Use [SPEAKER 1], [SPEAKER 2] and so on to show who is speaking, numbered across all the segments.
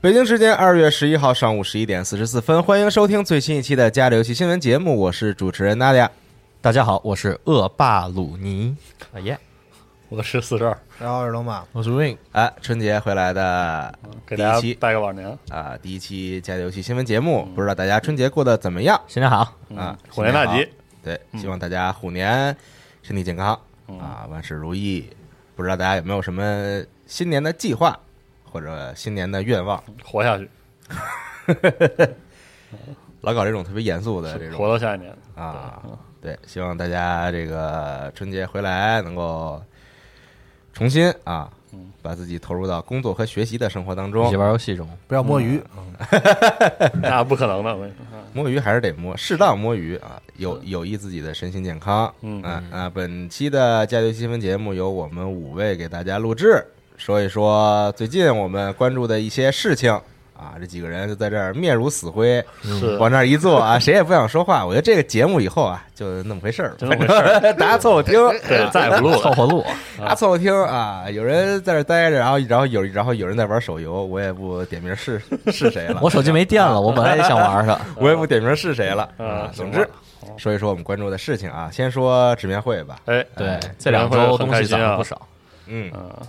[SPEAKER 1] 北京时间二月十一号上午十一点四十四分，欢迎收听最新一期的《家里游戏新闻》节目，我是主持人娜姐。
[SPEAKER 2] 大家好，我是恶霸鲁尼。
[SPEAKER 3] 哎呀，
[SPEAKER 4] 我是四十二，
[SPEAKER 5] 然后是龙马，
[SPEAKER 2] 我是 Win。
[SPEAKER 1] 哎，春节回来的
[SPEAKER 4] 给
[SPEAKER 1] 第一
[SPEAKER 4] 大
[SPEAKER 1] 期
[SPEAKER 4] 家拜个晚年，
[SPEAKER 1] 啊，第一期《家里游戏新闻》节目，不知道大家春节过得怎么样
[SPEAKER 2] 新年好，
[SPEAKER 1] 啊？
[SPEAKER 4] 嗯虎年大
[SPEAKER 1] 新
[SPEAKER 4] 吉嗯
[SPEAKER 1] 好！对，希望大家虎年身体健康啊，万事如意。不知道大家有没有什么新年的计划或者新年的愿望？
[SPEAKER 4] 活下去，
[SPEAKER 1] 老搞这种特别严肃的哎这种
[SPEAKER 4] 活到下一年。
[SPEAKER 1] 啊，对，希望大家这个春节回来能够重新啊，
[SPEAKER 4] 嗯
[SPEAKER 1] 把自己投入到工作和学习的生活当
[SPEAKER 4] 哦
[SPEAKER 2] 一起
[SPEAKER 1] 中。
[SPEAKER 2] 玩游戏中，
[SPEAKER 5] 不要摸鱼。
[SPEAKER 4] 那不可能的，我跟你说。
[SPEAKER 1] 摸鱼还是得摸，适当摸鱼啊，有有益自己的身心健康。
[SPEAKER 4] 嗯
[SPEAKER 1] 啊啊，本期的加油新闻节目由我们五位给大家录制，说一说最近我们关注的一些事情。啊，这几个人就在这儿面如死灰，
[SPEAKER 4] 是
[SPEAKER 1] 往那儿一坐啊，谁也不想说话。我觉得这个节目以后啊，就那么回事儿，
[SPEAKER 4] 就那么回事儿
[SPEAKER 1] 大家凑合听。
[SPEAKER 4] 对，再也不录
[SPEAKER 2] 凑
[SPEAKER 4] 了。
[SPEAKER 2] 合 录。
[SPEAKER 1] 啊，凑合听啊，有人在这儿待着，然后然后有然后有人在玩手游，我也不点名 是是谁了，
[SPEAKER 2] 我手机没电 了，我本来也想玩的。
[SPEAKER 1] 我也不点名是谁了
[SPEAKER 4] 啊
[SPEAKER 1] 总之，说一说我们关注的事情啊，先说直面会吧，
[SPEAKER 4] 哎，
[SPEAKER 2] 对，这两周东西涨了不少。
[SPEAKER 1] 嗯，
[SPEAKER 2] 啊
[SPEAKER 4] 嗯，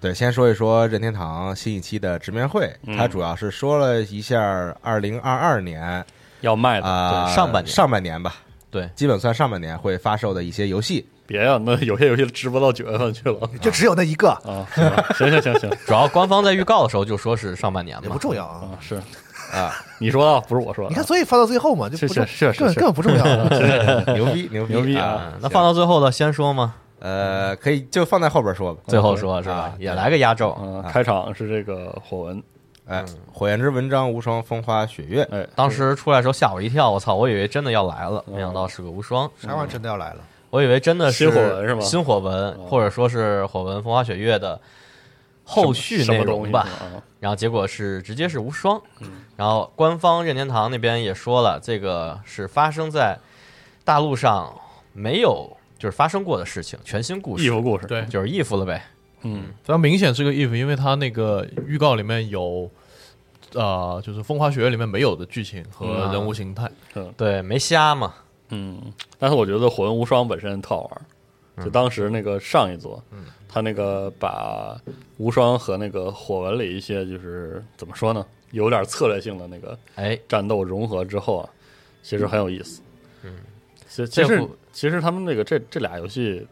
[SPEAKER 1] 对，先说一说任天堂新一期的直面会，
[SPEAKER 2] 嗯
[SPEAKER 1] 它主要是说了一下二零二二年
[SPEAKER 4] 要卖的，
[SPEAKER 1] 啊
[SPEAKER 2] 哎对上半年
[SPEAKER 1] 上半年吧，
[SPEAKER 2] 对，
[SPEAKER 1] 基本算上半年会发售的一些游 戏，
[SPEAKER 4] 别呀，那有些游戏直播到九月份去了
[SPEAKER 5] 就只有那一个，
[SPEAKER 4] 啊。是吧行行行行，
[SPEAKER 2] 主要官方在预告的时候就说是上半年
[SPEAKER 5] 也
[SPEAKER 2] 嘛
[SPEAKER 5] 不，重要啊。
[SPEAKER 4] 啊是
[SPEAKER 1] 啊，
[SPEAKER 4] 你说的不是我说的。啊
[SPEAKER 5] 你看，所以放到最后嘛，就是不重，
[SPEAKER 4] 是是是
[SPEAKER 5] 根本根本不 重要。
[SPEAKER 1] 牛逼牛逼
[SPEAKER 4] 牛逼
[SPEAKER 1] 啊！
[SPEAKER 2] 嗯那放到最后的先说嘛，
[SPEAKER 1] 呃，可以就放在后边说吧，
[SPEAKER 2] 最后说是
[SPEAKER 1] 啊
[SPEAKER 2] 吧？也来个压轴。
[SPEAKER 4] 嗯，开场是这个火纹，
[SPEAKER 1] 哎，
[SPEAKER 5] 嗯
[SPEAKER 1] 火焰之纹章无双风花雪月，
[SPEAKER 4] 哎，
[SPEAKER 2] 当时出来的时候吓我一跳，我操！我以为真的要来了，没想到是个无双。
[SPEAKER 5] 啥玩意儿真的要来了？
[SPEAKER 2] 我以为真的是
[SPEAKER 4] 嗯新火纹是吗哦
[SPEAKER 2] 新火纹，或者说是火纹风花雪月的后续
[SPEAKER 4] 什
[SPEAKER 2] 内
[SPEAKER 4] 么东
[SPEAKER 2] 容
[SPEAKER 4] 西
[SPEAKER 2] 吧。
[SPEAKER 4] 啊？
[SPEAKER 2] 然后结果是直接是无双，然后官方任天堂那边也说了，这个是发生在大陆上没有就是发生过的事情，全新故
[SPEAKER 4] 艺
[SPEAKER 2] 事，
[SPEAKER 4] 术故事，
[SPEAKER 6] 对，
[SPEAKER 2] 就是 if 了呗。
[SPEAKER 4] 嗯，
[SPEAKER 6] 非常明显是个 if，因为它那个预告里面有，呃，就是《风花雪月》里面没有的剧情和
[SPEAKER 5] 嗯
[SPEAKER 6] 人物形态。
[SPEAKER 2] 对，没瞎嘛，
[SPEAKER 4] 嗯，但是我觉得《火纹无双》本身特好玩儿，就当时那个上一座，他那个把无双和那个火纹里一些就是怎么说呢，有点策略性的那个
[SPEAKER 2] 哎，
[SPEAKER 4] 战斗融合之后啊，其实很有意思。嗯，其其
[SPEAKER 2] 这
[SPEAKER 4] 实
[SPEAKER 2] 部
[SPEAKER 4] 其实他们那个这这俩游戏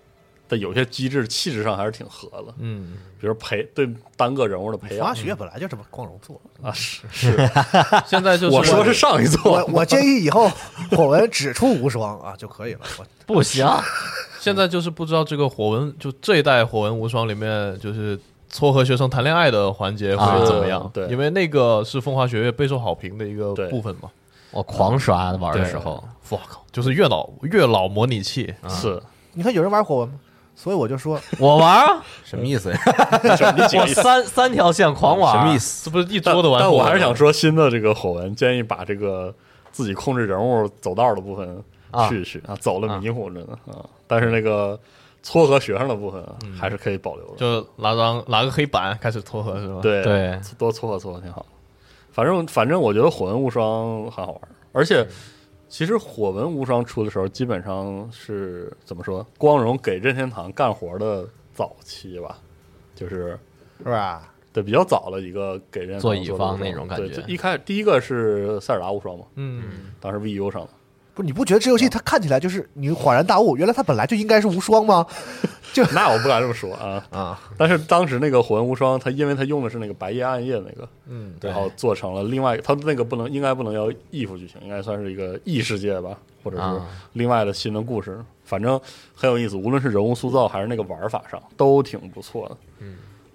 [SPEAKER 4] 的有些机制气质上还是挺合的，
[SPEAKER 6] 嗯，
[SPEAKER 4] 比如培对单个人物的啊培
[SPEAKER 5] 滑
[SPEAKER 4] 养
[SPEAKER 5] 雪本来就这么光荣做。
[SPEAKER 4] 啊，是是，
[SPEAKER 6] 现在就是
[SPEAKER 4] 我说是上一
[SPEAKER 5] 我
[SPEAKER 4] 座，
[SPEAKER 5] 我建议以后火纹只出无双啊就可以了。我
[SPEAKER 2] 不行，
[SPEAKER 6] 现在就是不知道这个火纹，就这一代火纹无双里面，就是撮合学生谈恋爱的环节会怎么样？
[SPEAKER 4] 啊对
[SPEAKER 6] 因为那个是风华学院备受好评的一个
[SPEAKER 4] 对
[SPEAKER 6] 部分嘛。
[SPEAKER 2] 我狂刷玩的
[SPEAKER 6] 对
[SPEAKER 2] 时候，
[SPEAKER 6] 我靠，就是月老月老模拟器，
[SPEAKER 4] 是
[SPEAKER 5] 你看有人玩火纹吗？所以我就说，
[SPEAKER 2] 我玩儿，
[SPEAKER 1] 什么意思呀？
[SPEAKER 4] 是你解
[SPEAKER 2] 我
[SPEAKER 4] 意思。
[SPEAKER 2] 三三条线狂玩，
[SPEAKER 1] 什么意
[SPEAKER 2] 思？
[SPEAKER 1] 思？
[SPEAKER 6] 这不 是一
[SPEAKER 4] 但
[SPEAKER 6] 桌的玩
[SPEAKER 4] 但
[SPEAKER 6] 火
[SPEAKER 4] 我
[SPEAKER 6] 纹
[SPEAKER 4] 还是
[SPEAKER 6] 吗
[SPEAKER 4] 想说，新的这个火纹建议把这个自己控制人物走道的部分
[SPEAKER 2] 啊
[SPEAKER 4] 去一去啊，走了迷糊着呢啊。但是那个撮合学生的部分
[SPEAKER 6] 嗯
[SPEAKER 4] 啊还是可以保留的，
[SPEAKER 6] 就拿张拿个黑板开始撮合是吧？，
[SPEAKER 4] 对
[SPEAKER 2] 对，
[SPEAKER 4] 多撮合撮合挺好。反正反正我觉得火纹无双很好玩，而
[SPEAKER 6] 嗯
[SPEAKER 4] 且其实火纹无双出的时候，基本上是怎么说，光荣给任天堂干活的早期吧，就是
[SPEAKER 5] 是吧？
[SPEAKER 4] 对比较早的一个给任天堂
[SPEAKER 2] 做乙
[SPEAKER 4] 的
[SPEAKER 2] 方
[SPEAKER 4] 无双
[SPEAKER 2] 那种感
[SPEAKER 4] 对
[SPEAKER 2] 觉
[SPEAKER 4] 就一开第一个是塞尔达无双嘛，
[SPEAKER 6] 嗯，
[SPEAKER 4] 当时 VU 上的。
[SPEAKER 5] 不是你不觉得这游戏它看起来就是你恍然大悟，原来它本来就应该是无双吗？
[SPEAKER 4] 那我不敢这么说啊
[SPEAKER 5] 啊！
[SPEAKER 4] 但是当时那个《火纹无双》，它因为它用的是那个白夜暗夜那个，嗯，然后做成了另外，它那个不能应该不能叫异服剧情，应该算是一个异世界吧，或者是
[SPEAKER 2] 啊
[SPEAKER 4] 另外的新的故事，反正很有意思。无论是人物塑造还是那个玩法上，都挺不错的。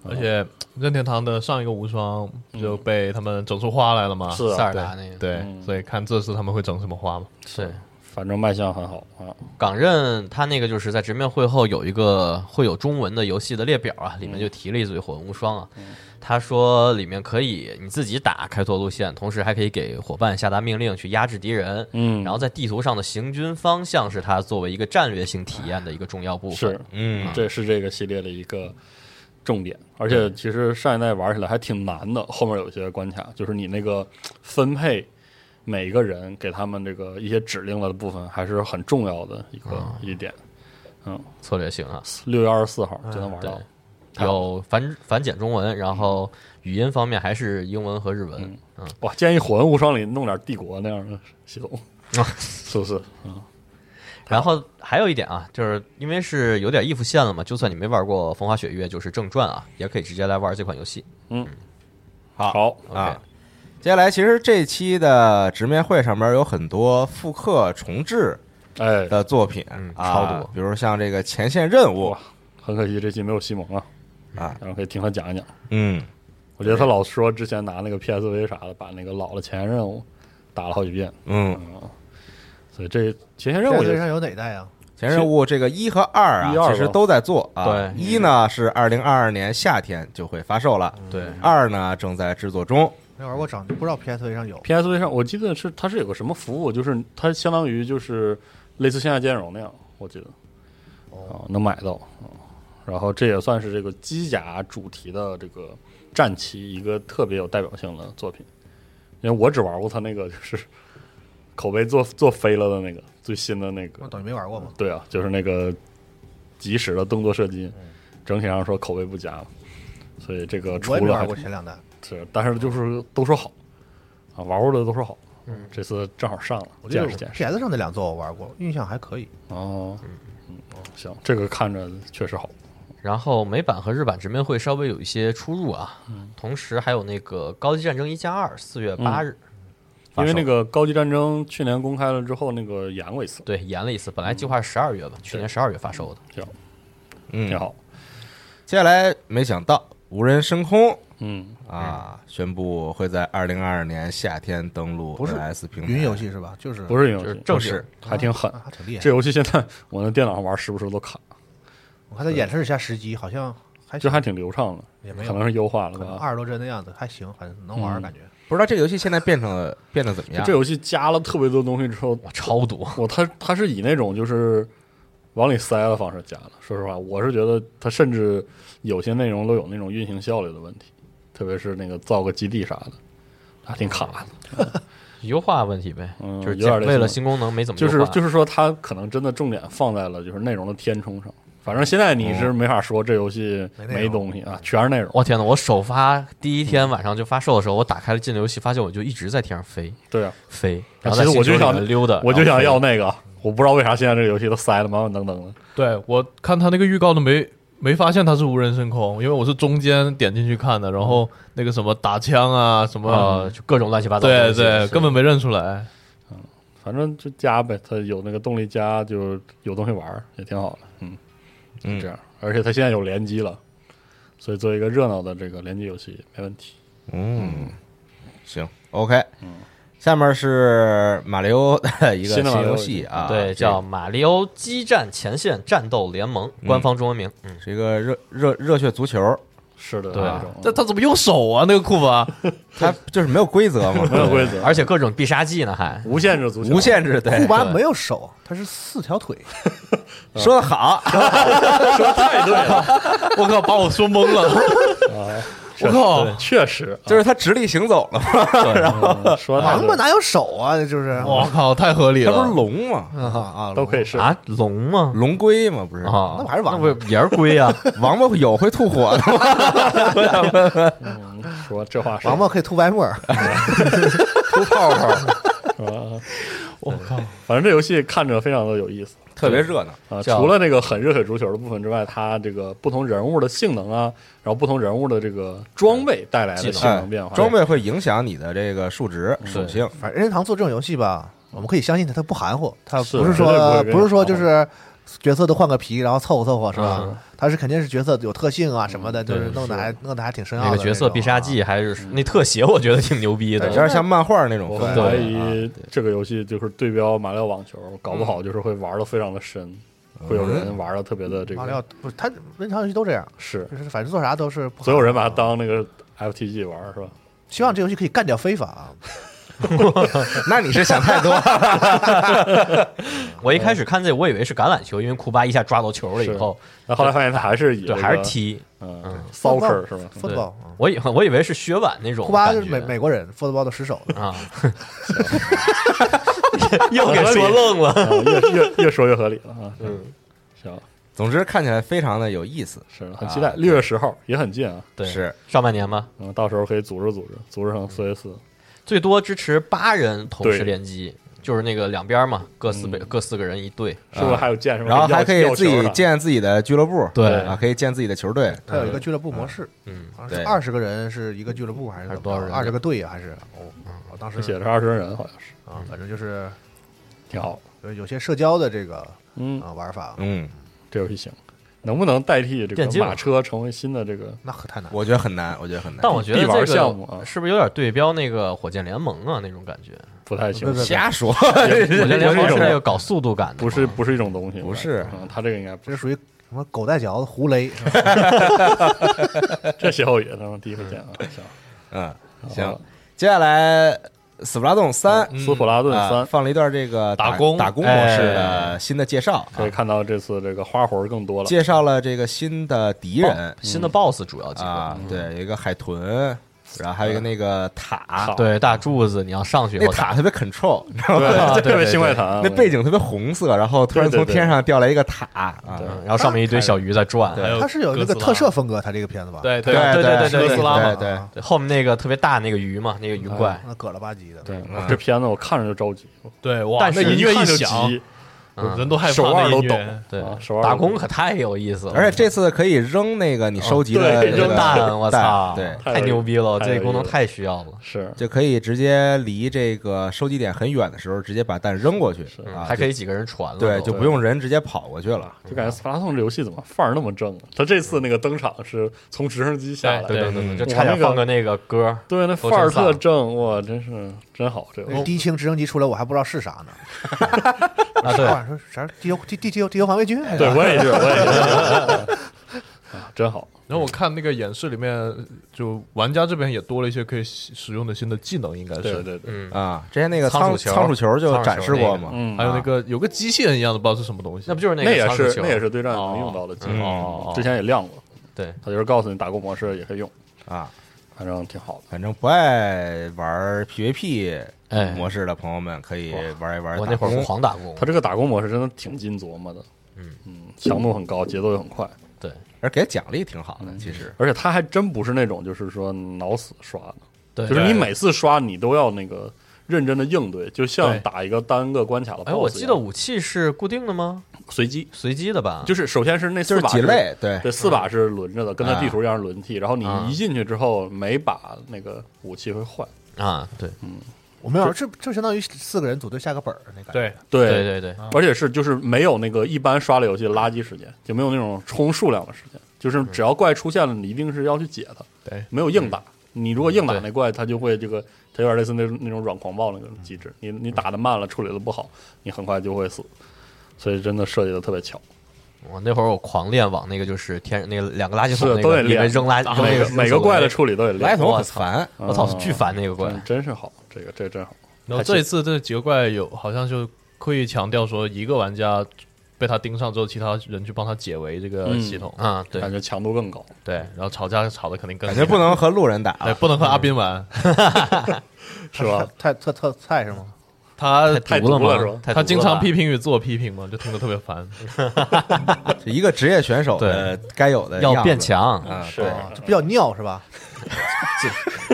[SPEAKER 6] 而且任天堂的上一个无双不就被他们整出花来了嘛？
[SPEAKER 4] 是
[SPEAKER 2] 塞
[SPEAKER 4] 啊，
[SPEAKER 2] 尔达那个，
[SPEAKER 6] 对，
[SPEAKER 4] 嗯
[SPEAKER 6] 所以看这次他们会整什么花嘛？
[SPEAKER 2] 是
[SPEAKER 4] 反正卖相很好啊。
[SPEAKER 2] 港任他那个就是在直面会后有一个会有中文的游戏的列表啊，里面就提了一嘴《火纹无双》啊，
[SPEAKER 4] 嗯
[SPEAKER 2] 他说里面可以你自己打开拓路线，同时还可以给伙伴下达命令去压制敌人，
[SPEAKER 4] 嗯
[SPEAKER 2] 然后在地图上的行军方向是他作为一个战略性体验的一个重要部分
[SPEAKER 4] 是，，
[SPEAKER 1] 嗯，
[SPEAKER 4] 啊这是这个系列的一个重点，而且其实上一代玩起来还挺难的，后面有一些关卡，就是你那个分配每个人给他们这个一些指令了的部分，还是很重要的一个、
[SPEAKER 1] 啊
[SPEAKER 4] 一点。
[SPEAKER 2] 策略性啊，
[SPEAKER 4] 六月二十四号就能玩
[SPEAKER 1] 哎
[SPEAKER 4] 到，
[SPEAKER 2] 有繁繁简中文，然后语音方面还是英文和日文，嗯，
[SPEAKER 4] 哇！建议《火纹无双》里弄点帝国那样的系统，
[SPEAKER 1] 啊
[SPEAKER 4] 是不是？
[SPEAKER 2] 然后还有一点啊，就是因为是有点异服线了嘛，就算你没玩过《风花雪月》，就是正传啊，也可以直接来玩这款游戏。
[SPEAKER 1] 好
[SPEAKER 4] 好，
[SPEAKER 1] 啊。接下来，其实这期的直面会上面有很多复刻重置
[SPEAKER 4] 哎，
[SPEAKER 1] 的作品，
[SPEAKER 2] 嗯
[SPEAKER 1] 啊
[SPEAKER 2] 超多
[SPEAKER 1] 比如像这个前线任务
[SPEAKER 4] 哇，很可惜这期没有西蒙啊，
[SPEAKER 1] 啊
[SPEAKER 4] 然后可以听他讲一讲。
[SPEAKER 1] 嗯，
[SPEAKER 4] 我觉得他老说之前拿那个 PSV 啥的，把那个老的前任务打了好几遍，
[SPEAKER 1] 嗯，
[SPEAKER 4] 嗯，所以这前线任
[SPEAKER 5] 任
[SPEAKER 4] 务
[SPEAKER 5] 务
[SPEAKER 4] 就
[SPEAKER 5] 队
[SPEAKER 4] 是
[SPEAKER 5] 上有哪代啊？
[SPEAKER 1] 前任务这个一和二
[SPEAKER 4] 一二
[SPEAKER 1] 啊，
[SPEAKER 4] 吧
[SPEAKER 1] 其实都在做啊。
[SPEAKER 2] 对
[SPEAKER 1] 一呢是二零二二年夏天就会发售了，
[SPEAKER 2] 对，
[SPEAKER 1] 二呢正在制作中。
[SPEAKER 5] 没玩过长，不知道 PSV 上有
[SPEAKER 4] PSV 上，我记得是它是有个什么服务，就是它相当于就是类似线下兼容那样，我记得
[SPEAKER 5] 哦
[SPEAKER 4] 啊能买到啊。然后这也算是这个机甲主题的这个战旗一个特别有代表性的作品，因为我只玩过它那个就是口碑做做飞了的那个最新的那个
[SPEAKER 5] 哦我，等于没玩过嘛。
[SPEAKER 4] 对啊，就是那个即时的动作射击，
[SPEAKER 5] 嗯
[SPEAKER 4] 整体上说口碑不佳，所以这个出
[SPEAKER 5] 我也没
[SPEAKER 4] 了还
[SPEAKER 5] 玩过前两代，
[SPEAKER 4] 是，但是就是都说好啊，玩过的都说好。嗯，这次正好上了，
[SPEAKER 5] 我觉
[SPEAKER 4] 见
[SPEAKER 5] 得
[SPEAKER 4] 识
[SPEAKER 1] 嗯
[SPEAKER 4] 见识。
[SPEAKER 5] PS 上那两座我玩过，印象还可以。
[SPEAKER 4] 哦，嗯，行，这个看着确实好。
[SPEAKER 2] 然后美版和日版直面会稍微有一些出入啊，
[SPEAKER 4] 嗯
[SPEAKER 2] 同时还有那个《高级战争一加二》，四月八
[SPEAKER 4] 嗯
[SPEAKER 2] 日、
[SPEAKER 4] 因为
[SPEAKER 2] 发售
[SPEAKER 4] 那个《高级战争》去年公开了之后，那个演过一次，
[SPEAKER 2] 对延了一次，本来计划是十二月吧，去年十二月发售的。
[SPEAKER 4] 行，
[SPEAKER 1] 嗯
[SPEAKER 4] 挺，好。
[SPEAKER 1] 接下来没想到无人升空
[SPEAKER 4] 嗯，
[SPEAKER 1] 啊，宣布会在二零二二年夏天登陆
[SPEAKER 5] 不是
[SPEAKER 1] NS 平台。
[SPEAKER 5] 云游戏是吧？就是
[SPEAKER 4] 不是游
[SPEAKER 2] 就是
[SPEAKER 4] 戏，
[SPEAKER 2] 正
[SPEAKER 1] 不是
[SPEAKER 2] 式，
[SPEAKER 4] 还挺狠
[SPEAKER 5] 啊。还挺厉害
[SPEAKER 4] 这。游戏现在我那电脑上玩时不时都卡，
[SPEAKER 5] 我看他演示了一下时机，好像还
[SPEAKER 4] 就
[SPEAKER 5] 行
[SPEAKER 4] 还挺流畅的，
[SPEAKER 5] 也没
[SPEAKER 4] 可
[SPEAKER 5] 有，
[SPEAKER 4] 能是优化了
[SPEAKER 5] 可能
[SPEAKER 4] 吧。
[SPEAKER 5] 二十多帧的样子，还行，反正能玩儿感觉。
[SPEAKER 1] 不知道这个游戏现在变成了 变得怎么
[SPEAKER 4] 就
[SPEAKER 1] 样
[SPEAKER 4] 这？游戏加了特别多东西之后，
[SPEAKER 2] 哇，超多！
[SPEAKER 4] 我他他是以那种就是往里塞的方式加的。说实话，我是觉得他甚至有些内容都有那种运行效率的问题，特别是那个造个基地啥的，还挺卡的。
[SPEAKER 2] 优化问题呗，
[SPEAKER 4] 嗯
[SPEAKER 2] 就是
[SPEAKER 4] 有点类似
[SPEAKER 2] 为了新功能没怎么
[SPEAKER 4] 就
[SPEAKER 2] 优
[SPEAKER 4] 是
[SPEAKER 2] 化
[SPEAKER 4] 就是说，他可能真的重点放在了就是内容的填充上，反正现在你
[SPEAKER 2] 哦
[SPEAKER 4] 是没法说这游戏没东西啊，全是内容。
[SPEAKER 2] 我天呐，我首发第一
[SPEAKER 4] 嗯
[SPEAKER 2] 天晚上就发售的时候，我打开了进了游戏，发现我就一直在天上飞
[SPEAKER 4] 对啊，
[SPEAKER 2] 飞，
[SPEAKER 4] 啊
[SPEAKER 2] 然后在
[SPEAKER 4] 其实我就
[SPEAKER 2] 星球里
[SPEAKER 4] 想
[SPEAKER 2] 面溜达，
[SPEAKER 4] 我就
[SPEAKER 2] 呃然后
[SPEAKER 4] 想
[SPEAKER 2] 飞
[SPEAKER 4] 要那个，我不知道为啥现在这个游戏都塞的满满登登的。
[SPEAKER 6] 对我看他那个预告都没没发现他是无人升空，因为我是中间点进去看的，然后那个什么打枪啊什么，
[SPEAKER 2] 呃，就各种乱七八糟的东
[SPEAKER 6] 对
[SPEAKER 2] 西。
[SPEAKER 6] 对，
[SPEAKER 2] 是
[SPEAKER 6] 根本没认出来。
[SPEAKER 4] 反正就加呗，它有那个动力加，就有东西玩儿，也挺好的。嗯，
[SPEAKER 1] 嗯
[SPEAKER 4] 就这样。而且它现在有联机了，所以做一个热闹的这个联机游戏没问题。
[SPEAKER 1] 嗯，行，OK，下面是马里奥 的一个
[SPEAKER 4] 新的马里奥
[SPEAKER 1] 游戏啊，
[SPEAKER 2] 对，
[SPEAKER 1] 这
[SPEAKER 2] 叫《马里奥激战前线战斗联盟》，官方中文名。嗯，
[SPEAKER 1] 是一个热热热血足球，
[SPEAKER 4] 是的，
[SPEAKER 2] 对
[SPEAKER 4] 那
[SPEAKER 2] 啊
[SPEAKER 4] 种
[SPEAKER 6] 但他怎么用手啊？那个库巴
[SPEAKER 1] 它就是没有规则 嘛，
[SPEAKER 4] 没有规则，
[SPEAKER 2] 而且各种必杀技呢，还
[SPEAKER 4] 无限制足球，
[SPEAKER 1] 无限制，对
[SPEAKER 5] 库，巴
[SPEAKER 2] 对
[SPEAKER 5] 没有手，他是四条腿，
[SPEAKER 1] 说的好，
[SPEAKER 4] 太对了，
[SPEAKER 6] 我靠，把我说懵 了。
[SPEAKER 4] 确实
[SPEAKER 6] 我靠
[SPEAKER 4] 对确实
[SPEAKER 1] 就是它直立行走了嘛，
[SPEAKER 4] 嗯说的太
[SPEAKER 5] 王
[SPEAKER 4] 对了，
[SPEAKER 5] 八哪有手啊？就是
[SPEAKER 6] 我靠，太合理
[SPEAKER 1] 它不是
[SPEAKER 6] 了。
[SPEAKER 1] 龙嘛，
[SPEAKER 5] 啊啊，
[SPEAKER 4] 都可以是
[SPEAKER 2] 啊龙吗？
[SPEAKER 1] 龙龟嘛，不是，
[SPEAKER 2] 啊，
[SPEAKER 5] 那不还是王八
[SPEAKER 2] 那不也是龟啊？
[SPEAKER 1] 王八有会吐火的吗？
[SPEAKER 4] 嗯说这话是
[SPEAKER 5] 王八可以吐白沫儿，
[SPEAKER 1] 吐泡泡，
[SPEAKER 4] 啊，
[SPEAKER 6] 我靠，
[SPEAKER 4] 反正这游戏看着非常的有意思
[SPEAKER 1] 特别热闹，
[SPEAKER 4] 啊。
[SPEAKER 2] 叫
[SPEAKER 4] 除了那个很热血足球的部分之外，它这个不同人物的性能啊，然后不同人物的这个装备带来的性
[SPEAKER 1] 哎
[SPEAKER 4] 能变化，
[SPEAKER 1] 装备会影响你的这个数值属性，
[SPEAKER 5] 反正任天堂做这种游戏吧，我们可以相信他，他不含糊，他
[SPEAKER 4] 是
[SPEAKER 5] 不是
[SPEAKER 4] 绝对不会
[SPEAKER 5] 说
[SPEAKER 4] 给你
[SPEAKER 5] 不是说就是角色都换个皮，然后凑合凑合是吧？他是肯定是角色有特性啊什么的，就是
[SPEAKER 2] 嗯对
[SPEAKER 5] 弄得还弄得还挺深奥
[SPEAKER 2] 那个
[SPEAKER 5] 的种啊。
[SPEAKER 2] 角色必杀技还是那特写，我觉得挺牛逼
[SPEAKER 1] 有
[SPEAKER 2] 的。
[SPEAKER 1] 点像漫画那种
[SPEAKER 4] 我
[SPEAKER 1] 风
[SPEAKER 4] 很
[SPEAKER 1] 格
[SPEAKER 4] 怀
[SPEAKER 2] 对
[SPEAKER 4] 疑哎这个游戏就是对标马里奥网球，搞不好就是会玩的非常的深，会有人玩的特别的这
[SPEAKER 5] 马里奥
[SPEAKER 4] 个
[SPEAKER 5] 啊不是他任天堂游戏都这样，
[SPEAKER 4] 是，
[SPEAKER 5] 就是反正做啥都是不含糊
[SPEAKER 4] 所有人把它当那个 FTG 玩是吧？
[SPEAKER 5] 希望这游戏可以干掉非法啊。
[SPEAKER 1] 那你是想太多，
[SPEAKER 2] 我一开始看这，我以为是橄榄球，因为库巴一下抓到球了以后，
[SPEAKER 4] 那后来发现他还是以
[SPEAKER 2] 对，
[SPEAKER 4] 这
[SPEAKER 2] 还是
[SPEAKER 4] 个
[SPEAKER 2] 踢。
[SPEAKER 4] 嗯 soccer 是吧？
[SPEAKER 2] 对
[SPEAKER 5] football，嗯
[SPEAKER 2] 我以 我以为是削碗那种
[SPEAKER 5] 库巴
[SPEAKER 2] 感觉。
[SPEAKER 5] 就是美美国人，football 的失手。
[SPEAKER 2] 啊， 又给说愣了。
[SPEAKER 4] 啊越越越说越合理了啊！
[SPEAKER 2] 嗯，
[SPEAKER 4] 行，
[SPEAKER 1] 总之看起来非常的有意思，
[SPEAKER 4] 是很期待，六月十号也很近啊，
[SPEAKER 2] 对，
[SPEAKER 1] 是
[SPEAKER 2] 上半年吧，
[SPEAKER 4] 嗯，到时候可以组织组织，组织成 CS
[SPEAKER 2] 最多支持八人同时
[SPEAKER 4] 对
[SPEAKER 2] 联机，就是那个两边嘛，各四
[SPEAKER 4] 嗯
[SPEAKER 2] 各四个人一队。
[SPEAKER 4] 是不是还有建什么？
[SPEAKER 1] 然后还
[SPEAKER 4] 要
[SPEAKER 1] 可以
[SPEAKER 4] 要
[SPEAKER 1] 自
[SPEAKER 4] 球
[SPEAKER 1] 己
[SPEAKER 4] 的
[SPEAKER 1] 建自己的俱乐部，
[SPEAKER 2] 对
[SPEAKER 1] 啊，可以建自己的球队，
[SPEAKER 5] 它有一个俱乐部模式，
[SPEAKER 2] 嗯，
[SPEAKER 5] 好像
[SPEAKER 1] 对
[SPEAKER 5] 是二十个人是一个俱乐部还是
[SPEAKER 2] 还
[SPEAKER 5] 怎
[SPEAKER 2] 是多
[SPEAKER 5] 么
[SPEAKER 2] 少人
[SPEAKER 5] 二十个队啊还是哦，我当时
[SPEAKER 4] 写的是二十人，好像是
[SPEAKER 5] 啊，反正就是
[SPEAKER 4] 挺好的。
[SPEAKER 5] 有有些社交的这个
[SPEAKER 4] 嗯，
[SPEAKER 5] 啊玩法，
[SPEAKER 1] 嗯，
[SPEAKER 4] 这游戏行，能不能代替这
[SPEAKER 2] 电
[SPEAKER 4] 个
[SPEAKER 2] 竞
[SPEAKER 4] 马车成为新的这个？
[SPEAKER 5] 那可太难了。
[SPEAKER 1] 我觉得很难，我觉得很难，
[SPEAKER 2] 但我觉得
[SPEAKER 4] 必玩
[SPEAKER 2] 这
[SPEAKER 4] 项目啊
[SPEAKER 2] 个是不是有点对标那个火箭联盟啊那种感觉？
[SPEAKER 4] 不太行，
[SPEAKER 1] 瞎 说，
[SPEAKER 2] 火箭联
[SPEAKER 4] 不
[SPEAKER 2] 盟是
[SPEAKER 4] 是一
[SPEAKER 2] 那
[SPEAKER 4] 种
[SPEAKER 2] 个搞速度感的，啊
[SPEAKER 4] 不是。不是一种东西，
[SPEAKER 1] 不是
[SPEAKER 4] 嗯，他这个应该不
[SPEAKER 5] 这
[SPEAKER 4] 是
[SPEAKER 5] 是属于什么狗带嚼子胡雷是吧
[SPEAKER 4] 这歇后语，咱们第一回见啊，行，
[SPEAKER 1] 嗯，
[SPEAKER 4] 好
[SPEAKER 1] 行，接下来《斯普拉洞三》
[SPEAKER 4] 斯普拉顿
[SPEAKER 1] 啊
[SPEAKER 4] 三
[SPEAKER 1] 放了一段这个
[SPEAKER 6] 打工
[SPEAKER 1] 打工模式的新的介绍啊，
[SPEAKER 4] 可以看到这次这个花活更多了，
[SPEAKER 1] 介绍了这个新的敌人嗯
[SPEAKER 2] 新的 BOSS 主要几个，
[SPEAKER 1] 啊，对，有一个海豚，然后还有一个那个嗯塔
[SPEAKER 4] 好，
[SPEAKER 2] 对大柱子，你要上去以
[SPEAKER 1] 那
[SPEAKER 2] 后
[SPEAKER 1] 塔嗯
[SPEAKER 2] 打
[SPEAKER 1] 特别 control，你知道吗？
[SPEAKER 4] 对，
[SPEAKER 2] 对
[SPEAKER 4] 特别
[SPEAKER 2] 对
[SPEAKER 4] 新怪谈啊，
[SPEAKER 1] 那背景特别红色，然后突然
[SPEAKER 4] 对对
[SPEAKER 1] 从
[SPEAKER 4] 对
[SPEAKER 1] 天上掉来一个塔啊
[SPEAKER 4] 对，
[SPEAKER 2] 嗯然后上面一堆小鱼在转，
[SPEAKER 6] 对还有
[SPEAKER 5] 它是有那个
[SPEAKER 6] 哥斯拉
[SPEAKER 5] 特摄风格，它这个片子吧？
[SPEAKER 6] 对
[SPEAKER 1] 对
[SPEAKER 2] 对
[SPEAKER 1] 对
[SPEAKER 2] 对对嗯
[SPEAKER 1] 哥
[SPEAKER 2] 哥
[SPEAKER 1] 斯
[SPEAKER 2] 斯
[SPEAKER 1] 拉
[SPEAKER 2] 拉
[SPEAKER 1] 嘛，
[SPEAKER 2] 嘛
[SPEAKER 1] 对
[SPEAKER 2] 对后面那个特别大那个鱼嘛，那个鱼怪，
[SPEAKER 5] 那葛了吧唧的。
[SPEAKER 4] 对，
[SPEAKER 1] 嗯
[SPEAKER 4] 这片子我看着就着急，
[SPEAKER 6] 对，哇，
[SPEAKER 2] 但是
[SPEAKER 6] 那音乐一响，
[SPEAKER 4] 急
[SPEAKER 6] 我人都害怕。
[SPEAKER 4] 手腕
[SPEAKER 6] 那
[SPEAKER 4] 都
[SPEAKER 6] 音乐
[SPEAKER 4] 抖，
[SPEAKER 2] 对
[SPEAKER 4] 啊手腕，
[SPEAKER 2] 打工可太有意思了，
[SPEAKER 1] 而且这次可以扔那个你收集的
[SPEAKER 4] 对
[SPEAKER 1] 这个
[SPEAKER 2] 哦扔蛋，我操，
[SPEAKER 1] 对，
[SPEAKER 2] 太牛逼了，
[SPEAKER 4] 太有意
[SPEAKER 2] 这个
[SPEAKER 4] 思
[SPEAKER 2] 功能太需要了，
[SPEAKER 4] 是
[SPEAKER 1] 就可以直接离这个收集点很远的时候，直接把蛋扔过去啊，
[SPEAKER 2] 还可以几个人传了
[SPEAKER 1] 就
[SPEAKER 2] 都，
[SPEAKER 1] 对，就不用人直接跑过去了。
[SPEAKER 4] 就感觉斯普拉顿这游戏怎么范儿那么正啊？他这次那个登场是从直升机下来
[SPEAKER 2] 对
[SPEAKER 4] 的，
[SPEAKER 2] 对对
[SPEAKER 1] 嗯
[SPEAKER 2] 对，就差点放个那个歌，
[SPEAKER 4] 对，那范儿特正，哇，真是真好，这
[SPEAKER 5] 那
[SPEAKER 4] 个
[SPEAKER 5] 低清直升机出来，我还不知道是啥呢。
[SPEAKER 2] 啊对
[SPEAKER 5] 我晚上说啥地球地地球地球防卫军？
[SPEAKER 4] 对我也是，我也是， 啊，真好，
[SPEAKER 6] 然后我看那个演示里面，就玩家这边也多了一些可以使使用的新的技能，应该是。
[SPEAKER 4] 对对对，
[SPEAKER 2] 嗯，
[SPEAKER 1] 啊，之前那个
[SPEAKER 2] 仓
[SPEAKER 1] 仓
[SPEAKER 2] 鼠球
[SPEAKER 1] 仓鼠球就展示过嘛，
[SPEAKER 4] 嗯
[SPEAKER 6] 还有那个有个机器人一样的，不知道是什么东西。
[SPEAKER 2] 那不就是
[SPEAKER 4] 那
[SPEAKER 2] 个
[SPEAKER 4] 也
[SPEAKER 2] 仓鼠
[SPEAKER 4] 是
[SPEAKER 2] 球
[SPEAKER 4] 那也是对战能用到的技能，
[SPEAKER 6] 哦
[SPEAKER 4] 之前也亮过，
[SPEAKER 2] 对，
[SPEAKER 4] 他就是告诉你打工模式也可以用，
[SPEAKER 1] 啊，
[SPEAKER 4] 反正挺好的。
[SPEAKER 1] 反正不爱玩 PVP
[SPEAKER 2] 哎，
[SPEAKER 1] 模式的朋友们可以玩一玩
[SPEAKER 2] 我那会
[SPEAKER 1] 打
[SPEAKER 2] 儿
[SPEAKER 1] 工
[SPEAKER 2] 狂打工
[SPEAKER 4] 他，这个打工模式真的挺经琢磨的，
[SPEAKER 2] 嗯
[SPEAKER 4] 嗯，强度很高，节奏也很快，
[SPEAKER 1] 而给奖励挺好
[SPEAKER 2] 嗯
[SPEAKER 1] 的，其实
[SPEAKER 4] 而且它还真不是那种就是说脑死刷的，
[SPEAKER 2] 对
[SPEAKER 4] 就是你每次刷你都要那个认真的应对，就像
[SPEAKER 2] 对
[SPEAKER 4] 打一个单个关卡的 BOSS 一
[SPEAKER 2] 哎，
[SPEAKER 4] 样。
[SPEAKER 2] 我记得武器是固定的吗？
[SPEAKER 4] 随机，
[SPEAKER 2] 随机的吧？
[SPEAKER 4] 就是首先是那
[SPEAKER 1] 就
[SPEAKER 4] 四
[SPEAKER 1] 是
[SPEAKER 4] 把
[SPEAKER 1] 几类，对
[SPEAKER 4] 对，四把是轮着的，跟它
[SPEAKER 1] 啊
[SPEAKER 4] 地图一样轮替。然后你
[SPEAKER 2] 啊
[SPEAKER 4] 一进去之后，每把那个武器会换。
[SPEAKER 2] 啊，对
[SPEAKER 5] 我没有，这这相当于四个人组队下个本儿那个。，
[SPEAKER 6] 对，
[SPEAKER 4] 对
[SPEAKER 2] 对对对，
[SPEAKER 4] 而且是就是没有那个一般刷类游戏的垃圾时间，就没有那种冲数量的时间，就是只要怪出现了，你一定是要去解它，
[SPEAKER 6] 对，
[SPEAKER 4] 没有硬打。你如果硬打
[SPEAKER 2] 对
[SPEAKER 4] 那怪，它就会这个，它有点类似那种那种软狂暴那个机制。你你打的慢了，处理的不好，你很快就会死。所以真的设计的特别巧，
[SPEAKER 2] 我那会儿我狂练往那个就是天那个两个垃圾桶
[SPEAKER 4] 是
[SPEAKER 2] 那
[SPEAKER 4] 都
[SPEAKER 2] 个
[SPEAKER 4] 得
[SPEAKER 2] 里面
[SPEAKER 4] 练
[SPEAKER 2] 扔垃扔
[SPEAKER 4] 每
[SPEAKER 2] 那
[SPEAKER 4] 个每个怪的，处理都得
[SPEAKER 1] 垃圾
[SPEAKER 4] 练。
[SPEAKER 1] 桶很烦，
[SPEAKER 2] 我操，
[SPEAKER 4] 嗯
[SPEAKER 2] 巨烦那个怪，
[SPEAKER 4] 真真是好，这个这个真好。
[SPEAKER 6] 然
[SPEAKER 4] 还
[SPEAKER 6] 后
[SPEAKER 4] 是
[SPEAKER 6] 这一次这几个怪有好像就刻意强调说，一个玩家被他盯上之后，其他人去帮他解围这个
[SPEAKER 4] 嗯
[SPEAKER 6] 系统。
[SPEAKER 2] 啊，对
[SPEAKER 4] 感觉强度更高。
[SPEAKER 6] 对，然后吵架吵的肯定更
[SPEAKER 1] 感觉不能和路人打
[SPEAKER 6] 对
[SPEAKER 2] 哎
[SPEAKER 1] 啊，
[SPEAKER 6] 不能和阿斌玩，
[SPEAKER 4] 是 吧？
[SPEAKER 5] 太特特菜是吗？
[SPEAKER 6] 他
[SPEAKER 4] 太
[SPEAKER 2] 毒了
[SPEAKER 4] 毒了
[SPEAKER 2] 吗
[SPEAKER 4] 是吧
[SPEAKER 2] 太
[SPEAKER 6] 他
[SPEAKER 2] 毒
[SPEAKER 6] 经
[SPEAKER 2] 了
[SPEAKER 6] 常
[SPEAKER 2] 吧
[SPEAKER 6] 批评与自我批评嘛，就听得特别烦。
[SPEAKER 1] 一个职业选手的该有的样
[SPEAKER 2] 要
[SPEAKER 1] 子
[SPEAKER 2] 变强，
[SPEAKER 1] 啊，
[SPEAKER 4] 是
[SPEAKER 1] 对
[SPEAKER 5] 就比较尿是吧？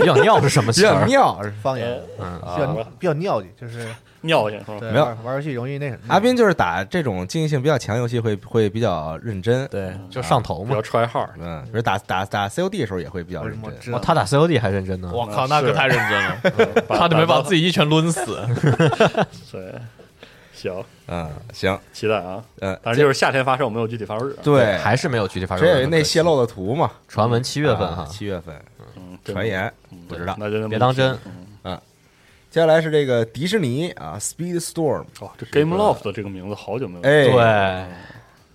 [SPEAKER 2] 要尿是什么
[SPEAKER 1] 比
[SPEAKER 2] 词
[SPEAKER 1] 较
[SPEAKER 2] 儿？
[SPEAKER 1] 妙。
[SPEAKER 5] 方言
[SPEAKER 2] 嗯
[SPEAKER 5] 比较比较尿性，就是
[SPEAKER 4] 呃尿性是吧？
[SPEAKER 5] 对
[SPEAKER 1] 没有
[SPEAKER 5] 玩玩游戏容易那什么。
[SPEAKER 1] 阿斌就是打这种竞技性比较强游戏会会比较认真，
[SPEAKER 2] 对，就上头
[SPEAKER 4] 嗯比较
[SPEAKER 2] 嘛。
[SPEAKER 4] try hard。
[SPEAKER 1] 嗯，比如打打打 COD 的时候也会比较
[SPEAKER 5] 为什
[SPEAKER 1] 认
[SPEAKER 5] 么
[SPEAKER 1] 真。
[SPEAKER 5] 知
[SPEAKER 2] 哇，
[SPEAKER 5] 道？
[SPEAKER 2] 哦他打 COD 还认真呢，
[SPEAKER 6] 我
[SPEAKER 4] 嗯
[SPEAKER 6] 靠，那
[SPEAKER 4] 是
[SPEAKER 6] 可太认真 了，差嗯点没把自己一拳抡死。
[SPEAKER 4] 对，行，
[SPEAKER 1] 嗯，行，
[SPEAKER 4] 期待啊！
[SPEAKER 1] 嗯，
[SPEAKER 4] 但是就是夏天发售，我没有具体发售日啊。
[SPEAKER 1] 对，
[SPEAKER 2] 还是没有具体发
[SPEAKER 1] 只
[SPEAKER 2] 生。
[SPEAKER 1] 有那泄露的图嘛，
[SPEAKER 2] 传闻七月份
[SPEAKER 1] 啊
[SPEAKER 2] 哈，
[SPEAKER 1] 七月份
[SPEAKER 4] 嗯，对
[SPEAKER 1] 传言不
[SPEAKER 4] 对
[SPEAKER 1] 知道。
[SPEAKER 4] 那就那么
[SPEAKER 2] 别当真
[SPEAKER 4] 说。嗯
[SPEAKER 1] 接下来是这个迪士尼啊，Speed Storm，
[SPEAKER 4] 哦，这 Game Loft 的这个名字好久没有。
[SPEAKER 1] 哎
[SPEAKER 2] 对，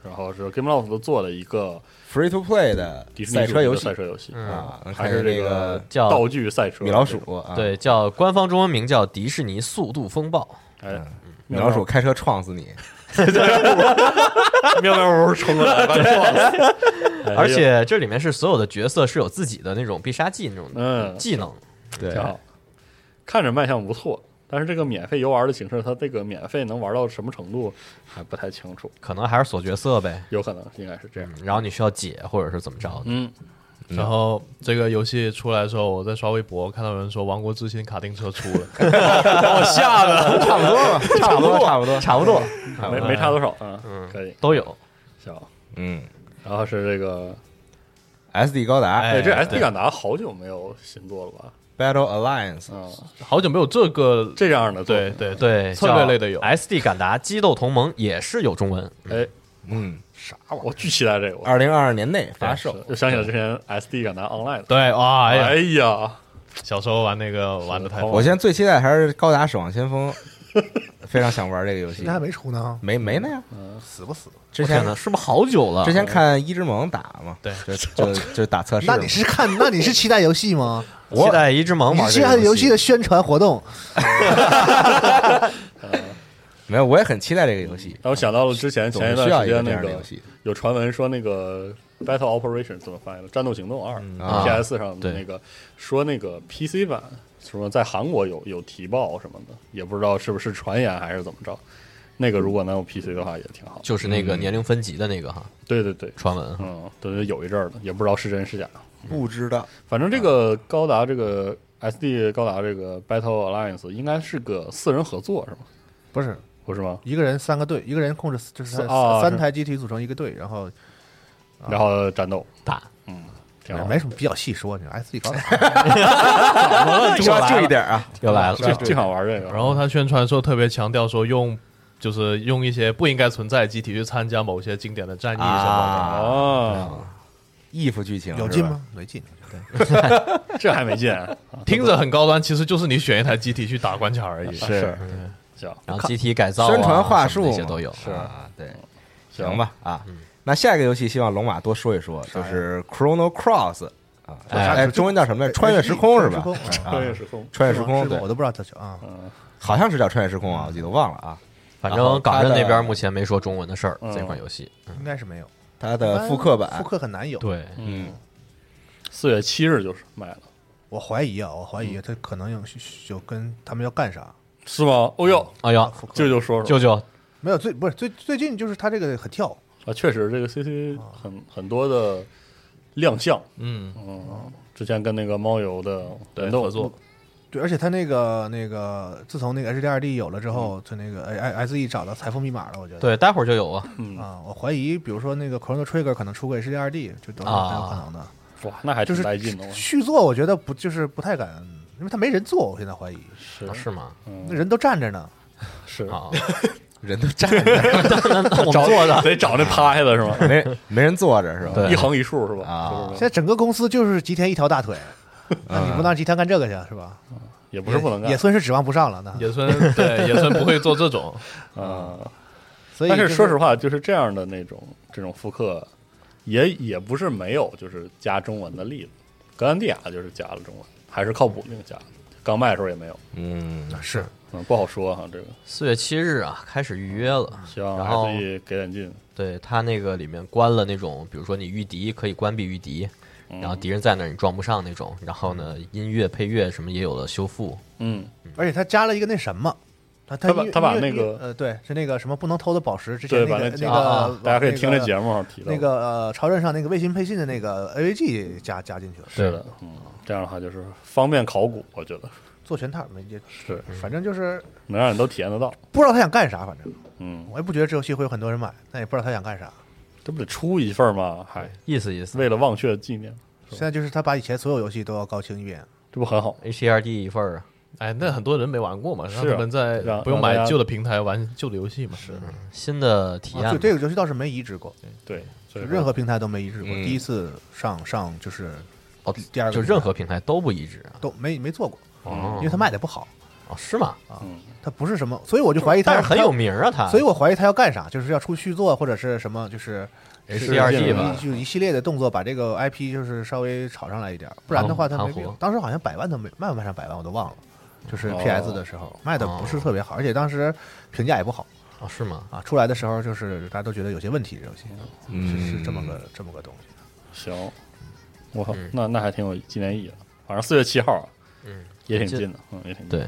[SPEAKER 4] 然后是 Game Loft 做了一个
[SPEAKER 1] free to play 的
[SPEAKER 4] 迪士尼
[SPEAKER 1] 赛车游
[SPEAKER 4] 主题
[SPEAKER 1] 戏
[SPEAKER 4] 的赛车游戏，
[SPEAKER 2] 嗯
[SPEAKER 1] 啊，能
[SPEAKER 4] 还
[SPEAKER 1] 看
[SPEAKER 4] 是
[SPEAKER 1] 见
[SPEAKER 4] 这
[SPEAKER 1] 这个
[SPEAKER 2] 叫
[SPEAKER 4] 道具赛车
[SPEAKER 1] 米老鼠。啊，，
[SPEAKER 2] 对，叫官方中文名叫迪士尼《速度风暴》，
[SPEAKER 4] 哎，
[SPEAKER 1] 嗯米老鼠开车撞死你，
[SPEAKER 4] 喵喵呜冲过来，把你撞死。哎
[SPEAKER 2] 而且这里面是所有的角色是有自己的那种必杀技那种
[SPEAKER 4] 嗯，
[SPEAKER 2] 技能，
[SPEAKER 1] 对
[SPEAKER 4] 挺，好，看着卖相不错。但是这个免费游玩的形式，它这个免费能玩到什么程度还不太清楚，
[SPEAKER 2] 可能还是锁角色呗。
[SPEAKER 4] 有可能应该是这样。
[SPEAKER 2] 嗯然后你需要解或者是怎么着的，
[SPEAKER 4] 嗯，
[SPEAKER 6] 然后这个游戏出来的时候，我在刷微博，看到有人说《王国之心》卡丁车出 了，把我吓的。
[SPEAKER 1] 差不多吧，差不多，差不多，
[SPEAKER 2] 差不多
[SPEAKER 4] 没没差多少啊，嗯，可以
[SPEAKER 2] 都有。
[SPEAKER 4] 行。
[SPEAKER 1] 嗯
[SPEAKER 4] 然后是这个，
[SPEAKER 1] ，SD 高达
[SPEAKER 4] 哎，这
[SPEAKER 6] 哎
[SPEAKER 4] SD 敢达好久没有新作了吧？
[SPEAKER 1] Battle Alliance，
[SPEAKER 4] 嗯，
[SPEAKER 6] 好久没有这个，
[SPEAKER 4] 这样的作
[SPEAKER 6] 对
[SPEAKER 4] 品，
[SPEAKER 6] 对，
[SPEAKER 2] 对，
[SPEAKER 6] 策略类的有
[SPEAKER 2] S D 敢达激斗同盟也是有中文，
[SPEAKER 4] 哎，
[SPEAKER 1] 嗯，
[SPEAKER 4] 我巨期待这个，我
[SPEAKER 1] 二零二二年内发售
[SPEAKER 4] 是，就想起了之前 SD 敢达 Online，
[SPEAKER 6] 对哇，哎呀，
[SPEAKER 4] 哎呀，
[SPEAKER 6] 小时候玩那个玩的太
[SPEAKER 4] 是
[SPEAKER 6] 疯
[SPEAKER 4] 的
[SPEAKER 6] 了，
[SPEAKER 1] 我现在最期待还是高达守望先锋，非常想玩这个游
[SPEAKER 5] 现
[SPEAKER 1] 戏
[SPEAKER 5] 在，还没出呢，
[SPEAKER 1] 没没呢呀，
[SPEAKER 5] 死不死？
[SPEAKER 1] 之
[SPEAKER 2] 天
[SPEAKER 1] 前
[SPEAKER 2] 哪，是不是好久了？
[SPEAKER 1] 之前看一之盟打嘛，
[SPEAKER 6] 对
[SPEAKER 1] 就就就打测试嘛，
[SPEAKER 5] 那你是看，那你是期待游戏吗？
[SPEAKER 2] 期待一只萌
[SPEAKER 5] 你
[SPEAKER 2] 玩
[SPEAKER 5] 是
[SPEAKER 2] 这
[SPEAKER 5] 期
[SPEAKER 2] 个
[SPEAKER 5] 待游戏的宣传活动？
[SPEAKER 1] 没有，我也很期待这个游戏，
[SPEAKER 4] 让我想到了之前
[SPEAKER 1] 总
[SPEAKER 4] 前
[SPEAKER 1] 是
[SPEAKER 4] 一
[SPEAKER 1] 需
[SPEAKER 4] 段
[SPEAKER 1] 要
[SPEAKER 4] 时
[SPEAKER 1] 一个
[SPEAKER 4] 间
[SPEAKER 1] 这
[SPEAKER 4] 那
[SPEAKER 1] 样的
[SPEAKER 4] 个
[SPEAKER 1] 游戏，
[SPEAKER 4] 有传闻说那个 Battle Operation 怎么翻译了？战斗行动二
[SPEAKER 1] 啊
[SPEAKER 4] ，PS 上的
[SPEAKER 2] 对
[SPEAKER 4] 那个说那个 PC 版说在韩国有有提报什么的，也不知道是不是传言还是怎么着。那个如果能有 PC 的话也挺好。
[SPEAKER 2] 就是那个年龄分级的那个哈
[SPEAKER 4] 对对对，
[SPEAKER 2] 传闻，
[SPEAKER 4] 嗯，对对，有一阵儿了，也不知道是真是假。
[SPEAKER 1] 不知道，
[SPEAKER 4] 反正这个高达这个 SD 高达这个 Battle Alliance 应该是个四人合作是吗？
[SPEAKER 5] 不是，
[SPEAKER 4] 不是吗？
[SPEAKER 5] 一个人三个队，一个人控制四就是
[SPEAKER 4] 是哦
[SPEAKER 5] 三
[SPEAKER 4] 是
[SPEAKER 5] 台机体组成一个队，然后
[SPEAKER 4] 然后战斗
[SPEAKER 2] 打，
[SPEAKER 4] 嗯，挺好。
[SPEAKER 5] 没什么必要细说，你 S D 高达
[SPEAKER 1] 需要注意点啊，
[SPEAKER 2] 又来了，
[SPEAKER 4] 最最想玩这个，
[SPEAKER 6] 然后他宣传的时候特别强调说用，就是用一些不应该存在的机体去参加某些经典的战役什么
[SPEAKER 1] 啊
[SPEAKER 4] 哦，
[SPEAKER 1] ，if ，E 剧情
[SPEAKER 5] 有
[SPEAKER 1] 是
[SPEAKER 5] 劲
[SPEAKER 1] 吧？
[SPEAKER 5] 吗？没劲，对，
[SPEAKER 4] 这还没见，啊
[SPEAKER 6] 的，听着很高端，其实就是你选一台机体去打关卡 而已。
[SPEAKER 4] 是行
[SPEAKER 2] 然后集体改造啊、
[SPEAKER 1] 宣传话术
[SPEAKER 2] 什么那些都有。
[SPEAKER 1] 啊，对，行，吧啊。那下一个游戏，希望龙马多说一说，就是 Chrono Cross 啊，
[SPEAKER 2] 哎
[SPEAKER 1] 这中文叫什么来？穿越时空是吧？
[SPEAKER 5] 穿越时空
[SPEAKER 1] 啊
[SPEAKER 4] 穿
[SPEAKER 1] 穿越
[SPEAKER 4] 越时空，
[SPEAKER 1] 时
[SPEAKER 5] 是吗
[SPEAKER 1] 空，
[SPEAKER 5] 是吗
[SPEAKER 1] 对
[SPEAKER 5] 我，都不知道它叫啊，
[SPEAKER 1] 好像是叫穿越时空啊，我记得忘了啊。
[SPEAKER 2] 反
[SPEAKER 1] 然后
[SPEAKER 2] 正港
[SPEAKER 1] 他
[SPEAKER 2] 任
[SPEAKER 1] 的
[SPEAKER 2] 那边目前没说中文的事儿，
[SPEAKER 4] 嗯
[SPEAKER 2] 这款游戏。
[SPEAKER 5] 应该是没有
[SPEAKER 1] 它的复刻版
[SPEAKER 5] 复，刻很难有。
[SPEAKER 2] 对，
[SPEAKER 1] 嗯，
[SPEAKER 4] 四月七日就是卖了，
[SPEAKER 5] 我怀疑啊，我怀疑它可能有就跟他们要干啥，
[SPEAKER 4] 是吗？哦呦，
[SPEAKER 2] 哎呀，
[SPEAKER 5] 复刻
[SPEAKER 4] 舅舅说说，
[SPEAKER 2] 舅舅
[SPEAKER 5] 没有最不是最最近就是他这个很跳，
[SPEAKER 4] 啊，确实这个 CC 很很多的亮相，
[SPEAKER 6] 嗯，
[SPEAKER 4] 嗯，之前跟那个猫游的
[SPEAKER 6] 对
[SPEAKER 4] 联动
[SPEAKER 6] 合作，
[SPEAKER 5] 对，而且他那个那个自从那个 HDRD 有了之后，就那个 I S E 找到财富密码了，我觉得
[SPEAKER 2] 对，待会儿就有啊。
[SPEAKER 5] 啊，我怀疑比如说那个 Chrono Trigger 可能出过 HDRD，就都是
[SPEAKER 2] 啊
[SPEAKER 5] 很有可能的。
[SPEAKER 4] 哇，那还
[SPEAKER 5] 就
[SPEAKER 4] 挺
[SPEAKER 5] 是
[SPEAKER 4] 带劲的，
[SPEAKER 5] 续作我觉得不就是不太敢，因为他没人做，我现在怀疑
[SPEAKER 4] 是
[SPEAKER 2] 啊是吗？
[SPEAKER 5] 那人都站着呢。
[SPEAKER 4] 是，
[SPEAKER 2] 啊，
[SPEAKER 1] 人都站着，
[SPEAKER 2] 我们做的
[SPEAKER 4] 得找那趴下的是吗？
[SPEAKER 1] 没人没人坐着是吧？
[SPEAKER 2] 对
[SPEAKER 4] 一横一竖是吧？
[SPEAKER 1] 啊
[SPEAKER 4] 就是
[SPEAKER 5] 现在整个公司就是吉田一条 大腿，那你不能让吉田干这个去是吧？
[SPEAKER 4] 也嗯不是不能干
[SPEAKER 5] 也算是指望不上了那。
[SPEAKER 6] 野村对野村不会做这种，
[SPEAKER 4] 啊，
[SPEAKER 5] 所以
[SPEAKER 4] 但是
[SPEAKER 5] 就
[SPEAKER 4] 说实话，就是这样的那种这种复刻，也也不是没有，就是加中文的例子。格兰蒂亚就是加了中文，还是靠谱那个加的。刚卖的时候也没有，
[SPEAKER 1] 嗯，
[SPEAKER 5] 是
[SPEAKER 4] 嗯，不好说哈。这个
[SPEAKER 2] 四月七日啊，开始预约了。
[SPEAKER 4] 希望
[SPEAKER 2] 然
[SPEAKER 4] 还
[SPEAKER 2] 后
[SPEAKER 4] 自己给点劲。
[SPEAKER 2] 对他那个里面关了那种，比如说你御敌可以关闭御敌，然后敌人在那儿你撞不上那种。然后呢，音乐配乐什么也有了修复。
[SPEAKER 4] 嗯，
[SPEAKER 5] 而且他加了一个那什么，他
[SPEAKER 4] 他把
[SPEAKER 5] 音
[SPEAKER 4] 他把
[SPEAKER 5] 音
[SPEAKER 4] 那个
[SPEAKER 5] 呃，对，是那个什么不能偷的宝石，之前
[SPEAKER 4] 对，把
[SPEAKER 5] 那个呃
[SPEAKER 4] 加
[SPEAKER 5] 那个
[SPEAKER 4] 啊，大家可以听这
[SPEAKER 5] 目。
[SPEAKER 4] 节目上提到
[SPEAKER 5] 那个呃，潮站上那个卫星配信的那个 AVG 加加进去了，
[SPEAKER 4] 是的，嗯，这样的话就是方便考古，我觉得
[SPEAKER 5] 做全套没也，嗯
[SPEAKER 4] 是
[SPEAKER 5] 反正就是
[SPEAKER 4] 能让你都体验得到。
[SPEAKER 5] 不知道他想干啥，反正
[SPEAKER 4] 嗯，
[SPEAKER 5] 我也不觉得这游戏会有很多人买，但也不知道他想干啥。
[SPEAKER 4] 这不得出一份吗？还
[SPEAKER 2] 意思意思
[SPEAKER 4] 为了忘却纪念，
[SPEAKER 5] 现在就是他把以前所有游戏都要高清一遍，
[SPEAKER 4] 这不很好？
[SPEAKER 2] ，HDRD 一份儿啊，
[SPEAKER 6] 哎，那很多人没玩过嘛，让
[SPEAKER 4] 是啊
[SPEAKER 6] 他们在
[SPEAKER 4] 让
[SPEAKER 6] 不用
[SPEAKER 4] 让大
[SPEAKER 6] 买
[SPEAKER 4] 家
[SPEAKER 6] 旧的平台玩旧的游戏嘛，是
[SPEAKER 2] 新的体验
[SPEAKER 5] 啊
[SPEAKER 2] 嘛。
[SPEAKER 5] 就这个游戏倒是没移植过，
[SPEAKER 4] 对，所以说
[SPEAKER 5] 任何平台都没移植过，
[SPEAKER 1] 嗯
[SPEAKER 5] 第一次上上就是
[SPEAKER 2] 哦
[SPEAKER 5] 第二个
[SPEAKER 2] 就任何平台都不一致啊。
[SPEAKER 5] 都没没做过，
[SPEAKER 2] 哦
[SPEAKER 4] 嗯
[SPEAKER 5] 因为他卖的不好，
[SPEAKER 2] 哦，是吗？
[SPEAKER 5] 他不是什么，所以我就怀疑他
[SPEAKER 2] 但是很有，名儿啊，他。
[SPEAKER 5] 他所以我怀疑他要干啥，就是要出续作或者是什么，就是。
[SPEAKER 2] 哎 HDRD 吧，
[SPEAKER 5] 就一系列的动作把这个 IP 就是稍微炒上来一点儿，不然的话它没必
[SPEAKER 2] 盘
[SPEAKER 5] 要
[SPEAKER 2] 活。
[SPEAKER 5] 当时好像百万都没卖不卖上百万我都忘了，就是
[SPEAKER 4] 哦
[SPEAKER 5] PS 的时候卖的不是特别好，而且当时评价也不好
[SPEAKER 2] 哦，是吗？
[SPEAKER 5] 啊。出来的时候就是大家都觉得有些问题，这游戏
[SPEAKER 1] 嗯
[SPEAKER 5] 是是这么个这么个东西。
[SPEAKER 4] 行，我靠
[SPEAKER 2] 嗯，
[SPEAKER 4] 那那还挺有纪念意义的。反正四月七号，啊
[SPEAKER 2] 嗯，
[SPEAKER 4] 也挺
[SPEAKER 2] 这
[SPEAKER 4] 近的，嗯，也挺近。
[SPEAKER 2] 对，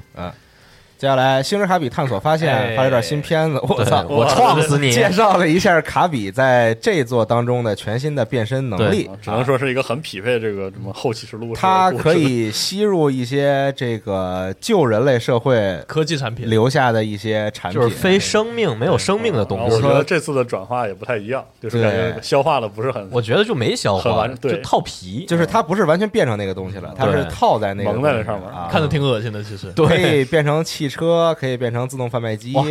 [SPEAKER 1] 接下来，星之卡比探索发现
[SPEAKER 6] 哎
[SPEAKER 1] 发了点新片子，我操！
[SPEAKER 2] 我撞死你！
[SPEAKER 1] 介绍了一下卡比在这座当中的全新的变身能力
[SPEAKER 4] 啊，只能说是一个很匹配这个什么后启示录式的
[SPEAKER 1] 它
[SPEAKER 4] 故事，
[SPEAKER 1] 可以吸入一些这个旧人类社会
[SPEAKER 6] 科技产品，
[SPEAKER 1] 留下的一些产品，
[SPEAKER 2] 就是非生命、没有生命的
[SPEAKER 4] 然后
[SPEAKER 2] 东
[SPEAKER 4] 哦我
[SPEAKER 2] 西
[SPEAKER 4] 觉，得这次的转化也不太一样，就是
[SPEAKER 1] 对
[SPEAKER 4] 感觉消化的不是很
[SPEAKER 2] 我觉得就没消
[SPEAKER 4] 很
[SPEAKER 2] 化，
[SPEAKER 4] 完对
[SPEAKER 2] 就套皮，
[SPEAKER 1] 就是它不是完全变成那个东西了，它是
[SPEAKER 2] 对
[SPEAKER 1] 套在那个
[SPEAKER 4] 蒙在那
[SPEAKER 1] 东西
[SPEAKER 4] 上面
[SPEAKER 1] 啊，
[SPEAKER 6] 看着挺恶心的，其实。
[SPEAKER 1] 可
[SPEAKER 2] 嗯对
[SPEAKER 1] 以变成汽车，可以变成自动贩卖机
[SPEAKER 2] 哇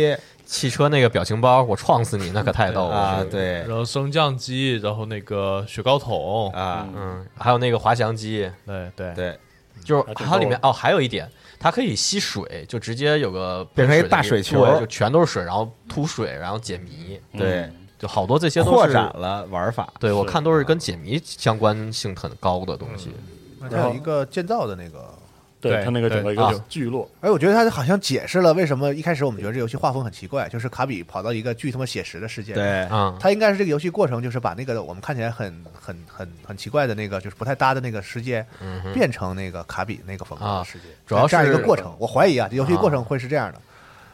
[SPEAKER 2] 汽车那个表情包，我撞死你，那可太逗
[SPEAKER 1] 啊，
[SPEAKER 2] 了。
[SPEAKER 1] 对
[SPEAKER 6] 然后升降机，然后那个雪糕桶，
[SPEAKER 1] 啊，
[SPEAKER 2] 嗯，还有那个滑翔机，
[SPEAKER 6] 对对，
[SPEAKER 1] 对，
[SPEAKER 2] 就是
[SPEAKER 4] 还挺
[SPEAKER 2] 它里面
[SPEAKER 4] 逗
[SPEAKER 2] 哦，还有一点，它可以吸水，就直接有个
[SPEAKER 1] 变成一大
[SPEAKER 2] 水
[SPEAKER 1] 水
[SPEAKER 2] 的
[SPEAKER 1] 球
[SPEAKER 2] 对就全都是水，然后吐水，然后解谜，
[SPEAKER 1] 对，
[SPEAKER 4] 嗯
[SPEAKER 2] 就好嗯多这些都
[SPEAKER 1] 扩
[SPEAKER 2] 是
[SPEAKER 1] 展。了玩法，
[SPEAKER 2] 对，我
[SPEAKER 4] 是
[SPEAKER 2] 看都是跟解谜相关性很高的东西。
[SPEAKER 5] 那它有一个建造的那个，
[SPEAKER 4] 对
[SPEAKER 6] 对
[SPEAKER 4] 它那个整个
[SPEAKER 2] 对
[SPEAKER 4] 一个
[SPEAKER 2] 啊
[SPEAKER 4] 聚落，
[SPEAKER 5] 哎，我觉得它好像解释了为什么一开始我们觉得这游戏画风很奇怪，就是卡比跑到一个巨他妈写实的世界。。
[SPEAKER 1] 对，
[SPEAKER 2] 啊，
[SPEAKER 5] 它应该是这个游戏过程，就是把那个我们看起来很很很很奇怪的那个，就是不太搭的那个世界，
[SPEAKER 2] 嗯哼，
[SPEAKER 5] 变成那个卡比那个风格
[SPEAKER 2] 啊
[SPEAKER 5] 的世界，
[SPEAKER 2] 主要
[SPEAKER 5] 这样一
[SPEAKER 2] 是
[SPEAKER 5] 个过程。我怀疑啊，这游戏
[SPEAKER 2] 啊
[SPEAKER 5] 过程会是这样的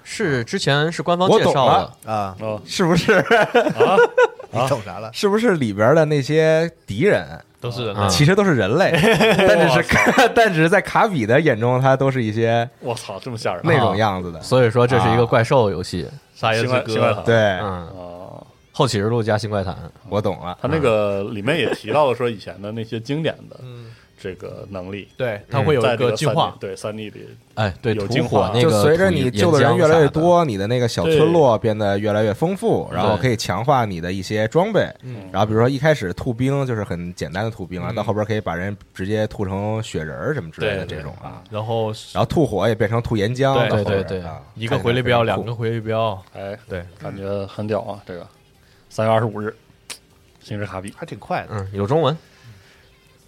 [SPEAKER 2] 是之前是官方
[SPEAKER 1] 我
[SPEAKER 2] 介
[SPEAKER 1] 懂
[SPEAKER 2] 绍
[SPEAKER 1] 了
[SPEAKER 2] 的，
[SPEAKER 5] 啊，
[SPEAKER 4] 啊，
[SPEAKER 1] 是不是？
[SPEAKER 2] 啊
[SPEAKER 5] 你懂啥了？
[SPEAKER 1] 是不是里边的那些敌人
[SPEAKER 6] 都是人类
[SPEAKER 2] 啊
[SPEAKER 1] 其实都是人 类，但只是 但只是在卡比的眼中，他都是一些
[SPEAKER 4] 我操，这么吓人啊
[SPEAKER 1] 那
[SPEAKER 2] 啊
[SPEAKER 1] 种样子的。
[SPEAKER 2] 所以说这是一个怪兽游戏。
[SPEAKER 6] 沙耶
[SPEAKER 4] 新
[SPEAKER 6] 之
[SPEAKER 4] 怪新怪
[SPEAKER 6] 歌
[SPEAKER 4] 谈，
[SPEAKER 1] 对，
[SPEAKER 2] 嗯，
[SPEAKER 4] 啊，
[SPEAKER 2] 后启示录加新怪谈，
[SPEAKER 1] 我懂了。
[SPEAKER 4] 它那个里面也提到了说以前的那些经典的
[SPEAKER 6] 嗯
[SPEAKER 4] 这个能力，
[SPEAKER 6] 对，它会有
[SPEAKER 4] 在
[SPEAKER 6] 一
[SPEAKER 4] 这
[SPEAKER 6] 个
[SPEAKER 4] 个
[SPEAKER 6] 进
[SPEAKER 4] 三 D
[SPEAKER 6] 化，
[SPEAKER 4] 对三 D 里，
[SPEAKER 2] 哎，对，
[SPEAKER 4] 有
[SPEAKER 2] 吐
[SPEAKER 4] 进
[SPEAKER 2] 火
[SPEAKER 4] 化
[SPEAKER 2] 那
[SPEAKER 1] 就
[SPEAKER 2] 个
[SPEAKER 1] 随着
[SPEAKER 2] 吐
[SPEAKER 1] 你
[SPEAKER 2] 岩
[SPEAKER 1] 救的人
[SPEAKER 2] 浆
[SPEAKER 1] 越来越
[SPEAKER 2] 啥的，
[SPEAKER 1] 多，你的那个小村落变得越来越丰富，然后
[SPEAKER 2] 对
[SPEAKER 1] 可以强化你的一些装备。
[SPEAKER 6] 嗯
[SPEAKER 1] 然后比如说一开始吐冰就是很简单的吐冰啊，
[SPEAKER 6] 嗯
[SPEAKER 1] 到后边可以把人直接吐成雪人儿什么之类的
[SPEAKER 6] 对
[SPEAKER 1] 这种啊。
[SPEAKER 6] 然后
[SPEAKER 1] 然后吐火也变成吐岩浆，
[SPEAKER 6] 对
[SPEAKER 1] 到后边
[SPEAKER 2] 对对对
[SPEAKER 1] 啊
[SPEAKER 6] 一个回力镖，两个回力镖，
[SPEAKER 4] 哎，
[SPEAKER 6] 对，
[SPEAKER 4] 感觉很屌啊，这个三月二十五日，星之卡比
[SPEAKER 5] 还挺快的。
[SPEAKER 2] 嗯，有中文，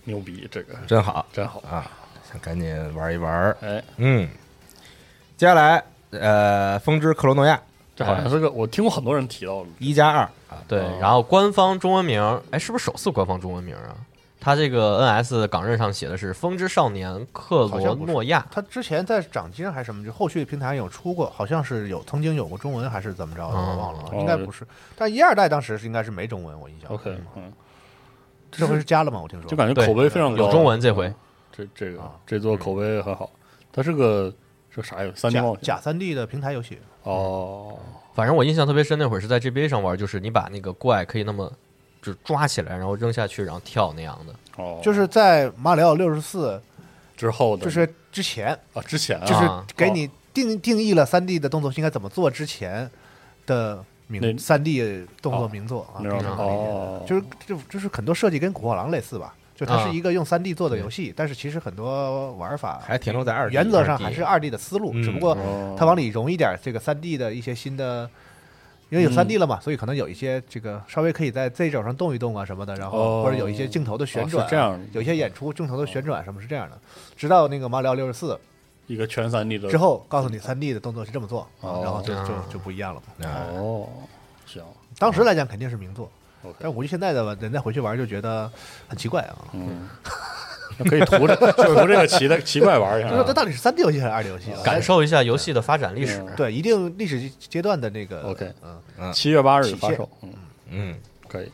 [SPEAKER 4] 牛逼，这个
[SPEAKER 1] 真好
[SPEAKER 4] 真好，
[SPEAKER 1] 嗯啊！想赶紧玩一玩。
[SPEAKER 4] 哎，
[SPEAKER 1] 嗯，接下来呃，《风之克罗诺亚》
[SPEAKER 4] 这好像是个我听过很多人提到的，
[SPEAKER 1] 一加二啊，
[SPEAKER 2] 对，然后官方中文名，哎，是不是首次官方中文名啊？它这个 NS 港任上写的是《风之少年克罗诺亚》，
[SPEAKER 5] 他之前在掌机上还是什么，就后续平台有出过，好像是有曾经有过中文还是怎么着的，我
[SPEAKER 2] 嗯
[SPEAKER 5] 忘了，
[SPEAKER 4] 哦
[SPEAKER 5] 应该不是。但一二代当时是应该是没中文，我印象中。
[SPEAKER 4] OK，嗯，
[SPEAKER 5] 这回是加了吗？我听说
[SPEAKER 4] 就感觉
[SPEAKER 2] 对
[SPEAKER 4] 口碑非常高，
[SPEAKER 2] 有中文这回
[SPEAKER 4] 这这个
[SPEAKER 5] 啊
[SPEAKER 4] 这座口碑很好，它是个这啥呀？三 D 冒险
[SPEAKER 5] 假三 D 的平台游戏，
[SPEAKER 4] 哦，
[SPEAKER 2] 反正我印象特别深，那会儿是在 GBA 上玩，就是你把那个怪可以那么就抓起来，然后扔下去，然后跳那样的。
[SPEAKER 4] 哦，
[SPEAKER 5] 嗯就是在马里奥六十四
[SPEAKER 4] 之后的，
[SPEAKER 5] 就是之前，
[SPEAKER 4] 啊，之前啊，
[SPEAKER 5] 就是
[SPEAKER 2] 啊
[SPEAKER 5] 给你定定义了三 D 的动作应该怎么做之前的
[SPEAKER 4] 那
[SPEAKER 5] 名三 D 动作
[SPEAKER 4] 哦
[SPEAKER 5] 名作啊，
[SPEAKER 4] 那种
[SPEAKER 5] 平常理解
[SPEAKER 4] 哦，
[SPEAKER 5] 就是就就是很多设计跟《古惑狼》类似吧，就它
[SPEAKER 2] 啊
[SPEAKER 5] 是一个用三 D 做的游戏，但是其实很多玩法
[SPEAKER 1] 还停留在二 D
[SPEAKER 5] 原则上
[SPEAKER 2] 2D
[SPEAKER 5] 还是二 D 的思路，
[SPEAKER 1] 嗯
[SPEAKER 5] 只不过
[SPEAKER 4] 哦
[SPEAKER 5] 它往里融一点这个三 D 的一些新的。因为有
[SPEAKER 4] 嗯
[SPEAKER 5] 三 D 了嘛，所以可能有一些这个稍微可以在 Z 轴上动一动啊什么的，然后
[SPEAKER 4] 哦
[SPEAKER 5] 或者有一些镜头的旋
[SPEAKER 4] 哦
[SPEAKER 5] 转，啊
[SPEAKER 4] 是这样的
[SPEAKER 5] 有一些演出镜头的旋转什么是这样的。直到那个马里奥六十四
[SPEAKER 4] 一个全三 D 的
[SPEAKER 5] 之后，告诉你三 D 的动作是这么做，
[SPEAKER 4] 哦
[SPEAKER 5] 啊然后就就
[SPEAKER 2] 啊
[SPEAKER 5] 就不一样了嘛。
[SPEAKER 4] 哦，行，
[SPEAKER 5] 当时来讲肯定是名作，
[SPEAKER 4] OK
[SPEAKER 5] 但我估计现在的人再回去玩就觉得很奇怪啊。
[SPEAKER 4] 嗯，那可以图着图这个 奇的奇怪玩一
[SPEAKER 5] 就是说这
[SPEAKER 4] 下
[SPEAKER 5] 到底是三 D 游戏还是二 D 游戏啊？
[SPEAKER 2] 感受一下游戏的发展历史。
[SPEAKER 4] 嗯
[SPEAKER 5] 对一定历史阶段的那个
[SPEAKER 4] OK
[SPEAKER 5] 嗯，
[SPEAKER 4] 啊。七月八日
[SPEAKER 5] 期限
[SPEAKER 4] 发售，嗯，
[SPEAKER 1] 嗯，
[SPEAKER 4] 可以，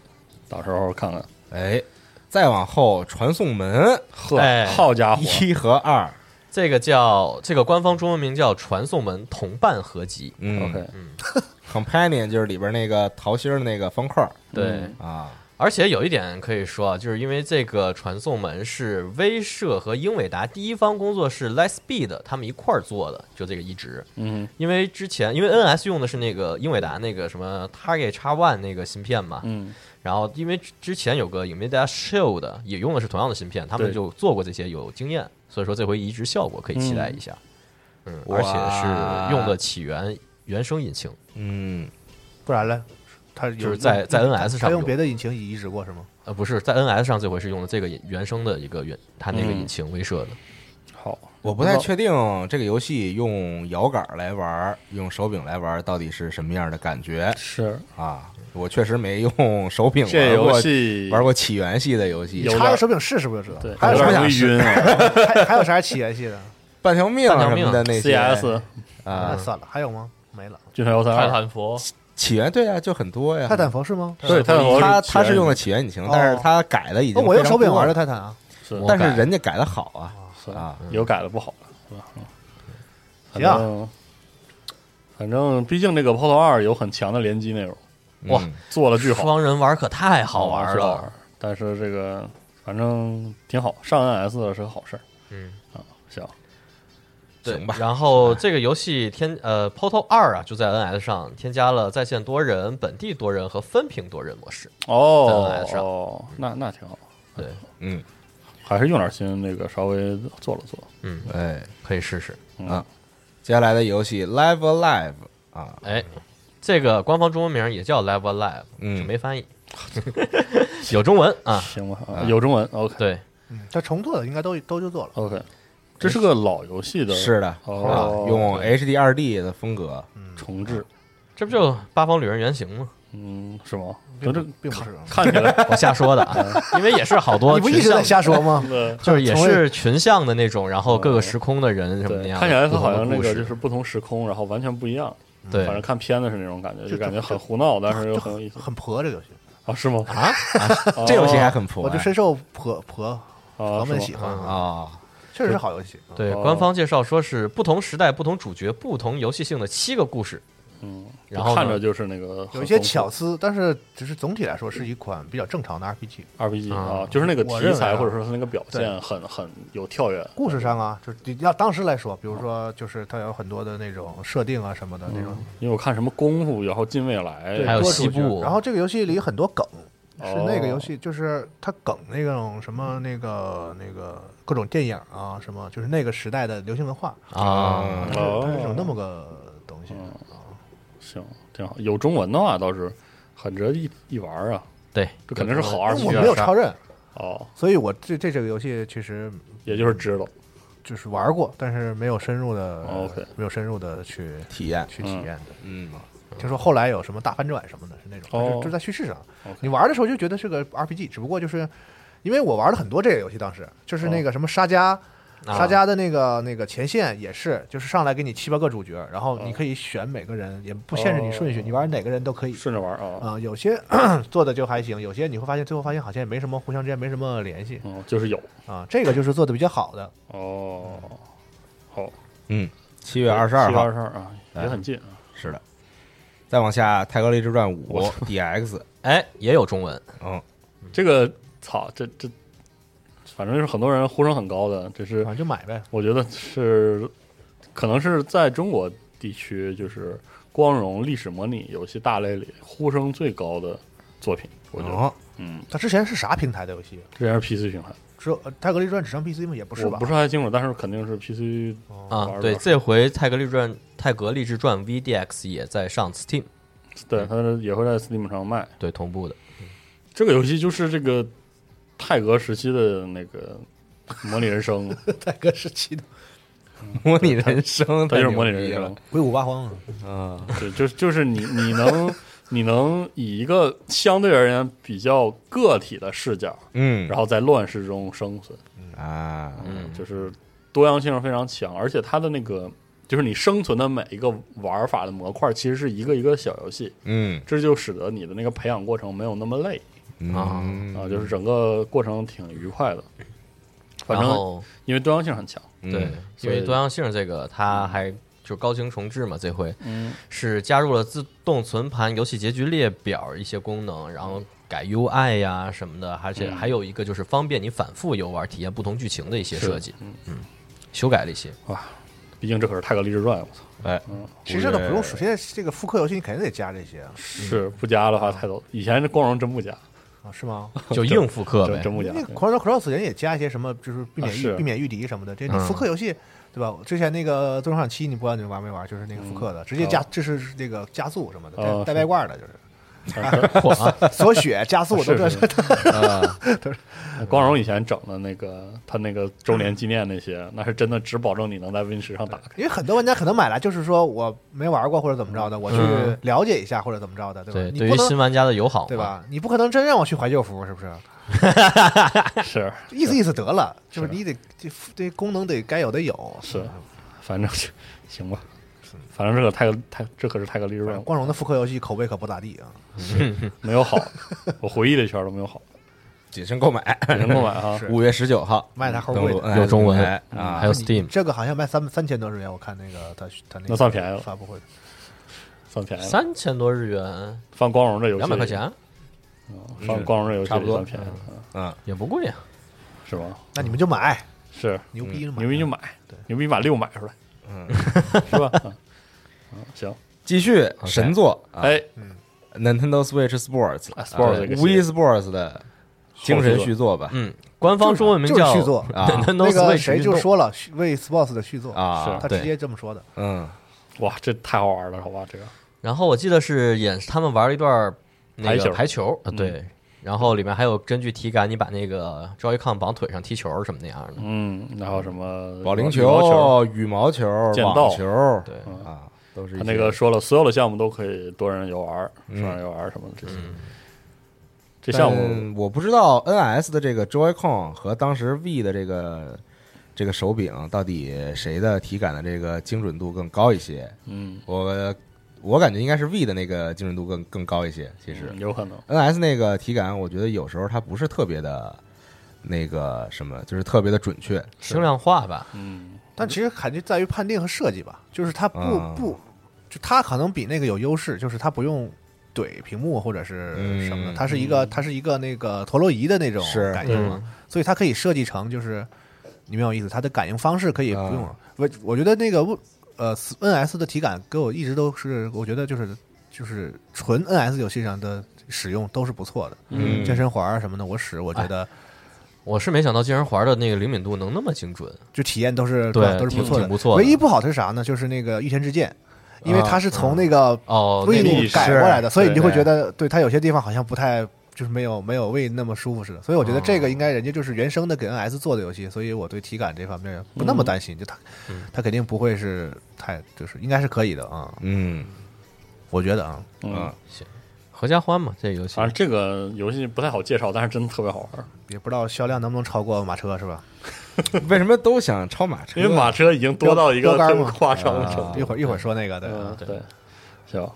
[SPEAKER 4] 到时候看看。
[SPEAKER 1] 哎，再往后传送门
[SPEAKER 4] 呵
[SPEAKER 2] 哎，
[SPEAKER 4] 好家伙，
[SPEAKER 1] 一和二，
[SPEAKER 2] 这个叫这个官方中文名叫《传送门同伴合集
[SPEAKER 1] 嗯
[SPEAKER 4] OK，
[SPEAKER 1] companion 就是里边那个桃心儿那个方块儿》。
[SPEAKER 2] 对，
[SPEAKER 1] 啊，
[SPEAKER 2] 而且有一点可以说啊，就是因为这个《传送门》是威社和英伟达第一方工作室 Let's Be 的他们一块儿做的，就这个移植。
[SPEAKER 4] 嗯，
[SPEAKER 2] 因为之前因为 NS 用的是那个英伟达那个什么 Target X One 那个芯片嘛，
[SPEAKER 4] 嗯，
[SPEAKER 2] 然后因为之之前有个 NVIDIA Shield 也用的是同样的芯片，他们
[SPEAKER 4] 对
[SPEAKER 2] 就做过这些有经验，所以说这回移植效果可以期待一下。嗯，
[SPEAKER 1] 哇
[SPEAKER 2] 而且是用的起源原生引擎，
[SPEAKER 1] 嗯，
[SPEAKER 5] 不然呢？它有
[SPEAKER 2] 就是在在 NS 上
[SPEAKER 5] 它用
[SPEAKER 2] 有
[SPEAKER 5] 别的引擎移植过是吗？
[SPEAKER 2] 呃，不是在 NS 上这回是用的这个引原生的一个原它那个
[SPEAKER 4] 嗯
[SPEAKER 2] 引擎威慑的。
[SPEAKER 4] 好，
[SPEAKER 1] 我不太确定这个游戏用摇杆儿来玩儿，用手柄来玩儿到底是什么样的感觉
[SPEAKER 4] 是
[SPEAKER 1] 啊？我确实没用手柄玩
[SPEAKER 4] 这
[SPEAKER 1] 过
[SPEAKER 4] 游戏
[SPEAKER 1] 玩过起源系的游戏
[SPEAKER 4] 有，点
[SPEAKER 5] 插个手柄试试不就知道？
[SPEAKER 4] 对，
[SPEAKER 5] 还有
[SPEAKER 1] 什
[SPEAKER 5] 啥
[SPEAKER 1] 么
[SPEAKER 4] 有点微晕啊
[SPEAKER 5] 还还有啥起源系的？
[SPEAKER 1] 半条命啊
[SPEAKER 2] 半条
[SPEAKER 1] 什
[SPEAKER 2] 命
[SPEAKER 1] 么的那些
[SPEAKER 4] ？CS
[SPEAKER 5] 那
[SPEAKER 4] 嗯
[SPEAKER 1] 啊，
[SPEAKER 5] 算了，还有吗？没了。
[SPEAKER 4] 军团幺三
[SPEAKER 6] 泰
[SPEAKER 4] 二，
[SPEAKER 6] 坦佛
[SPEAKER 1] 起源对啊，就很多呀
[SPEAKER 5] 泰。坦佛是吗？
[SPEAKER 4] 对，泰坦佛
[SPEAKER 1] 他
[SPEAKER 4] 起
[SPEAKER 1] 他是
[SPEAKER 4] 源
[SPEAKER 1] 用的起源引擎，但是他改的已
[SPEAKER 5] 哦，
[SPEAKER 1] 经
[SPEAKER 5] 我用手柄玩
[SPEAKER 1] 的，
[SPEAKER 5] 的泰坦啊。
[SPEAKER 4] 是
[SPEAKER 1] 但是人家改的好啊
[SPEAKER 4] 是
[SPEAKER 1] 啊，
[SPEAKER 4] 有改的不好了，是吧？嗯反
[SPEAKER 5] 行啊
[SPEAKER 4] 正反正毕竟这个《POTO 二》有很强的联机内容，
[SPEAKER 2] 哇
[SPEAKER 1] 嗯
[SPEAKER 4] 做的巨好，哦
[SPEAKER 2] 双人玩可太好玩
[SPEAKER 4] 是好
[SPEAKER 2] 了
[SPEAKER 4] 玩，，但是这个反正挺好，上 NS 了是个好事儿
[SPEAKER 2] 嗯。
[SPEAKER 4] 啊。行，
[SPEAKER 2] 对
[SPEAKER 1] 行吧
[SPEAKER 2] 然后这个游戏添呃 Portal 二啊，就在 NS 上添加了在线多人、本地多人和分屏多人模式。在
[SPEAKER 4] 哦
[SPEAKER 2] NS 上
[SPEAKER 4] 哦，那那挺好，
[SPEAKER 2] 对，
[SPEAKER 1] 嗯，
[SPEAKER 4] 还是用点心那个稍微做了做。
[SPEAKER 2] 嗯，
[SPEAKER 1] 哎，
[SPEAKER 2] 可以试试。
[SPEAKER 4] 嗯
[SPEAKER 1] 啊接下来的游戏 Live Alive 啊，
[SPEAKER 2] 哎，这个官方中文名也叫 Live Alive，
[SPEAKER 1] 嗯
[SPEAKER 2] 就没翻译，有中文啊。
[SPEAKER 4] 行吧，啊有中文，OK
[SPEAKER 2] 对，
[SPEAKER 5] 嗯，它重做的应该都都就做了。
[SPEAKER 4] OK，这是个老游戏的
[SPEAKER 1] 是的，啊
[SPEAKER 4] 哦，
[SPEAKER 1] 用 HD 二 D 的风格，
[SPEAKER 4] 重置，
[SPEAKER 2] 这不就八方旅人原型吗？
[SPEAKER 4] 嗯，是吗？就这
[SPEAKER 5] 并不是啊，
[SPEAKER 4] 看起 来
[SPEAKER 2] 我瞎说的啊， 因为也是好多
[SPEAKER 5] 你不
[SPEAKER 2] 群
[SPEAKER 5] 一直在
[SPEAKER 2] 像
[SPEAKER 5] 瞎说 吗？
[SPEAKER 2] 就是也
[SPEAKER 5] 从未
[SPEAKER 2] 是群像的那种，然后各个时空的人什么那
[SPEAKER 4] 对，
[SPEAKER 2] 样的，
[SPEAKER 4] 看起来它
[SPEAKER 2] 不同
[SPEAKER 4] 好
[SPEAKER 2] 的
[SPEAKER 4] 像那
[SPEAKER 2] 故
[SPEAKER 4] 个
[SPEAKER 2] 事
[SPEAKER 4] 就是不同时空，然后完全不一样。
[SPEAKER 2] 对
[SPEAKER 4] 反正看片子是那种感觉，就感觉很胡闹，但是又很有意思
[SPEAKER 5] 很婆这个游戏，
[SPEAKER 4] 啊？是吗？
[SPEAKER 2] 啊，
[SPEAKER 4] 哦
[SPEAKER 1] 这游戏还很啊破，
[SPEAKER 5] 我就深受婆婆
[SPEAKER 4] 啊
[SPEAKER 5] 婆们
[SPEAKER 4] 是
[SPEAKER 5] 喜
[SPEAKER 4] 吗
[SPEAKER 5] 欢，
[SPEAKER 1] 啊，
[SPEAKER 5] 确实是好游戏。嗯
[SPEAKER 2] 对，
[SPEAKER 4] 哦
[SPEAKER 2] 官方介绍说是不同时代、不同主角、不同游戏性的七个故事，
[SPEAKER 4] 嗯，
[SPEAKER 2] 然后呢
[SPEAKER 4] 看着就是那个
[SPEAKER 5] 有一些巧思，但是只是总体来说是一款比较正常的 RPG。
[SPEAKER 4] RPG
[SPEAKER 2] 啊
[SPEAKER 4] 啊，就是那个
[SPEAKER 5] 我
[SPEAKER 4] 题
[SPEAKER 5] 认为
[SPEAKER 4] 材
[SPEAKER 5] 啊
[SPEAKER 4] 或者说它那个表现
[SPEAKER 5] 对
[SPEAKER 4] 很很有跳跃。
[SPEAKER 5] 故事上啊，就是你要当时来说，比如说就是它有很多的那种设定啊什么的那种，
[SPEAKER 4] 因为我看什么功夫，然后近未来，
[SPEAKER 5] 对
[SPEAKER 2] 还有
[SPEAKER 5] 多
[SPEAKER 2] 西
[SPEAKER 5] 主角
[SPEAKER 2] 部
[SPEAKER 5] 然后这个游戏里有很多梗，是
[SPEAKER 4] 哦
[SPEAKER 5] 那个游戏就是它梗那种什么那个那个各种电影啊什么，就是那个时代的流行文化，
[SPEAKER 2] 啊，
[SPEAKER 5] 它是
[SPEAKER 4] 哦
[SPEAKER 5] 它是有那么个东西。
[SPEAKER 4] 行挺好，有中文的话倒是很值得一一玩儿啊。
[SPEAKER 2] 对，
[SPEAKER 4] 这肯定是好
[SPEAKER 5] 但
[SPEAKER 4] 二
[SPEAKER 5] 是
[SPEAKER 4] 次
[SPEAKER 5] 我
[SPEAKER 4] 元
[SPEAKER 5] 没有超任，
[SPEAKER 4] 哦，
[SPEAKER 5] 所以我对对这个游戏其实
[SPEAKER 4] 也就是知道
[SPEAKER 5] 就是玩过，但是没有深入的
[SPEAKER 4] 哦，OK
[SPEAKER 5] 没有深入的去
[SPEAKER 1] 体验，
[SPEAKER 5] 去体验的。
[SPEAKER 1] 嗯，
[SPEAKER 5] 听说后来有什么大翻转什么的，是那种，
[SPEAKER 4] 哦
[SPEAKER 5] 就就在叙事上
[SPEAKER 4] OK，
[SPEAKER 5] 你玩的时候就觉得是个 RPG，只不过就是因为我玩了很多这个游戏，当时就是
[SPEAKER 4] 哦
[SPEAKER 5] 那个什么沙加，
[SPEAKER 4] 啊
[SPEAKER 5] 沙加的那个那个前线也是，就是上来给你七八个主角，然后你可以选每个人，也不限制你顺序，
[SPEAKER 4] 哦
[SPEAKER 5] 你玩哪个人都可以。
[SPEAKER 4] 顺着玩啊，
[SPEAKER 5] 啊、有些 做的就还行，有些你会发现最后发现好像也没什么互相之间没什么联系
[SPEAKER 4] 嗯，就是有
[SPEAKER 5] 啊、这个就是做的比较好的。
[SPEAKER 4] 哦，好，
[SPEAKER 1] 嗯，七月二十二
[SPEAKER 4] 七月
[SPEAKER 1] 号哎
[SPEAKER 4] 二，十二啊，也很近啊，
[SPEAKER 1] 是的。再往下，《太高丽之传五 DX》，
[SPEAKER 2] 哎，也有中文，
[SPEAKER 1] 嗯，
[SPEAKER 4] 这个操，这这，反正就是很多人呼声很高的，这是
[SPEAKER 5] 反正就买呗。
[SPEAKER 4] 我觉得是，可能是在中国地区，就是光荣历史模拟游戏大类里呼声最高的作品。我觉得，
[SPEAKER 1] 哦，
[SPEAKER 4] 嗯，
[SPEAKER 5] 它之前是啥平台的游戏？
[SPEAKER 4] 这也是 PC 循环，
[SPEAKER 5] 只有呃《泰格利传》只上 PC 吗？也不是
[SPEAKER 4] 我
[SPEAKER 5] 吧？
[SPEAKER 4] 不是太清楚，但是肯定是 PC
[SPEAKER 5] 哦，
[SPEAKER 2] 啊
[SPEAKER 4] 玩，儿
[SPEAKER 2] 对，
[SPEAKER 4] 吧
[SPEAKER 2] 这回《泰格立传》《泰格立志传 VDX》也在上 Steam，
[SPEAKER 4] 对它也会在 Steam 上卖。
[SPEAKER 2] 对，同步的。
[SPEAKER 4] 这个游戏就是这个泰格时期的那个模拟 人生，
[SPEAKER 5] 泰格时期的
[SPEAKER 1] 模拟人生，
[SPEAKER 4] 它
[SPEAKER 1] 太
[SPEAKER 4] 就是
[SPEAKER 1] 牛
[SPEAKER 4] 模拟
[SPEAKER 1] 逼
[SPEAKER 4] 人
[SPEAKER 1] 了
[SPEAKER 4] 生，
[SPEAKER 5] 鬼谷八荒啊，
[SPEAKER 1] 嗯，
[SPEAKER 4] 对，就是就是你你能你能以一个相对而言比较个体的视角，
[SPEAKER 1] 嗯
[SPEAKER 4] 然后在乱世中生存，
[SPEAKER 1] 啊，
[SPEAKER 2] 嗯
[SPEAKER 4] 就是多样性非常强，而且它的那个就是你生存的每一个玩法的模块其实是一个一个小游戏，
[SPEAKER 1] 嗯
[SPEAKER 4] 这就使得你的那个培养过程没有那么累
[SPEAKER 2] 啊
[SPEAKER 1] 嗯
[SPEAKER 4] 啊，就是整个过程挺愉快的，反
[SPEAKER 2] 然
[SPEAKER 4] 正
[SPEAKER 2] 后
[SPEAKER 4] 因为多样性很强，
[SPEAKER 2] 对
[SPEAKER 1] 嗯，
[SPEAKER 2] 因
[SPEAKER 4] 所以
[SPEAKER 2] 为多样性这个，它
[SPEAKER 5] 嗯
[SPEAKER 2] 还就高清重置嘛，这回
[SPEAKER 4] 嗯，
[SPEAKER 2] 是加入了自动存盘、游戏结局列表一些功能，然后改 UI 呀、什么的，而
[SPEAKER 5] 嗯
[SPEAKER 2] 且还有一个就是方便你反复游玩、体验不同剧情的一些设计，嗯修改了一 些。
[SPEAKER 4] 毕竟这可是泰格立志传，我操，
[SPEAKER 1] 哎，
[SPEAKER 5] 其实这都不用说。现在这个复刻游戏你肯定得加这些啊，
[SPEAKER 2] 嗯
[SPEAKER 4] 是不加的话太多，以前这光荣真不加，
[SPEAKER 5] 啊是吗？
[SPEAKER 2] 就硬复刻
[SPEAKER 4] 真
[SPEAKER 2] 呗。
[SPEAKER 4] 真不加
[SPEAKER 5] 那，个 Cross Cross 人也加一些什么，就是避免
[SPEAKER 4] 啊
[SPEAKER 5] 遇
[SPEAKER 4] 是
[SPEAKER 5] 避免遇敌什么的。这你
[SPEAKER 2] 嗯
[SPEAKER 5] 复刻游戏对吧？之前那个《最终幻想七》，你不管你玩没玩，就是那个复刻的，直接加，这是那个加速什么的，
[SPEAKER 4] 哦
[SPEAKER 5] 带带外挂的，就是
[SPEAKER 2] 嚯啊
[SPEAKER 5] 锁血加速都
[SPEAKER 4] 是
[SPEAKER 5] 这
[SPEAKER 4] 是
[SPEAKER 2] 啊
[SPEAKER 4] 光荣以前整的那个他那个周年纪念那些，那是真的只保证你能在 Win 十上 打开。
[SPEAKER 5] 因为很多玩家可能买来就是说我没玩过或者怎么着的，我去
[SPEAKER 2] 嗯
[SPEAKER 5] 了解一下或者怎么着的，对吧？
[SPEAKER 2] 对，
[SPEAKER 5] 你
[SPEAKER 2] 对于
[SPEAKER 5] 不
[SPEAKER 2] 新
[SPEAKER 5] 能
[SPEAKER 2] 玩家的友好嘛，
[SPEAKER 5] 对吧？你不可能真让我去怀旧服，是不是？
[SPEAKER 4] 是
[SPEAKER 5] 意思意思得了，就是你得这这功能得该有的有。
[SPEAKER 4] 是，反正是行吧，反正这个泰格泰这可是泰格利润，
[SPEAKER 5] 光荣的复刻游戏口碑可不咋地啊，
[SPEAKER 4] 没有好的，我回忆了一圈都没有好的，
[SPEAKER 1] 谨慎购买，
[SPEAKER 4] 人啊购买哈，
[SPEAKER 5] 是
[SPEAKER 1] 五月十九号
[SPEAKER 5] 卖它齁
[SPEAKER 1] 登
[SPEAKER 5] 贵
[SPEAKER 1] 陆
[SPEAKER 5] 的。
[SPEAKER 1] NS
[SPEAKER 2] 有中文嗯
[SPEAKER 1] 平台啊
[SPEAKER 2] 还，有 Steam
[SPEAKER 5] 这个好像卖三三千多日元，我看那个他他那个
[SPEAKER 4] 那算便宜了
[SPEAKER 5] 发布会
[SPEAKER 4] 算
[SPEAKER 5] 哎
[SPEAKER 4] 便宜了，
[SPEAKER 2] 三千多日元，
[SPEAKER 4] 放光荣这游戏
[SPEAKER 2] 两百块，钱
[SPEAKER 4] 放光荣这游戏
[SPEAKER 1] 差不多
[SPEAKER 4] 算便宜了，嗯
[SPEAKER 1] 嗯，
[SPEAKER 2] 也不贵啊。
[SPEAKER 4] 是吗？
[SPEAKER 5] 那你们就买，
[SPEAKER 4] 是
[SPEAKER 5] 牛逼就买，
[SPEAKER 4] 牛逼就买，牛逼把六买出来，嗯，是吧？ 嗯嗯，行，
[SPEAKER 1] 继续神作啊
[SPEAKER 4] 哎，
[SPEAKER 1] ，Nintendo Switch Sports
[SPEAKER 4] 啊，Sports
[SPEAKER 1] 啊
[SPEAKER 4] 这个系列
[SPEAKER 1] 无一 Sports 的精神续作吧，
[SPEAKER 2] 嗯，官方中文名
[SPEAKER 5] 就是
[SPEAKER 2] 叫
[SPEAKER 5] 续作
[SPEAKER 1] 啊
[SPEAKER 2] Nintendo
[SPEAKER 5] 那个
[SPEAKER 2] Switch
[SPEAKER 5] 谁就
[SPEAKER 2] 运动
[SPEAKER 5] 说了续为 Sports 的续作，
[SPEAKER 1] 啊
[SPEAKER 4] 是，
[SPEAKER 5] 他直接这么说的。
[SPEAKER 1] 嗯，
[SPEAKER 4] 哇，这太好玩了，好吧？这个
[SPEAKER 2] 然后我记得是演他们玩了一段那
[SPEAKER 4] 排
[SPEAKER 2] 个
[SPEAKER 4] 球
[SPEAKER 2] 排球，
[SPEAKER 1] 嗯
[SPEAKER 2] 啊，对。然后里面还有根据体感，你把那个 Joy-Con 绑腿上踢球什么那样的。
[SPEAKER 4] 嗯，然后什么
[SPEAKER 1] 保龄
[SPEAKER 4] 羽毛球、
[SPEAKER 1] 球、啊羽毛球、
[SPEAKER 4] 剑道
[SPEAKER 1] 网球，
[SPEAKER 2] 对
[SPEAKER 1] 啊，都是一
[SPEAKER 4] 他
[SPEAKER 1] 些
[SPEAKER 4] 那个说了，所有的项目都可以多人游玩儿、双人游玩儿什么的这些。这项目
[SPEAKER 1] 但我不知道 NS 的这个 Joy-Con 和当时 V 的这个这个手柄到底谁的体感的这个精准度更高一些。
[SPEAKER 4] 嗯，
[SPEAKER 1] 我我感觉应该是 V 的那个精准度更更高一些。其实
[SPEAKER 4] 嗯有可能，
[SPEAKER 1] NS 那个体感，我觉得有时候它不是特别的。那个什么，就是特别的准确，
[SPEAKER 2] 轻量化吧，
[SPEAKER 4] 嗯，
[SPEAKER 5] 但其实感觉在于判定和设计吧，就是他不、
[SPEAKER 1] 啊
[SPEAKER 5] 不，就他可能比那个有优势，就是他不用怼屏幕或者是什么的，
[SPEAKER 1] 嗯
[SPEAKER 5] 它是一个它是一个那个陀螺仪的那种
[SPEAKER 1] 是
[SPEAKER 5] 感应嘛，所以它可以设计成就是你明白我意思，它的感应方式可以不
[SPEAKER 1] 嗯
[SPEAKER 5] 用。我、我觉得那个呃 NS 的体感给我一直都是，我觉得就是就是纯 NS 游戏上的使用都是不错的，
[SPEAKER 1] 嗯
[SPEAKER 5] 健身环啊什么的，我使
[SPEAKER 1] 哎
[SPEAKER 5] 我觉得
[SPEAKER 2] 我是没想到健身环的那个灵敏度能那么精准。
[SPEAKER 5] 就体验都是
[SPEAKER 2] 对
[SPEAKER 5] 都是不
[SPEAKER 2] 挺
[SPEAKER 5] 错的。
[SPEAKER 2] 挺不错的呃
[SPEAKER 5] 唯一不好的是啥呢？就是那个御天之剑，因为它是从那个
[SPEAKER 2] 哦，
[SPEAKER 5] 位
[SPEAKER 4] 那
[SPEAKER 5] 置
[SPEAKER 4] 个
[SPEAKER 5] 改过来的，
[SPEAKER 1] 是
[SPEAKER 5] 所以你就会
[SPEAKER 1] 对
[SPEAKER 5] 觉得对它有些地方好像不太。就是没有没有位那么舒服似的，所以我觉
[SPEAKER 2] 哦
[SPEAKER 5] 得这个应该人家就是原生的给 NS 做的游戏，所以我对体感这方面不那么担心，就它
[SPEAKER 2] 嗯
[SPEAKER 5] 它肯定不会是太就是应该是可以的啊，
[SPEAKER 1] 嗯
[SPEAKER 5] 我觉得啊，
[SPEAKER 4] 嗯
[SPEAKER 1] 啊，
[SPEAKER 2] 合家欢嘛，这个游戏
[SPEAKER 4] 反正这个游戏不太好介绍，但是真的特别好玩，
[SPEAKER 5] 也不知道销量能不能超过马车是吧？
[SPEAKER 1] 为什么都想超马车？
[SPEAKER 4] 因为马车已经多到一个
[SPEAKER 5] 标杆
[SPEAKER 4] 特别
[SPEAKER 5] 嘛
[SPEAKER 4] 夸张的程
[SPEAKER 5] 啊一
[SPEAKER 4] 度。
[SPEAKER 5] 会儿一会儿说那个对，啊
[SPEAKER 4] 嗯，对，行，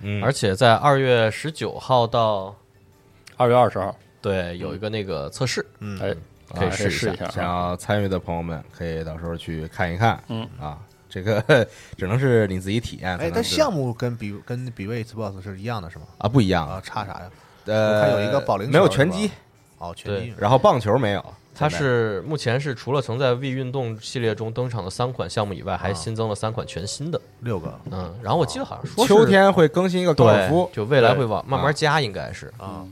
[SPEAKER 1] 嗯，
[SPEAKER 2] 而且在二月十九号到
[SPEAKER 4] 二月二十号，
[SPEAKER 2] 对有一个那个测试，
[SPEAKER 1] 嗯
[SPEAKER 4] 哎，
[SPEAKER 2] 可以
[SPEAKER 4] 啊
[SPEAKER 2] 试
[SPEAKER 4] 以
[SPEAKER 2] 一下
[SPEAKER 4] 一下
[SPEAKER 1] 想
[SPEAKER 4] 啊。
[SPEAKER 1] 要参与的朋友们，可以到时候去看一看。
[SPEAKER 4] 嗯
[SPEAKER 1] 啊，这个只能是你自己体验才
[SPEAKER 5] 哎
[SPEAKER 1] 能知道。，
[SPEAKER 5] 但项目跟比跟比位 Xbox 是一样的是吗？
[SPEAKER 1] 啊不一样
[SPEAKER 5] 啊，，差啥呀？
[SPEAKER 1] 呃，
[SPEAKER 5] 我看有一个保龄球
[SPEAKER 1] 没有
[SPEAKER 5] 是吧
[SPEAKER 1] 拳击，
[SPEAKER 5] 哦，全击
[SPEAKER 1] 然后棒球没有，
[SPEAKER 2] 它
[SPEAKER 1] 现在
[SPEAKER 2] 是目前是除了曾在 V 运动系列中登场的三款项目以
[SPEAKER 1] 啊
[SPEAKER 2] 外，还新增了三款全新的。
[SPEAKER 5] 六个
[SPEAKER 2] 嗯，然后我记得好像说是
[SPEAKER 1] 秋天啊会更新一个高尔夫
[SPEAKER 2] 对，，就未来会往慢慢加，应该是
[SPEAKER 5] 啊，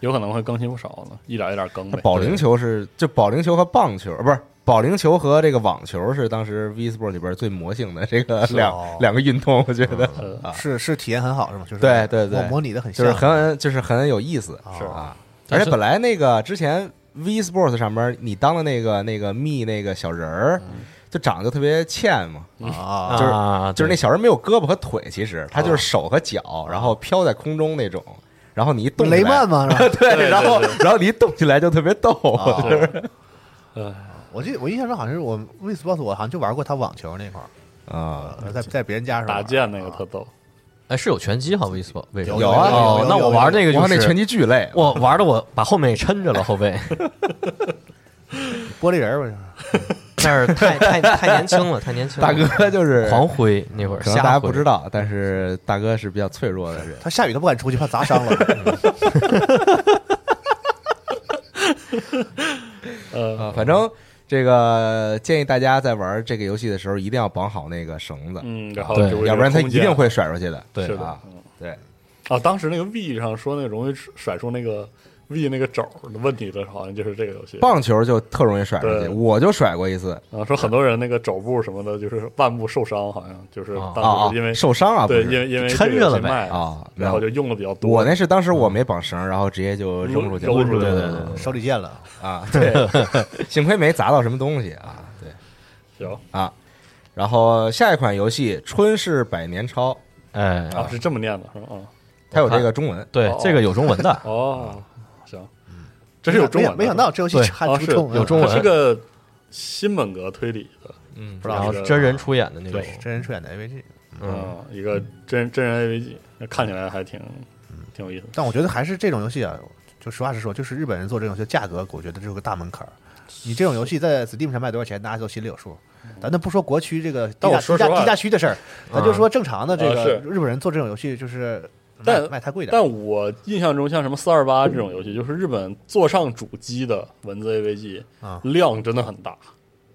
[SPEAKER 4] 有可能会更新不少呢，一点一点更
[SPEAKER 1] 那
[SPEAKER 4] 呗。
[SPEAKER 1] 保龄球是就保龄球和棒球，呃不是保龄球和这个网球是当时 V Sport 里边最魔性的这个两
[SPEAKER 5] 哦
[SPEAKER 1] 两个运动，我觉得
[SPEAKER 5] 嗯
[SPEAKER 4] 呃，
[SPEAKER 1] 啊
[SPEAKER 5] 是是体验很好是吗？就是
[SPEAKER 1] 对对对
[SPEAKER 5] 模模拟的很
[SPEAKER 1] 就
[SPEAKER 5] 像，
[SPEAKER 1] 是很就是很有意思
[SPEAKER 5] 哦
[SPEAKER 4] 是
[SPEAKER 1] 啊。
[SPEAKER 2] 但
[SPEAKER 1] 而
[SPEAKER 2] 是
[SPEAKER 1] 且本来那个之前 V Sports 上面你当的那个那个蜜那个小人儿，
[SPEAKER 2] 嗯
[SPEAKER 1] 就长得就特别欠嘛，
[SPEAKER 5] 啊，
[SPEAKER 1] 就是
[SPEAKER 2] 啊
[SPEAKER 1] 就是那小人没有胳膊和腿，其实他
[SPEAKER 2] 哦
[SPEAKER 1] 就是手和脚，然后飘在空中那种。然后你一动起来
[SPEAKER 5] 雷曼嘛是吧？
[SPEAKER 1] 对，然后然后你一动起来就特别逗，
[SPEAKER 5] 啊
[SPEAKER 4] 对，
[SPEAKER 5] 我记得我印象中好像是我 v s p o r t 我好像就玩过他网球那块儿，
[SPEAKER 1] 啊，
[SPEAKER 5] 呃在在别人家是吧？
[SPEAKER 4] 打剑那个
[SPEAKER 5] 啊
[SPEAKER 4] 特逗，
[SPEAKER 2] 哎是有拳击哈 V Sport 为什么
[SPEAKER 1] 有啊
[SPEAKER 2] 哦
[SPEAKER 5] 有有，
[SPEAKER 2] 那
[SPEAKER 5] 有
[SPEAKER 2] 我玩那个
[SPEAKER 1] 哇，
[SPEAKER 2] 就
[SPEAKER 1] 那拳
[SPEAKER 2] 是
[SPEAKER 1] 击巨累，
[SPEAKER 2] 我玩的我把后面也抻着了后背，
[SPEAKER 5] 玻璃人儿不是？
[SPEAKER 2] 但是太太太年轻了，太年轻了，
[SPEAKER 1] 大哥就是
[SPEAKER 2] 狂挥那会儿，
[SPEAKER 1] 可能大家不知
[SPEAKER 2] 道
[SPEAKER 1] 道，但是大哥是比较脆弱的人。
[SPEAKER 5] 他下雨都不敢出去，怕砸伤了。
[SPEAKER 4] 呃，
[SPEAKER 1] 反正这个建议大家在玩这个游戏的时候，一定要绑好那个绳子，
[SPEAKER 4] 嗯，然后
[SPEAKER 2] 对
[SPEAKER 4] 给我
[SPEAKER 1] 要不然他
[SPEAKER 4] 它
[SPEAKER 1] 一定会甩出去的。
[SPEAKER 4] 是的
[SPEAKER 1] 啊，
[SPEAKER 4] 嗯
[SPEAKER 1] 对，
[SPEAKER 4] 啊，当时那个 V 上说那个容易甩出那个 V 那个肘儿的问题的，好像就是这个游戏。
[SPEAKER 1] 棒球就特容易甩出去，
[SPEAKER 4] 对
[SPEAKER 1] 我就甩过一次
[SPEAKER 4] 啊，说很多人那个肘部什么的，就是腕部受伤，好像就是
[SPEAKER 2] 哦
[SPEAKER 1] 啊啊
[SPEAKER 4] 当时因为、，
[SPEAKER 1] 受伤啊，不
[SPEAKER 4] 对，
[SPEAKER 1] 是
[SPEAKER 4] 因为因为
[SPEAKER 2] 抻
[SPEAKER 4] 这
[SPEAKER 2] 着
[SPEAKER 4] 个游戏
[SPEAKER 2] 了呗
[SPEAKER 4] 卖，
[SPEAKER 1] 啊，没
[SPEAKER 4] 然
[SPEAKER 1] 有。
[SPEAKER 4] 后就用的比较多。
[SPEAKER 1] 我那是当时我没绑绳，然后直接就扔出去了，
[SPEAKER 4] 扔出去
[SPEAKER 1] 对
[SPEAKER 4] 了
[SPEAKER 1] 对对对
[SPEAKER 5] 手里剑了，
[SPEAKER 1] 啊，对， 幸亏没砸到什么东西啊，对。
[SPEAKER 4] 行
[SPEAKER 1] 啊。然后下一款游戏《春是百年抄》，
[SPEAKER 2] 哎
[SPEAKER 4] 啊，是这么念的，是吧？啊，
[SPEAKER 1] 它有这个中文，
[SPEAKER 2] 对
[SPEAKER 4] 哦
[SPEAKER 2] 这个有中文的，
[SPEAKER 4] 哦，行，这是有中文的
[SPEAKER 5] 没想没想到这游戏
[SPEAKER 2] 对
[SPEAKER 5] 还
[SPEAKER 4] 哦
[SPEAKER 5] 出
[SPEAKER 4] 是
[SPEAKER 5] 中文，啊
[SPEAKER 2] 有中文
[SPEAKER 4] 它是个新本格推理的，
[SPEAKER 6] 嗯，
[SPEAKER 4] 不知
[SPEAKER 2] 然
[SPEAKER 4] 道
[SPEAKER 2] 后
[SPEAKER 4] 是
[SPEAKER 2] 真人出演的那种
[SPEAKER 5] 对，真人出演的 AVG。
[SPEAKER 2] 嗯，
[SPEAKER 4] 嗯，一个真真人 AVG，那看起来还挺挺有意思的。
[SPEAKER 5] 但我觉得还是这种游戏啊，就实话实说，就是日本人做这种游戏的价格，我觉得这是个大门槛儿。你这种游戏在 Steam 上卖多少钱，大家都心里有数。咱就不说国区这个低
[SPEAKER 4] 但
[SPEAKER 5] 价
[SPEAKER 4] 我
[SPEAKER 5] 低
[SPEAKER 4] 说
[SPEAKER 5] 价
[SPEAKER 4] 实话嗯
[SPEAKER 5] 低价区的事儿，咱就说正常的这
[SPEAKER 4] 啊
[SPEAKER 5] 个
[SPEAKER 4] 是
[SPEAKER 5] 日本人做这种游戏就是卖
[SPEAKER 4] 但
[SPEAKER 5] 卖太贵点儿。
[SPEAKER 4] 但我印象中，像什么四二八这种游戏，就是日本坐上主机的文字 AVG，、
[SPEAKER 5] 啊
[SPEAKER 4] 量真的很大，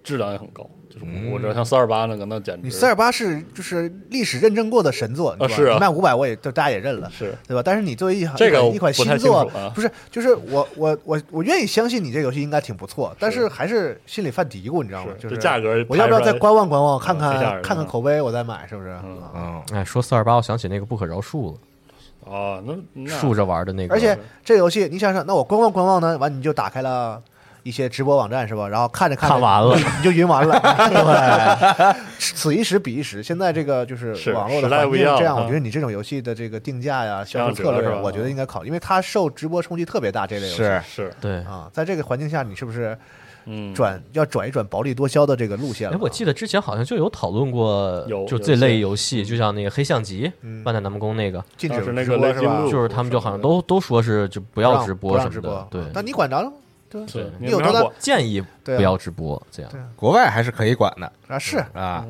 [SPEAKER 4] 质量也很高。就是我我知道，像四二八那个，那简直
[SPEAKER 5] 你四二八是就是历史认证过的神作，对吧
[SPEAKER 4] 啊是啊
[SPEAKER 5] 你卖五百我也就大家也认了，
[SPEAKER 4] 是
[SPEAKER 5] 对吧？但是你作为一款
[SPEAKER 4] 这个
[SPEAKER 5] 一款
[SPEAKER 4] 不太
[SPEAKER 5] 新作
[SPEAKER 4] 清楚啊，
[SPEAKER 5] 不是就是我我我我愿意相信你这个游戏应该挺不错，但是还是心里犯嘀咕，你知道吗？
[SPEAKER 4] 是
[SPEAKER 5] 就是
[SPEAKER 4] 这价格
[SPEAKER 5] 我要不
[SPEAKER 4] 拍
[SPEAKER 5] 要
[SPEAKER 4] 出
[SPEAKER 5] 再
[SPEAKER 4] 来啊
[SPEAKER 5] 观望观望，看
[SPEAKER 4] 挺吓人
[SPEAKER 5] 看
[SPEAKER 4] 的
[SPEAKER 5] 看看口碑，我再买是不是？
[SPEAKER 4] 嗯
[SPEAKER 5] 啊
[SPEAKER 1] 嗯，
[SPEAKER 2] 哎，说四二八，我想起那个不可饶恕了，
[SPEAKER 4] 啊，那那
[SPEAKER 2] 竖着玩的那个，
[SPEAKER 5] 而且这游戏你想想，那我观望观望呢，完你就打开了。一些直播网站是吧？然后看着看着
[SPEAKER 2] 看完了
[SPEAKER 5] 你就，你就晕完了。 对，此一时彼一时。现在这个就是
[SPEAKER 4] 是
[SPEAKER 5] 网络的
[SPEAKER 4] 时代
[SPEAKER 5] 环
[SPEAKER 4] 不
[SPEAKER 5] 境
[SPEAKER 4] 一样
[SPEAKER 5] 这样，
[SPEAKER 4] 啊
[SPEAKER 5] 我觉得你这种游戏的这个定价呀、销售
[SPEAKER 4] 这
[SPEAKER 5] 策
[SPEAKER 4] 样折
[SPEAKER 5] 略
[SPEAKER 4] 是
[SPEAKER 5] 啊，
[SPEAKER 4] 吧
[SPEAKER 5] 我觉得应该考虑，因为它受直播冲击特别大。这类游戏
[SPEAKER 1] 是
[SPEAKER 4] 是
[SPEAKER 2] 对，
[SPEAKER 5] 啊，在这个环境下，你是不是
[SPEAKER 4] 嗯
[SPEAKER 5] 转要转一转薄利多销的这个路线了
[SPEAKER 2] 哎，？我记得之前好像就有讨论过，
[SPEAKER 4] 有
[SPEAKER 2] 就这类游戏，就像那个黑象极、万代南梦宫那个，
[SPEAKER 5] 禁止
[SPEAKER 4] 当时那
[SPEAKER 5] 直
[SPEAKER 4] 个
[SPEAKER 5] 播
[SPEAKER 4] 雷
[SPEAKER 5] 是
[SPEAKER 4] 金
[SPEAKER 5] 吧
[SPEAKER 4] 路？
[SPEAKER 2] 就是他们就好像都都说是就不要直播
[SPEAKER 5] 不
[SPEAKER 2] 什
[SPEAKER 5] 让
[SPEAKER 2] 么
[SPEAKER 5] 直
[SPEAKER 2] 的
[SPEAKER 5] 播，，
[SPEAKER 2] 对，
[SPEAKER 5] 但你管着了吗？对吧，
[SPEAKER 4] 对，
[SPEAKER 5] 你有多
[SPEAKER 4] 没
[SPEAKER 5] 大
[SPEAKER 4] 法管
[SPEAKER 2] 建议
[SPEAKER 5] 对啊
[SPEAKER 2] 不要直播这样
[SPEAKER 5] 对。
[SPEAKER 1] 国外还是可以管的
[SPEAKER 5] 啊是，
[SPEAKER 1] 啊，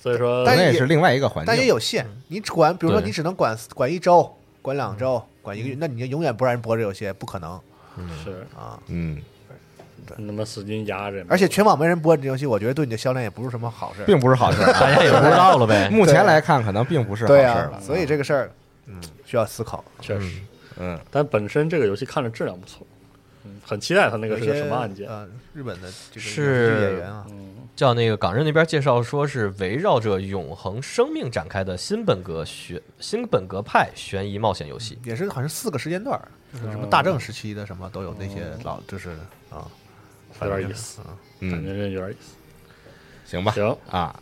[SPEAKER 4] 所以说
[SPEAKER 5] 但
[SPEAKER 1] 国内
[SPEAKER 5] 也
[SPEAKER 1] 是另外一个环
[SPEAKER 5] 但也
[SPEAKER 1] 境。
[SPEAKER 5] 有限，
[SPEAKER 4] 嗯
[SPEAKER 5] 你管，比如说
[SPEAKER 2] 对
[SPEAKER 5] 你只能管管一周、管两
[SPEAKER 4] 嗯
[SPEAKER 5] 周、管一个月，那你就永远不让人播这游戏，不可能
[SPEAKER 4] 是
[SPEAKER 5] 啊！
[SPEAKER 1] 嗯，
[SPEAKER 4] 那么使劲压着，
[SPEAKER 5] 而且全网没人播这游戏，我觉得对你的销量也不是什么好事。
[SPEAKER 1] 并不是好事儿啊。
[SPEAKER 2] 大家也不知道了 呗，
[SPEAKER 1] 目前来看，可能并不是好
[SPEAKER 5] 对
[SPEAKER 1] 事儿
[SPEAKER 5] 啊，
[SPEAKER 1] 了。
[SPEAKER 5] 所以这个事儿，嗯，需要思考。
[SPEAKER 4] 确实，
[SPEAKER 1] 嗯，
[SPEAKER 4] 但本身这个游戏看着质量不错，嗯，很期待它那
[SPEAKER 5] 那
[SPEAKER 4] 个是个什么案件。
[SPEAKER 5] 呃，日本的这个
[SPEAKER 2] 是
[SPEAKER 5] 演员啊，
[SPEAKER 4] 嗯，
[SPEAKER 2] 叫那个港任那边介绍说是围绕着永恒生命展开的新本格学新本格派悬疑冒险游戏。
[SPEAKER 5] 也是好像四个时间段儿，
[SPEAKER 4] 嗯
[SPEAKER 5] 就是什么大正时期的什么都有那些老，就是啊，
[SPEAKER 4] 有点意思，感
[SPEAKER 1] 嗯，
[SPEAKER 4] 觉这有点意思。
[SPEAKER 1] 行吧，
[SPEAKER 4] 行，
[SPEAKER 1] 啊，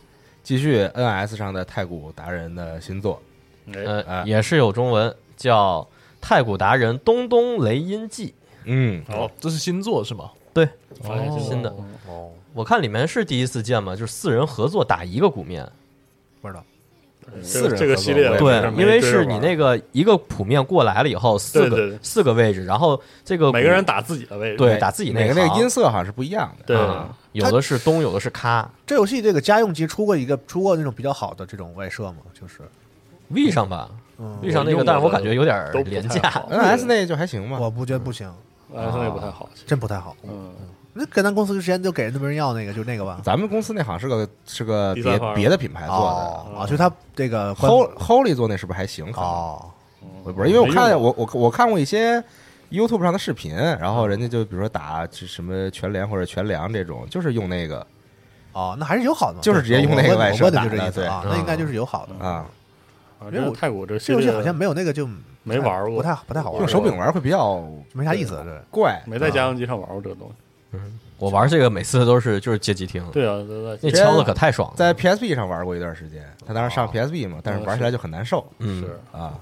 [SPEAKER 1] 继续 NS 上的太古达人的新作，
[SPEAKER 4] 哎，
[SPEAKER 2] 呃
[SPEAKER 1] 哎，
[SPEAKER 2] 也是有中文，叫《太古达人东东雷音记
[SPEAKER 1] 嗯，
[SPEAKER 6] 哦，这是新作是吗？》，
[SPEAKER 2] 对
[SPEAKER 4] 发现嗯
[SPEAKER 2] 新的
[SPEAKER 6] 哦，
[SPEAKER 2] 我看里面是第一次见嘛，就是四人合作打一个鼓面，
[SPEAKER 5] 不知道
[SPEAKER 1] 四人
[SPEAKER 4] 这个
[SPEAKER 1] 合
[SPEAKER 4] 系
[SPEAKER 1] 作
[SPEAKER 4] 列
[SPEAKER 1] 我也
[SPEAKER 4] 我
[SPEAKER 2] 对
[SPEAKER 4] 是，没
[SPEAKER 2] 因为
[SPEAKER 4] 追
[SPEAKER 2] 是
[SPEAKER 4] 着
[SPEAKER 2] 你
[SPEAKER 4] 玩
[SPEAKER 2] 那个一个谱面过来了以后，四
[SPEAKER 4] 对
[SPEAKER 2] 个
[SPEAKER 4] 对对
[SPEAKER 2] 四个位置，然后这个
[SPEAKER 4] 每
[SPEAKER 2] 鼓
[SPEAKER 4] 个人打自己的位置，
[SPEAKER 2] 对打自己
[SPEAKER 1] 每
[SPEAKER 2] 那
[SPEAKER 1] 个那个
[SPEAKER 2] 行
[SPEAKER 1] 音色好像是不一样的。
[SPEAKER 4] 对，
[SPEAKER 2] 啊有的是东，有的是咖
[SPEAKER 5] 这游戏这个家用机出过一个出过那种比较好的这种外设吗？就是
[SPEAKER 2] ，V 上吧
[SPEAKER 5] 嗯
[SPEAKER 2] ，V 上那
[SPEAKER 4] 用
[SPEAKER 2] 个，
[SPEAKER 4] 过
[SPEAKER 2] 但是我
[SPEAKER 4] 的
[SPEAKER 2] 感觉有点儿
[SPEAKER 4] 都不
[SPEAKER 2] 廉
[SPEAKER 4] 太
[SPEAKER 2] 价
[SPEAKER 4] 好。
[SPEAKER 1] N S 那就还行吧，
[SPEAKER 5] 我不觉得不行，
[SPEAKER 4] 哎，那也不太好。
[SPEAKER 5] 真不太好。
[SPEAKER 4] 嗯，
[SPEAKER 5] 那跟咱公司之前就给那边要那个，就那个吧。
[SPEAKER 1] 咱们公司那好像是个是个
[SPEAKER 4] 第
[SPEAKER 1] 别
[SPEAKER 4] 三方
[SPEAKER 1] 别的品牌做的
[SPEAKER 5] 哦，啊，就他这个官
[SPEAKER 1] ，Hol Holy 做那是不是还行？可能
[SPEAKER 5] 哦，
[SPEAKER 4] 嗯
[SPEAKER 1] 我也不是，因为我看我我我看过一些 YouTube 上的视频，然后人家就比如说打这什么全联或者全粮这种，就是用那个
[SPEAKER 5] 哦，那还是有好的嘛，
[SPEAKER 1] 就是直接用那个
[SPEAKER 5] 我问
[SPEAKER 1] 外设
[SPEAKER 5] 我问的
[SPEAKER 1] 打
[SPEAKER 5] 就这
[SPEAKER 1] 的
[SPEAKER 5] 意思
[SPEAKER 1] 对
[SPEAKER 5] 啊，
[SPEAKER 2] 嗯
[SPEAKER 5] 那应该就是有好的。
[SPEAKER 1] 啊，
[SPEAKER 4] 反
[SPEAKER 5] 因为我
[SPEAKER 4] 正泰国这
[SPEAKER 5] 这
[SPEAKER 4] 系
[SPEAKER 5] 游戏
[SPEAKER 4] 列
[SPEAKER 5] 好像没有那个就
[SPEAKER 4] 没玩过
[SPEAKER 5] 不太不太好玩，
[SPEAKER 1] 用手柄玩会比较
[SPEAKER 5] 没啥意思。这
[SPEAKER 1] 怪。
[SPEAKER 4] 没在家用机上玩过这个东西。
[SPEAKER 2] 我玩这个每次都是就是街机厅，
[SPEAKER 4] 对啊，都在
[SPEAKER 2] 那敲的可太爽了。
[SPEAKER 1] 在 PSP 上玩过一段时间，它当时上 PSP 嘛，但是玩起来就很难受
[SPEAKER 2] 嗯，
[SPEAKER 4] 是
[SPEAKER 1] 啊。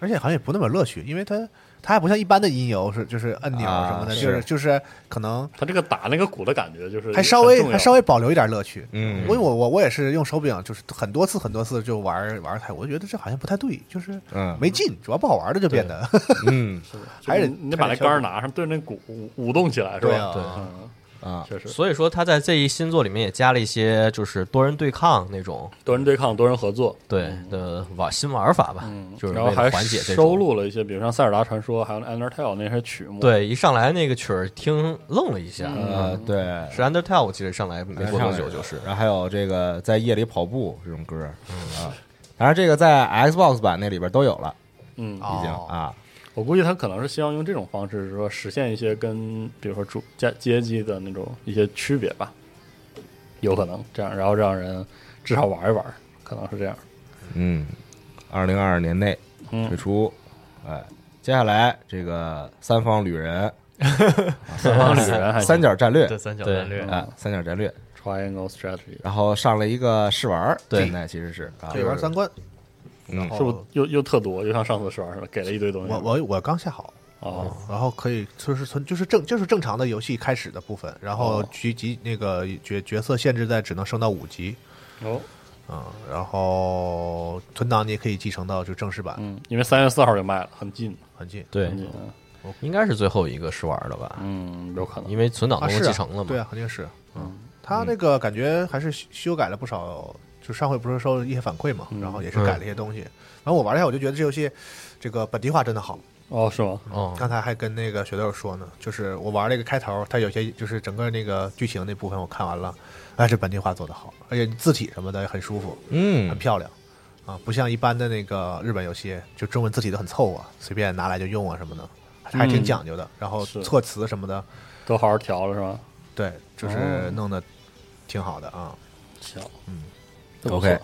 [SPEAKER 5] 而且好像也不那么有乐趣，因为它它还不像一般的音游是就是按钮什
[SPEAKER 1] 啊
[SPEAKER 5] 么的，就是
[SPEAKER 1] 是
[SPEAKER 5] 就是可能
[SPEAKER 4] 他这个打那个鼓的感觉，就是
[SPEAKER 5] 还稍微
[SPEAKER 4] 很重要
[SPEAKER 5] 还稍微保留一点乐趣。
[SPEAKER 1] 嗯
[SPEAKER 5] 因为我我我也是用手柄，就是很多次很多次就玩玩它，我就觉得这好像不太对，就是
[SPEAKER 1] 嗯
[SPEAKER 5] 没劲，主要不好玩的就变得
[SPEAKER 1] 嗯
[SPEAKER 4] 是的
[SPEAKER 5] 还是
[SPEAKER 4] 就你你把那杆儿拿上，对着那鼓舞舞动起来，是
[SPEAKER 5] 对
[SPEAKER 4] 吧？
[SPEAKER 5] 啊对
[SPEAKER 4] 嗯，
[SPEAKER 1] 啊，
[SPEAKER 4] 确实，
[SPEAKER 2] 所以说他在这一新作里面也加了一些就是多人对抗那种
[SPEAKER 4] 多人对抗，多人合作，嗯
[SPEAKER 2] 对
[SPEAKER 5] 嗯
[SPEAKER 2] 的玩新玩法吧，就是
[SPEAKER 4] 然
[SPEAKER 2] 为
[SPEAKER 4] 后
[SPEAKER 2] 了
[SPEAKER 4] 还
[SPEAKER 2] 缓解这
[SPEAKER 4] 收
[SPEAKER 2] 种。
[SPEAKER 4] 录了一些，比如像《塞尔达传说》还有《Undertale》那些曲目，，
[SPEAKER 2] 对，一上来那个曲儿听愣了一下，
[SPEAKER 5] 嗯
[SPEAKER 2] 嗯
[SPEAKER 1] 呃，对，
[SPEAKER 2] 是 Undertale，我记得上来没过多
[SPEAKER 1] 上
[SPEAKER 2] 久
[SPEAKER 1] 来
[SPEAKER 2] 就是
[SPEAKER 1] 然后还有这个在夜里跑步这种歌啊，当然这个在 Xbox 版那里边都有了，
[SPEAKER 4] 嗯，
[SPEAKER 1] 已经
[SPEAKER 5] 哦
[SPEAKER 1] 啊，
[SPEAKER 4] 我估计他可能是希望用这种方式说实现一些跟比如说主阶阶级的那种一些区别吧，有可能这样，然后让人至少玩一玩，可能是 这样。
[SPEAKER 1] 嗯，二零二二年内推
[SPEAKER 4] 嗯，
[SPEAKER 1] 出，哎，接下来这个三方旅人
[SPEAKER 4] 三方旅人还
[SPEAKER 1] 三角战略
[SPEAKER 6] 这三角
[SPEAKER 2] 对
[SPEAKER 6] 战略
[SPEAKER 4] 嗯
[SPEAKER 1] 啊，三角战略，
[SPEAKER 4] triangle strategy，
[SPEAKER 1] 然后上了一个试玩儿，
[SPEAKER 2] 对
[SPEAKER 1] 现在其实是啊，
[SPEAKER 5] 这玩三观。
[SPEAKER 1] 嗯
[SPEAKER 5] 然后
[SPEAKER 4] 是不是又又特多？就像上次说似的，给了一堆东西。
[SPEAKER 5] 我我我刚下好，
[SPEAKER 4] 哦，
[SPEAKER 5] 然后可以就是从就是正就是正常的游戏开始的部分，然后
[SPEAKER 4] 哦
[SPEAKER 5] 局级那个角角色限制在只能升到五级，
[SPEAKER 4] 哦，
[SPEAKER 5] 嗯，然后存档你也可以继承到就正式版，
[SPEAKER 4] 嗯，因为三月四号就卖了，很近，
[SPEAKER 5] 很近
[SPEAKER 2] 对
[SPEAKER 4] 很，近。
[SPEAKER 2] 应该是最后一个试玩的吧，
[SPEAKER 4] 嗯，有可能。
[SPEAKER 2] 因为存档
[SPEAKER 5] 啊
[SPEAKER 2] 都
[SPEAKER 5] 是
[SPEAKER 2] 继
[SPEAKER 5] 啊
[SPEAKER 2] 承了嘛。
[SPEAKER 5] 对啊，肯定是，嗯，他那个感觉还是修修改了不少，就上回不是收一些反馈嘛，然后也是改了一些东西，然后我玩了一下，我就觉得这游戏这个本地化真的好，
[SPEAKER 4] 哦，是吗？
[SPEAKER 2] 哦，
[SPEAKER 5] 刚才还跟那个雪豆说呢，就是我玩那个开头，它有些就是整个那个剧情那部分我看完了，哎，这本地化做得好，而且字体什么的也很舒服，
[SPEAKER 1] 嗯
[SPEAKER 5] 很漂亮，啊，不像一般的那个日本游戏，就中文字体都很凑合，随便拿来就用啊什么的，还挺讲究的。然后
[SPEAKER 4] 嗯是
[SPEAKER 5] 措辞什么的，
[SPEAKER 4] 都好好调了是吗？
[SPEAKER 5] 对，
[SPEAKER 4] 哦
[SPEAKER 5] 就是弄得挺好的啊。
[SPEAKER 4] 行，嗯
[SPEAKER 1] OK，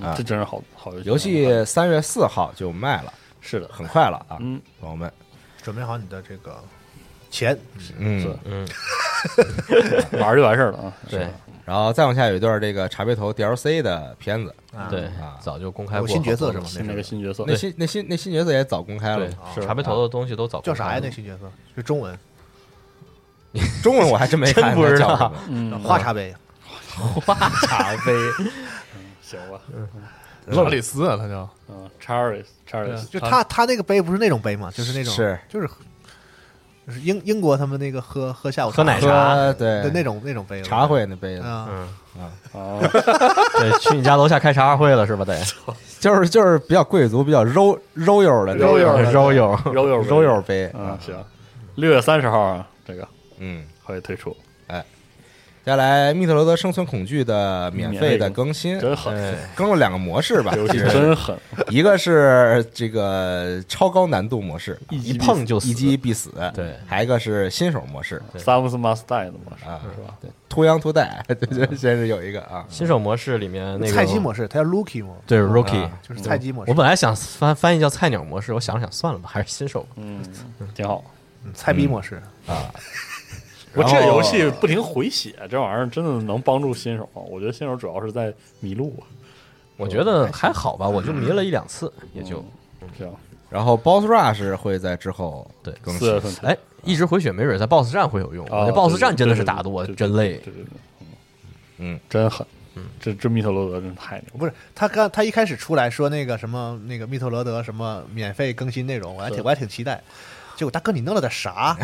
[SPEAKER 1] 啊
[SPEAKER 4] 这真是好好
[SPEAKER 1] 游戏三月四号就卖了，
[SPEAKER 4] 是的，
[SPEAKER 1] 很快了啊，
[SPEAKER 4] 嗯，
[SPEAKER 1] 朋友们，
[SPEAKER 5] 准备好你的这个钱，
[SPEAKER 1] 嗯
[SPEAKER 4] 是，
[SPEAKER 2] 嗯，
[SPEAKER 4] 玩就完事儿了啊。
[SPEAKER 2] 对
[SPEAKER 1] 然后再往下有一段这个茶杯头 DLC 的片子，
[SPEAKER 2] 对
[SPEAKER 1] 啊，
[SPEAKER 2] 早就公开
[SPEAKER 5] 嗯有
[SPEAKER 2] 过
[SPEAKER 5] 新角色
[SPEAKER 2] 好
[SPEAKER 5] 是
[SPEAKER 2] 多
[SPEAKER 5] 吗
[SPEAKER 2] 了？
[SPEAKER 4] 新那个新角色
[SPEAKER 1] 那，新那新那新角色也早公开了，
[SPEAKER 2] 对，
[SPEAKER 4] 是
[SPEAKER 2] 茶杯头的东西都早公
[SPEAKER 5] 叫
[SPEAKER 2] 开
[SPEAKER 5] 啥呀？
[SPEAKER 2] 了
[SPEAKER 5] 那新角色是中文，
[SPEAKER 1] 中文我还真没看
[SPEAKER 2] 真不知
[SPEAKER 1] 它叫什
[SPEAKER 2] 道
[SPEAKER 1] 么
[SPEAKER 4] 嗯，
[SPEAKER 5] 花茶杯。
[SPEAKER 1] 茶杯，
[SPEAKER 4] 行吧，
[SPEAKER 6] 查理斯啊，他叫
[SPEAKER 4] 嗯，Charis Charis，
[SPEAKER 5] 就他他那个杯不是那种杯嘛，就是那种
[SPEAKER 1] 是
[SPEAKER 5] 就是就是英英国他们那个喝喝下午
[SPEAKER 2] 喝奶茶
[SPEAKER 1] 喝
[SPEAKER 5] 的
[SPEAKER 1] 对
[SPEAKER 5] 那种那种杯了
[SPEAKER 1] 茶会那杯子，
[SPEAKER 5] 啊，
[SPEAKER 2] 嗯，
[SPEAKER 4] 啊，
[SPEAKER 2] 对，去你家楼下开茶话会了是吧？得
[SPEAKER 1] 就是就是比较贵族，比较柔柔柔的那种
[SPEAKER 4] 柔柔
[SPEAKER 2] 揉揉，
[SPEAKER 4] 柔柔
[SPEAKER 1] 柔柔杯，
[SPEAKER 4] 嗯，行，六月三十号啊，这个
[SPEAKER 1] 嗯。
[SPEAKER 4] 会推出，
[SPEAKER 1] 接下来，《密特罗德生存恐惧》的免费的更新，呃
[SPEAKER 4] 真狠，
[SPEAKER 1] 更了两个模式吧
[SPEAKER 4] 这，游戏
[SPEAKER 1] 其实
[SPEAKER 4] 真狠，
[SPEAKER 1] 一个是这个超高难度模式，
[SPEAKER 4] 一
[SPEAKER 2] 一
[SPEAKER 4] 击
[SPEAKER 2] 碰就死
[SPEAKER 1] 一击必死；
[SPEAKER 2] 对，
[SPEAKER 1] 还有一个是新手模式
[SPEAKER 4] Samus Must Die 的模式
[SPEAKER 1] 啊
[SPEAKER 4] 是吧？
[SPEAKER 1] ，Too Young to Die，对 对，先是有一个啊，
[SPEAKER 2] 新手模式里面那个
[SPEAKER 5] 菜鸡模式，它叫 Lucky 嘛，
[SPEAKER 2] 对 Rookie，
[SPEAKER 1] 啊
[SPEAKER 5] 就是菜鸡模式。
[SPEAKER 2] 我本来想翻翻译叫菜鸟模式，我想了想算了吧，还是新手吧。
[SPEAKER 4] 嗯，挺好。
[SPEAKER 5] 嗯菜逼模式，
[SPEAKER 4] 我
[SPEAKER 1] 然
[SPEAKER 4] 这
[SPEAKER 1] 后
[SPEAKER 4] 游戏不停回血，这玩意儿真的能帮助新手。我觉得新手主要是在迷路，啊
[SPEAKER 1] 嗯
[SPEAKER 2] 我觉得还好吧，我就迷了一两次，也就
[SPEAKER 4] 这样。
[SPEAKER 1] 然后 Boss Rush 会在之后
[SPEAKER 2] 对
[SPEAKER 1] 更
[SPEAKER 4] 四月
[SPEAKER 1] 新，
[SPEAKER 4] 份
[SPEAKER 2] 哎，一直回血没准在 BOSS 战会有用。我
[SPEAKER 4] 啊
[SPEAKER 2] 那
[SPEAKER 4] 对
[SPEAKER 2] BOSS 战
[SPEAKER 4] 对
[SPEAKER 2] 真的
[SPEAKER 4] 对
[SPEAKER 2] 是
[SPEAKER 4] 对
[SPEAKER 2] 打的我
[SPEAKER 4] 对对
[SPEAKER 2] 真累
[SPEAKER 4] 对对对，
[SPEAKER 1] 嗯，
[SPEAKER 4] 真狠，这这密特罗德真太牛了，
[SPEAKER 5] 不是他刚他一开始出来说那个什么那个密特罗德什么免费更新内容，我还挺
[SPEAKER 4] 是
[SPEAKER 5] 我还挺期待。结果大哥你弄了点啥？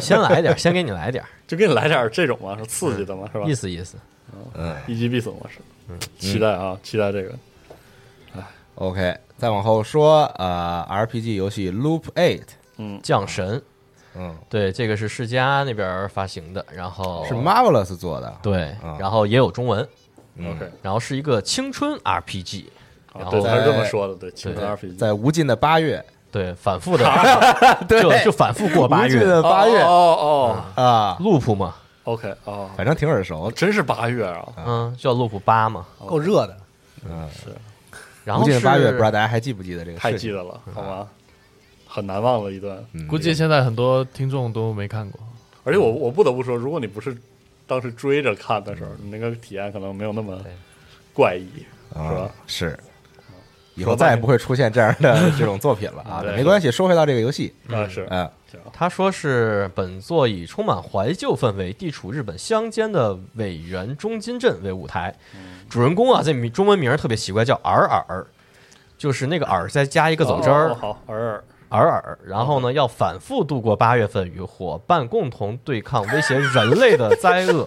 [SPEAKER 2] 先来 点儿，先给你来点儿，
[SPEAKER 4] 就给你来点儿这种嘛，是刺激的
[SPEAKER 1] 嗯
[SPEAKER 4] 嘛，是吧？
[SPEAKER 2] 意思意思。
[SPEAKER 4] 一击必死模式，期待啊，期待这个
[SPEAKER 1] OK，再往后说，呃，RPG 游戏 Loop Eight，
[SPEAKER 2] 降神，
[SPEAKER 1] 嗯，
[SPEAKER 2] 对，这个是世嘉那边儿发行的，然后
[SPEAKER 4] 哦
[SPEAKER 1] 是 Marvelous 做的，
[SPEAKER 2] 对
[SPEAKER 1] 啊，
[SPEAKER 2] 然后也有中文，
[SPEAKER 1] 嗯
[SPEAKER 4] ，OK，
[SPEAKER 2] 然后是一个青春 RPG，然
[SPEAKER 4] 啊，
[SPEAKER 2] 后
[SPEAKER 4] 对，他是这么
[SPEAKER 1] 在
[SPEAKER 4] 说的，对，青春
[SPEAKER 2] 对
[SPEAKER 4] RPG，
[SPEAKER 1] 在无尽的八月，
[SPEAKER 2] 对反复 的就就反复过八
[SPEAKER 1] 无尽
[SPEAKER 2] 月
[SPEAKER 1] 的八月
[SPEAKER 4] 哦哦
[SPEAKER 1] 啊，
[SPEAKER 2] 路普嘛，
[SPEAKER 4] 哦，OK，哦，
[SPEAKER 1] 反正挺耳熟的。
[SPEAKER 4] 真是八月啊，
[SPEAKER 2] 嗯，叫路普八嘛，
[SPEAKER 5] 够热的，
[SPEAKER 2] 然
[SPEAKER 1] 无
[SPEAKER 2] 后
[SPEAKER 1] 尽的
[SPEAKER 2] 是
[SPEAKER 1] 八月，不知道大家还记不记得这个事情？
[SPEAKER 4] 太记得了，好吗？很难忘的一段，
[SPEAKER 1] 嗯，
[SPEAKER 6] 估计现在很多听众都没看过。
[SPEAKER 4] 而且我我不得不说，如果你不是当时追着看的时候，你那个体验可能没有那么
[SPEAKER 2] 对
[SPEAKER 4] 怪异，是
[SPEAKER 1] 啊
[SPEAKER 4] 吧，
[SPEAKER 1] 是，以后再也不会出现这样的这种作品了 啊。
[SPEAKER 4] 对
[SPEAKER 1] 没关系，说回到这个游戏，
[SPEAKER 4] 那啊是
[SPEAKER 5] 哎
[SPEAKER 1] 嗯，
[SPEAKER 2] 他说是本作以充满怀旧氛围、地处日本乡间的尾原中金镇为舞台，
[SPEAKER 1] 嗯
[SPEAKER 2] 主人公啊，这名中文名儿特别奇怪，叫尔尔，就是那个尔再加一个走之
[SPEAKER 4] 哦
[SPEAKER 2] 儿，
[SPEAKER 4] 好，尔尔，
[SPEAKER 2] 尔尔。然后
[SPEAKER 1] 哦
[SPEAKER 2] 呢，要反复度过八月份，与伙伴共同对抗威胁人类的灾 厄，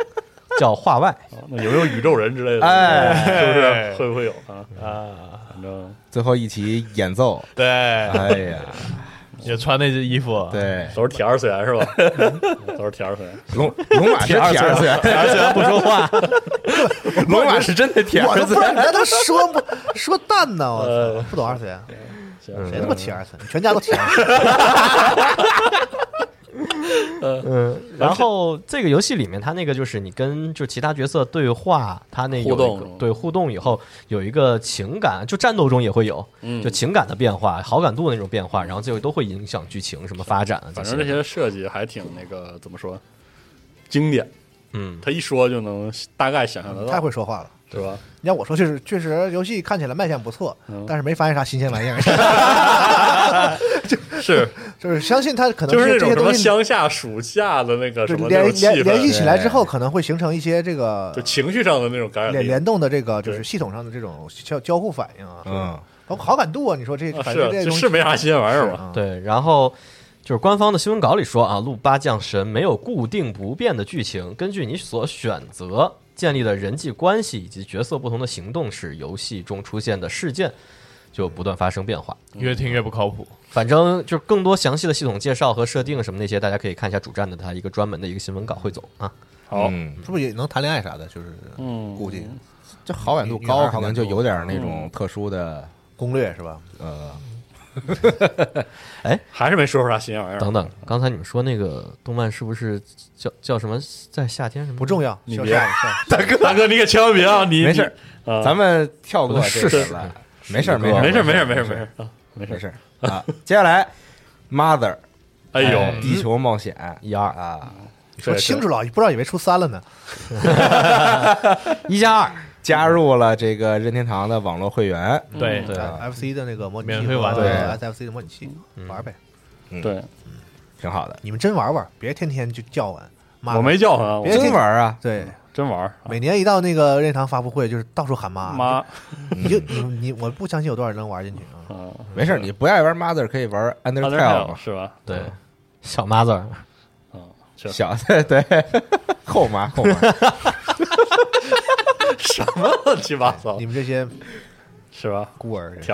[SPEAKER 2] 叫画外。
[SPEAKER 4] 哦那有没有宇宙人之类的？
[SPEAKER 1] 哎
[SPEAKER 4] 是不是会不会有啊？
[SPEAKER 5] 嗯
[SPEAKER 4] 啊，反正
[SPEAKER 1] 最后一期演 奏，
[SPEAKER 6] 对，
[SPEAKER 1] 哎呀，
[SPEAKER 6] 也穿那件衣服，，啊
[SPEAKER 1] 对，
[SPEAKER 4] 都是铁二次元是 吧？都是铁二次元，
[SPEAKER 5] 嗯
[SPEAKER 1] 龙龙马是 铁二次元，铁二次元不说 话，龙马是真的铁
[SPEAKER 5] 我
[SPEAKER 1] 二
[SPEAKER 5] 都
[SPEAKER 1] 次
[SPEAKER 5] 不知道你
[SPEAKER 1] 元。
[SPEAKER 5] 在这说不说蛋呢，我操，
[SPEAKER 4] 呃
[SPEAKER 5] 我不懂二次元，
[SPEAKER 4] 行
[SPEAKER 5] 谁他妈提二次元？你全家都提二次元，
[SPEAKER 2] 然后这个游戏里面，它那个就是你跟就其他角色对话，它那有一个
[SPEAKER 4] 互动
[SPEAKER 2] 对互动以后有一个情感，就战斗中也会有，
[SPEAKER 4] 嗯
[SPEAKER 2] 就情感的变化、好感度那种变化，然后这个都会影响剧情什么发展啊
[SPEAKER 4] 反
[SPEAKER 2] 些
[SPEAKER 4] 正这。些设计还挺那个怎么说，经典。
[SPEAKER 2] 嗯，
[SPEAKER 4] 他一说就能大概想象得
[SPEAKER 5] 嗯太
[SPEAKER 4] 到，
[SPEAKER 5] 会说话了。
[SPEAKER 4] 是吧？
[SPEAKER 5] 你让我说，确实确实，游戏看起来卖相不错，但是没发现啥新鲜玩意儿。
[SPEAKER 4] 是，
[SPEAKER 5] 就是相信它可能
[SPEAKER 4] 就是那
[SPEAKER 5] 这
[SPEAKER 4] 种什
[SPEAKER 5] 些东
[SPEAKER 4] 么
[SPEAKER 5] 西
[SPEAKER 4] 乡下暑假的那个
[SPEAKER 5] 对
[SPEAKER 4] 什么那
[SPEAKER 5] 联
[SPEAKER 4] 种气
[SPEAKER 5] 联联系
[SPEAKER 4] 氛，
[SPEAKER 5] 起来之后，可能会形成一些这个
[SPEAKER 4] 就情绪上的那种感染
[SPEAKER 5] 联
[SPEAKER 4] 力。
[SPEAKER 5] 联动的这个就是
[SPEAKER 4] 对
[SPEAKER 5] 系统上的这种交交互反应啊，
[SPEAKER 1] 嗯，
[SPEAKER 5] 包括好感度啊，你说这
[SPEAKER 4] 啊
[SPEAKER 5] 反正这
[SPEAKER 4] 是就
[SPEAKER 5] 东西
[SPEAKER 4] 是没啥新鲜玩意儿嘛。
[SPEAKER 5] 啊，
[SPEAKER 2] 对，然后。就是官方的新闻稿里说啊，路八降神没有固定不变的剧情，根据你所选择建立的人际关系以及角色不同的行动，使游戏中出现的事件就不断发生变化。
[SPEAKER 6] 越听越不靠谱。
[SPEAKER 2] 反正就是更多详细的系统介绍和设定什么那些，大家可以看一下主站的它一个专门的一个新闻稿汇总啊。
[SPEAKER 4] 好，
[SPEAKER 1] 嗯
[SPEAKER 5] 是不是也能谈恋爱啥的？就是
[SPEAKER 4] 嗯，
[SPEAKER 5] 估计
[SPEAKER 1] 这好感度高，可能就有点那种特殊的，
[SPEAKER 5] 攻略是吧？
[SPEAKER 1] 呃，
[SPEAKER 4] 还是没说出啥新鲜玩意儿。
[SPEAKER 2] 等等，刚才你们说那个动漫是不是叫叫什么在夏天什么？
[SPEAKER 5] 不重要，
[SPEAKER 4] 你
[SPEAKER 5] 笑
[SPEAKER 4] 别
[SPEAKER 5] 笑笑
[SPEAKER 4] 大哥，大哥，你可千万别啊！你
[SPEAKER 1] 没事儿，
[SPEAKER 4] 你啊，
[SPEAKER 1] 嗯咱们跳过这
[SPEAKER 2] 是
[SPEAKER 1] 个
[SPEAKER 2] 是
[SPEAKER 1] 了，没事儿
[SPEAKER 2] 是
[SPEAKER 1] 事儿
[SPEAKER 4] 没
[SPEAKER 1] 没
[SPEAKER 4] 事儿，没
[SPEAKER 1] 没
[SPEAKER 4] 事儿，没事儿，
[SPEAKER 1] 没事
[SPEAKER 4] 没事儿啊，没事
[SPEAKER 1] 没
[SPEAKER 4] 儿。
[SPEAKER 1] 事儿啊。接下来，Mother，
[SPEAKER 4] 哎呦，
[SPEAKER 1] 地球冒险
[SPEAKER 2] 一二
[SPEAKER 1] 啊，
[SPEAKER 4] 对
[SPEAKER 5] 说清楚了，不知道以为初三了呢。
[SPEAKER 2] 一加二，
[SPEAKER 1] 加入了这个任天堂的网络会员，
[SPEAKER 6] 对
[SPEAKER 4] 对
[SPEAKER 5] 啊 FC 的那个模拟器
[SPEAKER 6] 免费玩
[SPEAKER 5] 和
[SPEAKER 1] 对
[SPEAKER 5] SFC 的模拟器玩呗，嗯
[SPEAKER 4] 对，
[SPEAKER 1] 挺好的。
[SPEAKER 5] 你们真玩玩，别天天就叫唤。妈的
[SPEAKER 4] 我没叫他，我
[SPEAKER 5] 嗯别听
[SPEAKER 1] 真玩啊，
[SPEAKER 5] 对，
[SPEAKER 4] 真玩儿
[SPEAKER 5] 每年一到那个任天堂发布会，就是到处喊妈，
[SPEAKER 4] 妈
[SPEAKER 5] 你就你你，我不相信有多少人能玩进去啊！
[SPEAKER 4] 啊，
[SPEAKER 1] 没事儿，你不爱玩 Mother 可以玩 Undertale
[SPEAKER 4] 那
[SPEAKER 1] 嘛
[SPEAKER 4] 是吧？
[SPEAKER 2] 对，小 mother，
[SPEAKER 4] 嗯，确实
[SPEAKER 1] 小对对， 后妈后妈，
[SPEAKER 4] 什么乱 七八糟
[SPEAKER 5] 你，们这些
[SPEAKER 4] 是吧？
[SPEAKER 5] 孤儿，
[SPEAKER 4] 条。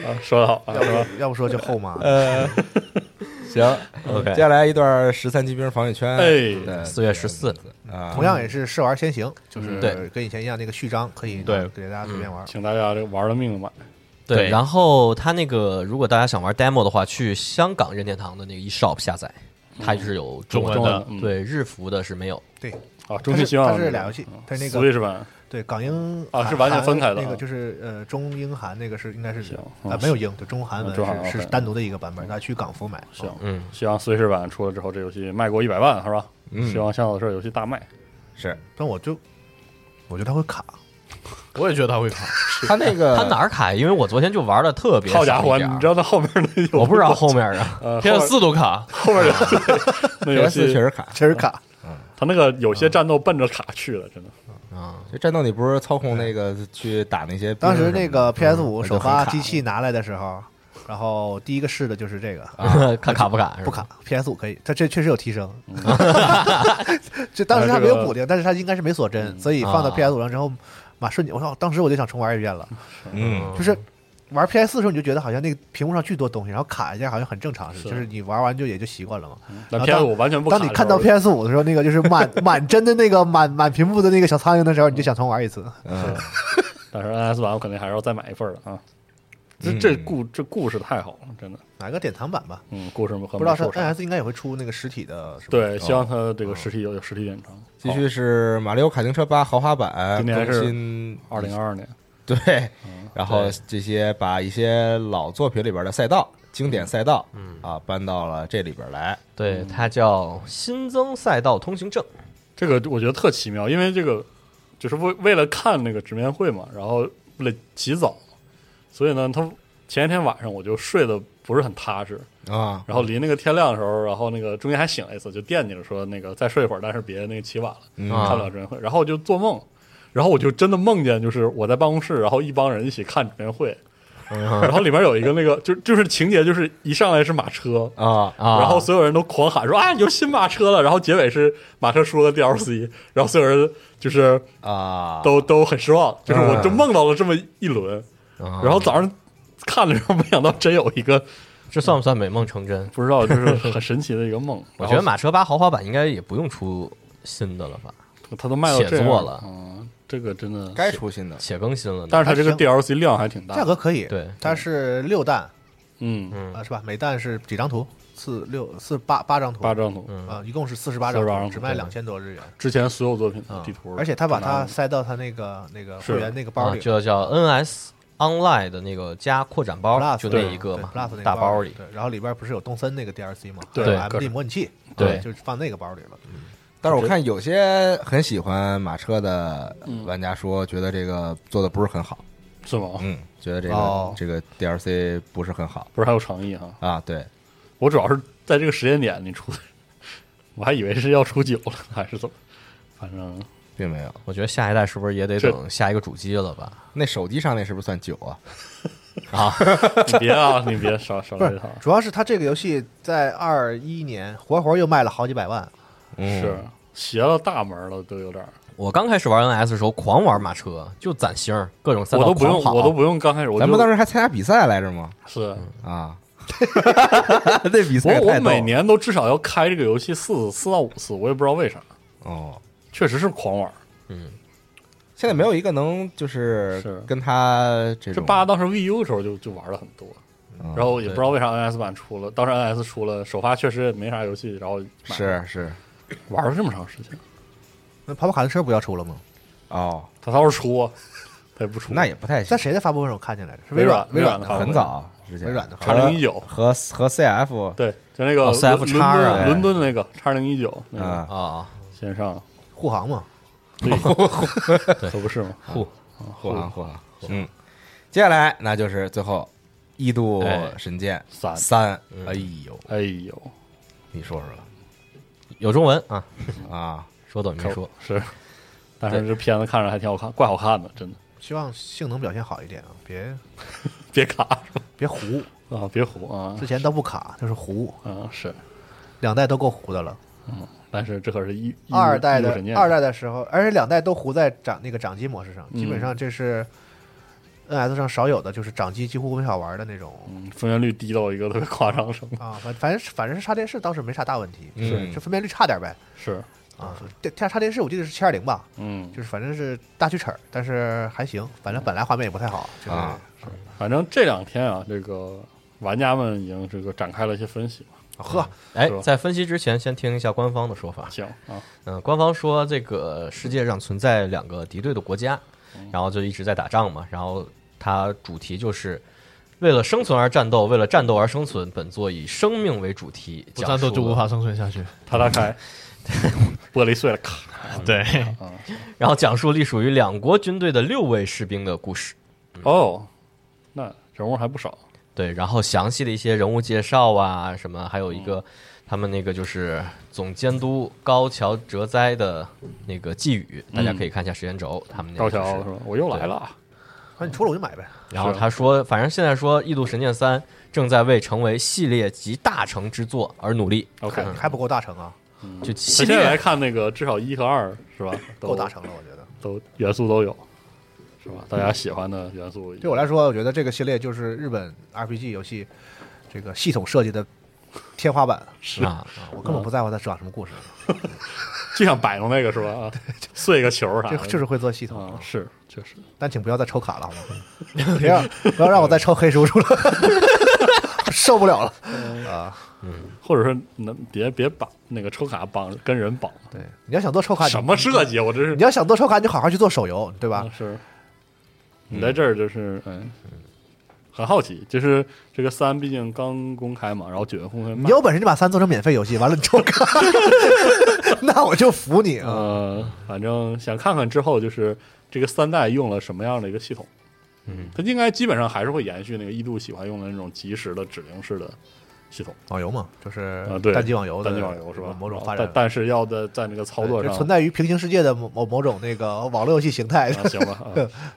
[SPEAKER 4] 啊，说的好啊，是吧？
[SPEAKER 5] 要不说就后妈，
[SPEAKER 1] 行
[SPEAKER 2] ，OK
[SPEAKER 1] 接下来一段十三级兵防御圈，
[SPEAKER 4] 哎
[SPEAKER 1] 对
[SPEAKER 2] 四月十四，
[SPEAKER 1] 啊，
[SPEAKER 5] 同样也是试玩先行，就是
[SPEAKER 2] 嗯对
[SPEAKER 5] 跟以前一样，那个序章可以
[SPEAKER 6] 对
[SPEAKER 5] 给大家随便玩。
[SPEAKER 4] 请大家这玩了命的买，
[SPEAKER 2] 对。
[SPEAKER 6] 对
[SPEAKER 2] 然后它那个，如果大家想玩 demo 的话，去香港任天堂的那个 eShop 下载，它就是有中文
[SPEAKER 6] 中文
[SPEAKER 2] 的
[SPEAKER 6] 的，
[SPEAKER 4] 嗯
[SPEAKER 2] 对日服的是没有。
[SPEAKER 5] 对，
[SPEAKER 4] 啊，
[SPEAKER 5] 它
[SPEAKER 4] 衷
[SPEAKER 5] 是
[SPEAKER 4] 心希望
[SPEAKER 5] 它是俩游戏，它是那个
[SPEAKER 4] Switch 版
[SPEAKER 5] 对港英
[SPEAKER 4] 啊
[SPEAKER 5] 韩
[SPEAKER 4] 是完全分开的
[SPEAKER 5] 那个
[SPEAKER 4] 啊
[SPEAKER 5] 就是呃中英韩那个是应该是
[SPEAKER 4] 行
[SPEAKER 5] 啊
[SPEAKER 4] 嗯
[SPEAKER 5] 没有英对中韩
[SPEAKER 4] 中韩
[SPEAKER 5] 文是是
[SPEAKER 4] OK
[SPEAKER 5] 单独的一个版本，大家去港服买。
[SPEAKER 4] 行
[SPEAKER 5] 啊，
[SPEAKER 2] 嗯，
[SPEAKER 4] 希望 Switch 版出了之后，这游戏卖过一百万，是吧？希望香港的这游戏大卖。
[SPEAKER 1] 是
[SPEAKER 5] 但我就我觉得它会卡，
[SPEAKER 6] 我也觉得他会卡。
[SPEAKER 1] 他那个
[SPEAKER 2] 它哪儿卡？因为我昨天就玩的特别
[SPEAKER 4] 好家
[SPEAKER 2] 少
[SPEAKER 4] 伙，
[SPEAKER 2] 一
[SPEAKER 4] 你
[SPEAKER 2] 点儿
[SPEAKER 4] 知道他后面那有
[SPEAKER 2] 我不知道后面 啊，
[SPEAKER 4] 呃
[SPEAKER 6] PS 四都卡，
[SPEAKER 4] 后面后面的那游
[SPEAKER 1] PS
[SPEAKER 4] 戏
[SPEAKER 1] 确实卡
[SPEAKER 5] 确实卡，
[SPEAKER 4] 他那个有些战斗奔着卡去的，真的。
[SPEAKER 1] 就战斗你不是操控那个去打那些兵
[SPEAKER 5] 当
[SPEAKER 1] 什
[SPEAKER 5] 时
[SPEAKER 1] 么的
[SPEAKER 5] 那个 PS 五
[SPEAKER 1] 嗯
[SPEAKER 5] 首
[SPEAKER 1] 我就很
[SPEAKER 5] 发
[SPEAKER 1] 卡
[SPEAKER 5] 机器拿来的时候，然后第一个试的就是这 个，
[SPEAKER 2] 看卡不卡？
[SPEAKER 5] 不卡。PS 五可以，它这确实有提升。 就当时它没
[SPEAKER 4] 嗯呃这
[SPEAKER 5] 有
[SPEAKER 4] 个嗯
[SPEAKER 5] 补丁，但是它应该是没锁真，所以放到
[SPEAKER 2] 啊
[SPEAKER 5] PS 五上之后，妈瞬间，我操！当时我就想重玩一遍了，
[SPEAKER 1] 嗯
[SPEAKER 5] 就是。玩 PS 四的时候你就觉得好像那个屏幕上巨多东西，然后卡一下好像很正常似的，
[SPEAKER 4] 是
[SPEAKER 5] 就是你玩完就也就习惯了嘛。
[SPEAKER 4] 那
[SPEAKER 5] 然
[SPEAKER 4] PS
[SPEAKER 5] 后
[SPEAKER 4] 五完全不卡
[SPEAKER 5] 当
[SPEAKER 4] 的时候。
[SPEAKER 5] 你看到 PS 五的时候，那个就是满满帧的那个满满屏幕的那个小苍蝇的时候，你就想重玩一次。
[SPEAKER 1] 嗯，
[SPEAKER 4] 但是 NS 版我肯定还是要再买一份儿的啊。这
[SPEAKER 1] 嗯
[SPEAKER 4] 这故这故事太好了，真的。
[SPEAKER 5] 买个典藏版吧，
[SPEAKER 4] 嗯，故事和
[SPEAKER 5] 不知道是
[SPEAKER 4] 美术上
[SPEAKER 5] NS 应该也会出那个实体的，哦是吧？
[SPEAKER 4] 对，希望它这个实体有有实体典藏。
[SPEAKER 1] 继续是马里奥卡丁车八豪华版，
[SPEAKER 4] 今年是
[SPEAKER 1] 更新
[SPEAKER 4] 二零二二年，
[SPEAKER 1] 嗯对，然后这些把一些老作品里边的赛道、经典赛道，嗯啊，搬到了这里边来。
[SPEAKER 2] 对，它叫新增赛道通行证。
[SPEAKER 4] 这个我觉得特奇妙，因为这个就是为为了看那个直面会嘛，然后为了起早，所以呢，他前一天晚上我就睡得不是很踏实，
[SPEAKER 1] 啊，
[SPEAKER 4] 然后临那个天亮的时候，然后那个中间还醒了一次，就惦记着说那个再睡会儿，但是别那个起晚了，
[SPEAKER 1] 嗯
[SPEAKER 4] 看不了直面会。然后我就做梦，然后我就真的梦见就是我在办公室，然后一帮人一起看直面会，然后里面有一个那个就就是情节就是一上来是马车。
[SPEAKER 1] 啊
[SPEAKER 2] 啊
[SPEAKER 4] 然后所有人都狂喊说啊有新马车了，然后结尾是马车输了 DLC，然后所有人就是
[SPEAKER 1] 啊，
[SPEAKER 4] 都都很失望，就是
[SPEAKER 2] 嗯
[SPEAKER 4] 我就梦到了这么一轮，
[SPEAKER 2] 啊
[SPEAKER 4] 然后早上看了之后，没想到真有一个
[SPEAKER 2] 这算不算美梦成真？
[SPEAKER 4] 不知道，就是很神奇的一个梦。
[SPEAKER 2] 我觉得马车八豪华版应该也不用出新的了吧，
[SPEAKER 4] 他都卖到这
[SPEAKER 2] 写
[SPEAKER 4] 样
[SPEAKER 2] 作了
[SPEAKER 4] 嗯，这个真的，
[SPEAKER 1] 该出新的
[SPEAKER 2] 且更新了呢。
[SPEAKER 4] 但是它这个
[SPEAKER 5] 还行
[SPEAKER 4] DLC 量还挺大，
[SPEAKER 5] 价格可以，
[SPEAKER 2] 对
[SPEAKER 5] 它是六弹
[SPEAKER 4] 嗯，
[SPEAKER 5] 啊，是吧？每弹是几张图？四六四八八张图，
[SPEAKER 4] 八张图，
[SPEAKER 5] 啊，一共是四十八张
[SPEAKER 4] 48张图
[SPEAKER 5] 只卖
[SPEAKER 4] 对
[SPEAKER 5] 两千多日元
[SPEAKER 4] 之前所有作品的
[SPEAKER 5] 啊
[SPEAKER 4] 地图，嗯
[SPEAKER 5] 而且他把
[SPEAKER 4] 都拿
[SPEAKER 5] 它
[SPEAKER 4] 了
[SPEAKER 5] 塞到他那个那个
[SPEAKER 4] 是
[SPEAKER 5] 会员那个包
[SPEAKER 2] 啊，
[SPEAKER 5] 里
[SPEAKER 2] 就叫 NS Online 的那个加扩展包，
[SPEAKER 5] ，Plus
[SPEAKER 2] 就那
[SPEAKER 5] 对
[SPEAKER 2] 一个
[SPEAKER 5] 对
[SPEAKER 2] 嘛
[SPEAKER 5] ，Plus 那个，
[SPEAKER 2] 大包里。
[SPEAKER 5] 对，然后里边不是有东森那个 DLC 吗？
[SPEAKER 4] 对
[SPEAKER 5] 还有
[SPEAKER 4] 各种
[SPEAKER 5] MD 模拟器，
[SPEAKER 2] 对
[SPEAKER 5] 啊就放那个包里了。
[SPEAKER 1] 但是我看有些很喜欢马车的玩家说，觉得这个做的不是很好，
[SPEAKER 4] 是吗？
[SPEAKER 1] 嗯，觉得这个、
[SPEAKER 5] 哦
[SPEAKER 1] 这个 DLC 不是很好
[SPEAKER 4] 不是还有诚意哈？
[SPEAKER 1] 啊，对，
[SPEAKER 4] 我主要是在这个时间点你出的，我还以为是要出九了，还是怎么？反正
[SPEAKER 1] 并没有。
[SPEAKER 2] 我觉得下一代是不是也得
[SPEAKER 4] 这
[SPEAKER 2] 等下一个主机了吧？
[SPEAKER 1] 那手机上那是不是算九啊？
[SPEAKER 4] 你 别啊，你别少少
[SPEAKER 5] 不
[SPEAKER 4] 来一
[SPEAKER 5] 是
[SPEAKER 4] 套，，
[SPEAKER 5] 主要是他这个游戏在二一年活活又卖了好几百万，
[SPEAKER 1] 嗯，
[SPEAKER 4] 是斜到大门了，都有点儿。
[SPEAKER 2] 我刚开始玩 NS 的时候，狂玩马车，就攒星儿，各种赛
[SPEAKER 4] 我
[SPEAKER 2] 道
[SPEAKER 4] 都不用，
[SPEAKER 2] 狂跑
[SPEAKER 4] 我都不用刚开始，我
[SPEAKER 1] 啊咱们当
[SPEAKER 4] 时
[SPEAKER 1] 时还参加比赛来着吗？
[SPEAKER 4] 是
[SPEAKER 1] 啊， 那比赛
[SPEAKER 4] 我我
[SPEAKER 1] 太逗了
[SPEAKER 4] 每年都至少要开这个游戏四四到五次，我也不知道为啥，
[SPEAKER 1] 哦，
[SPEAKER 4] 确实是狂玩儿。
[SPEAKER 1] 现在没有一个能就是
[SPEAKER 4] 是
[SPEAKER 1] 跟他这
[SPEAKER 4] 这
[SPEAKER 1] 种
[SPEAKER 4] 八当时 VU 的时候就就玩了很多，
[SPEAKER 1] 嗯
[SPEAKER 4] 然后也不知道为啥 NS 版出了，当时 NS 出了首发确实也没啥游戏，然后买
[SPEAKER 1] 是是
[SPEAKER 4] 玩了这么长时间，
[SPEAKER 5] 那跑跑卡丁车不要出了吗？
[SPEAKER 1] 哦，
[SPEAKER 4] 他倒是出，他也不出，
[SPEAKER 1] 那也不太
[SPEAKER 5] 在
[SPEAKER 1] 行，
[SPEAKER 5] 谁的发布会上我看见来着？是
[SPEAKER 4] 微
[SPEAKER 5] 软
[SPEAKER 4] 软
[SPEAKER 5] 微
[SPEAKER 4] 软的
[SPEAKER 5] 的发
[SPEAKER 4] 发
[SPEAKER 5] 布
[SPEAKER 4] 布
[SPEAKER 1] 很
[SPEAKER 5] 会。
[SPEAKER 1] 早啊之前
[SPEAKER 5] 微软的
[SPEAKER 1] 和
[SPEAKER 4] 2019
[SPEAKER 1] 和和 CF
[SPEAKER 4] 对，就那个
[SPEAKER 2] 哦
[SPEAKER 4] 伦
[SPEAKER 2] CF
[SPEAKER 4] 伦
[SPEAKER 2] 叉啊
[SPEAKER 4] 敦伦敦那个叉零一九那个
[SPEAKER 1] 哎啊
[SPEAKER 2] 啊，
[SPEAKER 4] 线上，
[SPEAKER 5] 护航嘛，
[SPEAKER 4] 对可不是吗？啊
[SPEAKER 2] 酷
[SPEAKER 1] 护航护航，嗯，接下来那就是最后异度神剑
[SPEAKER 4] 三
[SPEAKER 1] 三，哎呦，
[SPEAKER 4] 哎呦，
[SPEAKER 1] 你说说
[SPEAKER 2] 有中文啊，
[SPEAKER 1] 啊，
[SPEAKER 2] 说等于没说。
[SPEAKER 4] 是，但是这片子看着还挺好看，怪好看的，真的，
[SPEAKER 5] 希望性能表现好一点啊，别
[SPEAKER 4] 别卡是吧
[SPEAKER 5] 别糊。
[SPEAKER 4] 啊，别糊啊
[SPEAKER 5] 之前都不卡，就是糊，
[SPEAKER 4] 啊是，
[SPEAKER 5] 两代都够糊的了。
[SPEAKER 4] 但是这可是一
[SPEAKER 5] 二代的二
[SPEAKER 4] 代
[SPEAKER 5] 代的时候，而且两代都糊在掌那个掌机模式上，基本上这是 NS 上少有的，就是掌机几乎没法玩的那种
[SPEAKER 4] 分辨嗯率低到一个特别夸张的 程度，
[SPEAKER 5] 啊。反反正是反正是插电视倒是没啥大问题，
[SPEAKER 1] 嗯
[SPEAKER 5] 是就分辨率差点呗
[SPEAKER 4] 是，
[SPEAKER 5] 啊。这插插电视我记得是七二零吧，
[SPEAKER 4] 嗯，
[SPEAKER 5] 就是反正是大锯齿儿，但是还行，反正本来画面也不太好，就是
[SPEAKER 1] 啊
[SPEAKER 4] 反正这两天啊，这个玩家们已经这个展开了一些分析嘛，
[SPEAKER 5] 呵，
[SPEAKER 2] 哎
[SPEAKER 4] 是吧，
[SPEAKER 2] 在分析之前，先听一下官方的说法。
[SPEAKER 4] 行啊，
[SPEAKER 2] 嗯，官方说这个世界上存在两个敌对的国家，然后就一直在打仗嘛。然后它主题就是为了生存而战斗，为了战斗而生存。本作以生命为主题，
[SPEAKER 6] 不战
[SPEAKER 2] 讲
[SPEAKER 6] 斗
[SPEAKER 2] 述
[SPEAKER 6] 就无
[SPEAKER 2] 了
[SPEAKER 6] 法生存下去。
[SPEAKER 4] 他大开玻璃碎了，咔，
[SPEAKER 2] 对，然后讲述隶属于两国军队的六位士兵的故事，
[SPEAKER 4] 哦，那人物还不少，
[SPEAKER 2] 对，然后详细的一些人物介绍啊，什么，还有一个他们那个就是总监督高桥哲哉的那个寄语，大家可以看一下时间轴，他们那
[SPEAKER 4] 高
[SPEAKER 2] 个
[SPEAKER 4] 桥
[SPEAKER 2] 就是
[SPEAKER 4] 是吧？我又来了啊，
[SPEAKER 5] 那你出了我就买呗。
[SPEAKER 2] 然后他说，反正现在说《异度神剑三》正在为成为系列集大成之作而努力。
[SPEAKER 4] OK
[SPEAKER 2] 嗯
[SPEAKER 5] 还不够大成啊，
[SPEAKER 2] 就 系
[SPEAKER 4] 咱现在来
[SPEAKER 2] 列
[SPEAKER 4] 看那个，至少一和二是吧？
[SPEAKER 5] 够
[SPEAKER 4] 都
[SPEAKER 5] 大嗯成了，我觉得。
[SPEAKER 4] 都元素都有，是吧？大家喜欢的元素，
[SPEAKER 5] 对我来说，我觉得这个系列就是日本 RPG 游戏这个系统设计的天花板
[SPEAKER 4] 是
[SPEAKER 2] 啊，
[SPEAKER 5] 啊！我根本不在乎它讲什么故事，
[SPEAKER 4] 就想摆弄那个是吧？ 啊， 碎个球啥
[SPEAKER 5] 这
[SPEAKER 4] 的，
[SPEAKER 5] 就是会做系统
[SPEAKER 4] 啊，，是确实，
[SPEAKER 5] 但请不要再抽卡了，好 吗？不要不要让我再抽黑叔叔了，受不了了啊！
[SPEAKER 4] 或者说能别别绑那个抽卡绑跟人绑，
[SPEAKER 5] 对，你要想做抽卡，你
[SPEAKER 4] 什么设计啊？我这是
[SPEAKER 5] 你要想做抽卡，你就好好去做手游，对
[SPEAKER 4] 啊？
[SPEAKER 5] 吧
[SPEAKER 4] 是，你在这儿就是嗯。很好奇，就是这个三毕竟刚公开嘛，然后九月份会卖
[SPEAKER 5] 你，有本事你把三做成免费游戏，完了你 抽卡，那我就服你啊！
[SPEAKER 4] 呃，反正想看看之后就是这个三代用了什么样的一个系统。
[SPEAKER 2] 嗯，
[SPEAKER 4] 它应该基本上还是会延续那个一度喜欢用的那种即时的指令式的系统，
[SPEAKER 5] 网游嘛，就是
[SPEAKER 4] 啊对
[SPEAKER 5] 单机网游的
[SPEAKER 4] 单机网游是吧？
[SPEAKER 5] 某种发
[SPEAKER 4] 但
[SPEAKER 5] 展
[SPEAKER 4] 但是要在在那个操作
[SPEAKER 5] 对就
[SPEAKER 4] 上嗯
[SPEAKER 5] 存在于平行世界的某某某种那个网络游戏形态，
[SPEAKER 4] 啊，行吧，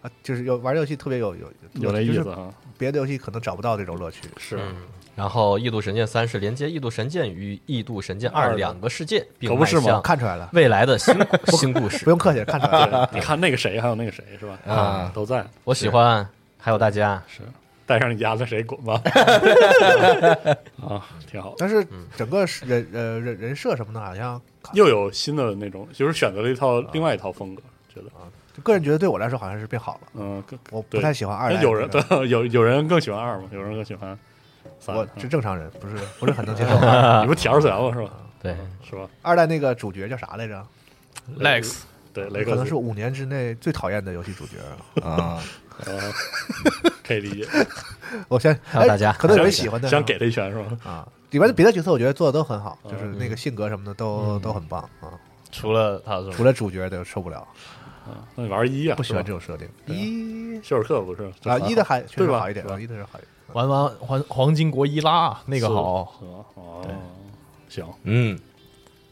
[SPEAKER 4] 啊
[SPEAKER 5] 就是有玩游戏特别有有
[SPEAKER 4] 有那意
[SPEAKER 5] 就
[SPEAKER 4] 思
[SPEAKER 5] 是
[SPEAKER 4] 啊，
[SPEAKER 5] 别的游戏可能找不到这种乐趣。
[SPEAKER 4] 是
[SPEAKER 5] 嗯
[SPEAKER 2] 然后《异度神剑三》是连接《异度神剑》与《异度神剑二》两个世界，并
[SPEAKER 4] 可不
[SPEAKER 2] 迈
[SPEAKER 4] 是吗
[SPEAKER 2] 向
[SPEAKER 5] 看出来了，
[SPEAKER 2] 未来的新新故事
[SPEAKER 5] 不。用客气，看出来了。
[SPEAKER 4] 对你看那个谁，还有那个谁是吧？
[SPEAKER 1] 啊
[SPEAKER 4] 都在，
[SPEAKER 2] 我喜欢，还有大家，
[SPEAKER 4] 带上你丫的谁滚 吧！啊，挺好。
[SPEAKER 5] 但是整个是人呃人人设什么的，好像
[SPEAKER 4] 又有新的那种，就是选择了一套另外一套风格，觉得
[SPEAKER 5] 就个人觉得对我来说好像是变好了。
[SPEAKER 4] 嗯，更
[SPEAKER 5] 我不
[SPEAKER 4] 对
[SPEAKER 5] 太喜欢二
[SPEAKER 4] 那
[SPEAKER 5] 代
[SPEAKER 4] 有人
[SPEAKER 5] 那个
[SPEAKER 4] 对有有人更喜欢二吗？有人更喜欢三？
[SPEAKER 5] 我
[SPEAKER 4] 嗯
[SPEAKER 5] 是正常人，不是不是很能接受二
[SPEAKER 4] 你不铁二次元吗？是吧？
[SPEAKER 2] 对，
[SPEAKER 4] 是吧？
[SPEAKER 5] 二代那个主角叫啥来着？
[SPEAKER 6] Lex
[SPEAKER 4] 呃对，雷克
[SPEAKER 5] 可能是
[SPEAKER 4] 我
[SPEAKER 5] 五年之内最讨厌的游戏主角。
[SPEAKER 1] 啊，
[SPEAKER 4] 可以理解，
[SPEAKER 5] 我先
[SPEAKER 2] 还有大家
[SPEAKER 5] 哎可能有人喜欢的
[SPEAKER 4] 想给他一拳是吧？
[SPEAKER 5] 啊。里边的别的角色我觉得做的都很好，就是那个性格什么的都都很棒啊。
[SPEAKER 6] 除了他是吧
[SPEAKER 5] 除了主角的受不了，
[SPEAKER 4] 那你玩一啊，
[SPEAKER 5] 不喜欢这
[SPEAKER 4] 种。
[SPEAKER 5] 种设定。一
[SPEAKER 4] 休尔克不是
[SPEAKER 5] 啊一的还确
[SPEAKER 4] 对
[SPEAKER 5] 实
[SPEAKER 4] 吧
[SPEAKER 5] 好一点，
[SPEAKER 4] 是吧
[SPEAKER 5] 啊一的是好一点。
[SPEAKER 6] 玩完黄黄金国伊拉那个好，
[SPEAKER 4] 是吧？哦，行，
[SPEAKER 1] 嗯，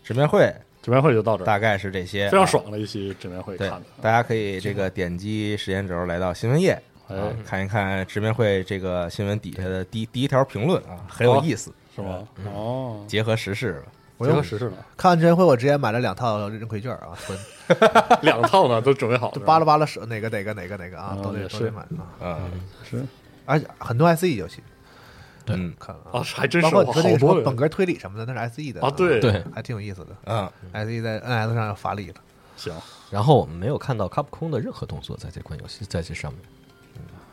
[SPEAKER 1] 直面会
[SPEAKER 4] 直面会就到这儿，
[SPEAKER 1] 大概是这些，
[SPEAKER 4] 非常
[SPEAKER 1] 啊
[SPEAKER 4] 爽的一期直面会
[SPEAKER 1] 对
[SPEAKER 4] 看的，，
[SPEAKER 5] 啊
[SPEAKER 1] 大家可以这个点击时间轴来到新闻页啊
[SPEAKER 4] 哎，
[SPEAKER 1] 看一看直面会这个新闻底下的第第一条评论啊，很有意思，
[SPEAKER 4] 是吗？哦，
[SPEAKER 1] 结合时事吧。
[SPEAKER 5] 我
[SPEAKER 4] 结
[SPEAKER 5] 又
[SPEAKER 4] 合实事了，
[SPEAKER 5] 看完之前会，我直接买了两套认亏券啊，存
[SPEAKER 4] 两套呢都准备好
[SPEAKER 5] 就
[SPEAKER 4] 了，
[SPEAKER 5] 扒拉扒拉是哪个哪个哪个哪个啊，
[SPEAKER 4] 哦
[SPEAKER 5] 都得
[SPEAKER 4] 也
[SPEAKER 5] 都
[SPEAKER 4] 是
[SPEAKER 5] 得买啊。
[SPEAKER 1] 嗯
[SPEAKER 4] 是
[SPEAKER 5] 而且很多 SE 游戏
[SPEAKER 1] 嗯
[SPEAKER 5] 看了
[SPEAKER 4] 啊，
[SPEAKER 5] 啊，
[SPEAKER 4] 还真
[SPEAKER 5] 包
[SPEAKER 4] 是
[SPEAKER 5] 括
[SPEAKER 4] 我好
[SPEAKER 5] 你说那个什
[SPEAKER 4] 多
[SPEAKER 5] 么
[SPEAKER 4] 人
[SPEAKER 5] 本格推理什么的，那是 SE 的
[SPEAKER 4] 啊，对，
[SPEAKER 2] 对。
[SPEAKER 5] 还挺有意思的。
[SPEAKER 1] 嗯，
[SPEAKER 5] SE 在 NS 上要乏力了，
[SPEAKER 4] 行，
[SPEAKER 2] 然后我们没有看到 Capcom 的任何动作在这款游戏在这上面，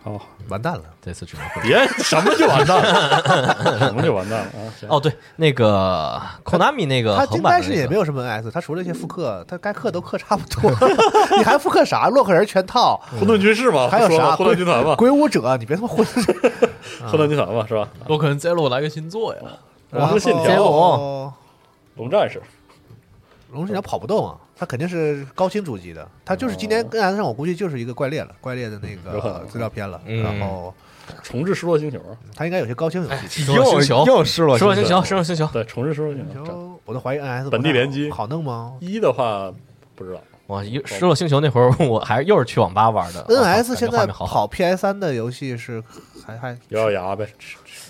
[SPEAKER 4] 好，
[SPEAKER 5] 完蛋了。
[SPEAKER 2] 这次直面会。
[SPEAKER 4] 哦别什么就完蛋了， 什么就完蛋了啊！行
[SPEAKER 2] 哦，对，那个 Konami 那个
[SPEAKER 5] 它
[SPEAKER 2] 呃横
[SPEAKER 5] 应
[SPEAKER 2] 版
[SPEAKER 5] 该
[SPEAKER 2] 的
[SPEAKER 5] 是
[SPEAKER 2] 那
[SPEAKER 5] 也
[SPEAKER 2] 个
[SPEAKER 5] 没有什么 NS，它除了一些复刻，它该刻都刻差不多， 你还复刻啥？洛克人全套，
[SPEAKER 4] 混沌军事嘛，
[SPEAKER 5] 还有
[SPEAKER 4] 说了
[SPEAKER 5] 啥？
[SPEAKER 4] 混沌军团嘛，
[SPEAKER 5] 鬼武者，你别他妈混。
[SPEAKER 4] 混沌军团嘛，是吧？
[SPEAKER 6] 我可能 Zero 来个新作呀。
[SPEAKER 4] 王者信条
[SPEAKER 5] 然后
[SPEAKER 4] 龙战士，
[SPEAKER 5] 龙之鸟跑不动啊，它肯定是高清主机的，它就是今年跟 S 上我估计就是一个怪猎了，怪猎的那
[SPEAKER 4] 有可能
[SPEAKER 5] 个资料片了，
[SPEAKER 1] 嗯
[SPEAKER 5] 然后
[SPEAKER 4] 重置失落星球，
[SPEAKER 5] 它应该有些高清游戏。
[SPEAKER 2] 失落星球，
[SPEAKER 1] 又失落
[SPEAKER 2] 失落星
[SPEAKER 1] 球
[SPEAKER 2] 球，，失落星球。
[SPEAKER 4] 对，重置失落星
[SPEAKER 5] 然
[SPEAKER 4] 球。
[SPEAKER 5] 后我都怀疑 NS
[SPEAKER 4] 哎本地联机
[SPEAKER 5] 好弄吗
[SPEAKER 4] 一的话不知道，
[SPEAKER 2] 哇，
[SPEAKER 5] 哦
[SPEAKER 2] 一失落星球那会儿，我还是又是去网吧玩的。我操
[SPEAKER 5] ？NS
[SPEAKER 2] 感觉
[SPEAKER 5] 现
[SPEAKER 2] 画
[SPEAKER 5] 在
[SPEAKER 2] 面啊好好，
[SPEAKER 5] 跑 PS 三的游戏是还还
[SPEAKER 4] 咬咬牙呗，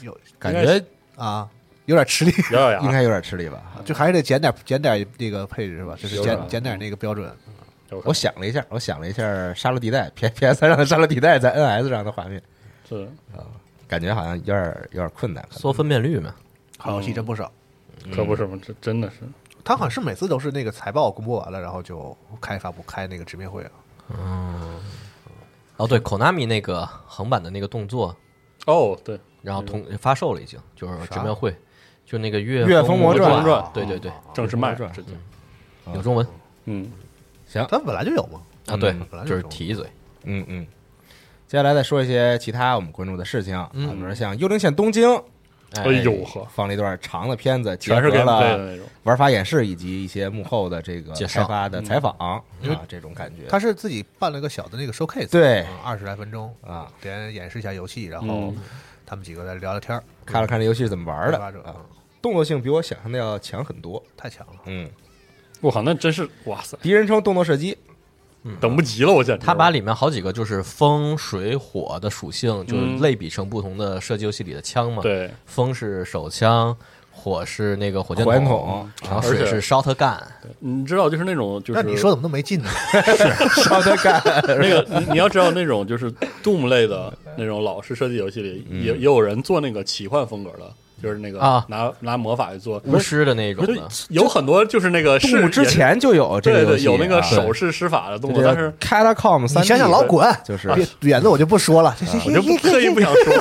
[SPEAKER 5] 有
[SPEAKER 1] 感
[SPEAKER 4] 应该
[SPEAKER 1] 觉
[SPEAKER 5] 啊，有点吃力，
[SPEAKER 4] 咬咬
[SPEAKER 1] 应
[SPEAKER 4] 牙。
[SPEAKER 1] 该有点吃力吧？
[SPEAKER 5] 就还是得减点减点那个配置吧，就是
[SPEAKER 4] 有
[SPEAKER 5] 减
[SPEAKER 4] 点
[SPEAKER 5] 减点那个标准。
[SPEAKER 4] 有可
[SPEAKER 1] 我
[SPEAKER 4] 能
[SPEAKER 1] 想了一下，我想了一下，《杀戮地带》P P S 三上的《杀戮地带》在 N S 上的画面，
[SPEAKER 4] 是
[SPEAKER 1] 感觉好像有点有点困难。可能
[SPEAKER 2] 缩分辨率嘛。
[SPEAKER 5] 好游戏真不少，
[SPEAKER 4] 可不是吗？这真的是
[SPEAKER 5] 它好像是每次都是那个财报公布完了，然后就开发布开那个直面会啊。
[SPEAKER 2] 哦，对，Konami 那个横版的那个动作，
[SPEAKER 4] 哦，对，
[SPEAKER 2] 然后同发售了已经，就是直面会，就那个月
[SPEAKER 1] 月
[SPEAKER 2] 风
[SPEAKER 1] 风魔
[SPEAKER 2] 传
[SPEAKER 1] 传，
[SPEAKER 2] 对对对，
[SPEAKER 4] 啊正式卖
[SPEAKER 1] 转
[SPEAKER 4] 直接，
[SPEAKER 2] 有中文
[SPEAKER 4] 嗯，
[SPEAKER 5] 它本来就有嘛，
[SPEAKER 2] 啊，对
[SPEAKER 5] 哦嗯本来，就
[SPEAKER 2] 就是是
[SPEAKER 5] 中文
[SPEAKER 2] 提一嘴，
[SPEAKER 1] 嗯嗯，接下来再说一些其他我们关注的事情啊，比如像《幽灵线：东京》
[SPEAKER 4] 哎呦呵，
[SPEAKER 1] 放了一段长的片子，
[SPEAKER 4] 全是
[SPEAKER 1] 结
[SPEAKER 4] g a
[SPEAKER 1] 合
[SPEAKER 4] m
[SPEAKER 1] 了
[SPEAKER 4] 的那种。
[SPEAKER 1] 玩法演示以及一些幕后的这个
[SPEAKER 2] 介
[SPEAKER 1] 开
[SPEAKER 2] 绍
[SPEAKER 1] 发的采访啊
[SPEAKER 5] 因为，
[SPEAKER 1] 这种感觉。
[SPEAKER 5] 他是自己办了个小的那个 showcase，
[SPEAKER 1] 对
[SPEAKER 5] 二十来分钟，
[SPEAKER 1] 啊，
[SPEAKER 5] 给人演示一下游戏，然后他们几个在聊聊天儿，
[SPEAKER 1] 看了看这游戏是怎么玩的
[SPEAKER 5] 开发者
[SPEAKER 1] 啊，动作性比我想象的要强很多。
[SPEAKER 5] 嗯太强了，
[SPEAKER 1] 嗯，
[SPEAKER 4] 我靠，那真是哇塞，
[SPEAKER 1] 第一人称动作射击，
[SPEAKER 4] 等不及了，我简直。
[SPEAKER 2] 他把里面好几个就是风、水、火的属性，就
[SPEAKER 4] 嗯
[SPEAKER 2] 类比成不同的射击游戏里的枪嘛。，
[SPEAKER 4] 对，
[SPEAKER 2] 风是手枪，火是那个火箭
[SPEAKER 1] 火
[SPEAKER 2] 筒，
[SPEAKER 1] 箭筒，
[SPEAKER 2] 然后
[SPEAKER 4] 而且
[SPEAKER 2] 水是 shot gun。
[SPEAKER 4] 你知道就是那种就是
[SPEAKER 5] 但你说怎么那么没劲呢？
[SPEAKER 1] 烧的干，
[SPEAKER 4] 那个，你你要知道那种就是 Doom 类的那种老式射击游戏里，
[SPEAKER 2] 嗯
[SPEAKER 4] 也也有人做那个奇幻风格的，就是那个
[SPEAKER 2] 啊
[SPEAKER 4] 拿拿魔法去做。
[SPEAKER 2] 巫师的那种
[SPEAKER 4] 就
[SPEAKER 2] 的，
[SPEAKER 4] 有很多就是那个
[SPEAKER 1] 动
[SPEAKER 4] 是
[SPEAKER 1] 物之前就有这
[SPEAKER 4] 对
[SPEAKER 1] 个游
[SPEAKER 4] 对
[SPEAKER 1] 戏，
[SPEAKER 4] 有那个
[SPEAKER 1] 啊
[SPEAKER 4] 手势施法的动
[SPEAKER 1] 这个
[SPEAKER 4] 作，但是
[SPEAKER 1] Catacomb
[SPEAKER 5] 你
[SPEAKER 1] 三，
[SPEAKER 5] 想想老滚，
[SPEAKER 1] 就是
[SPEAKER 5] 别远的我就不说了，
[SPEAKER 4] 啊我就不刻意不想
[SPEAKER 2] 嗯
[SPEAKER 4] 说。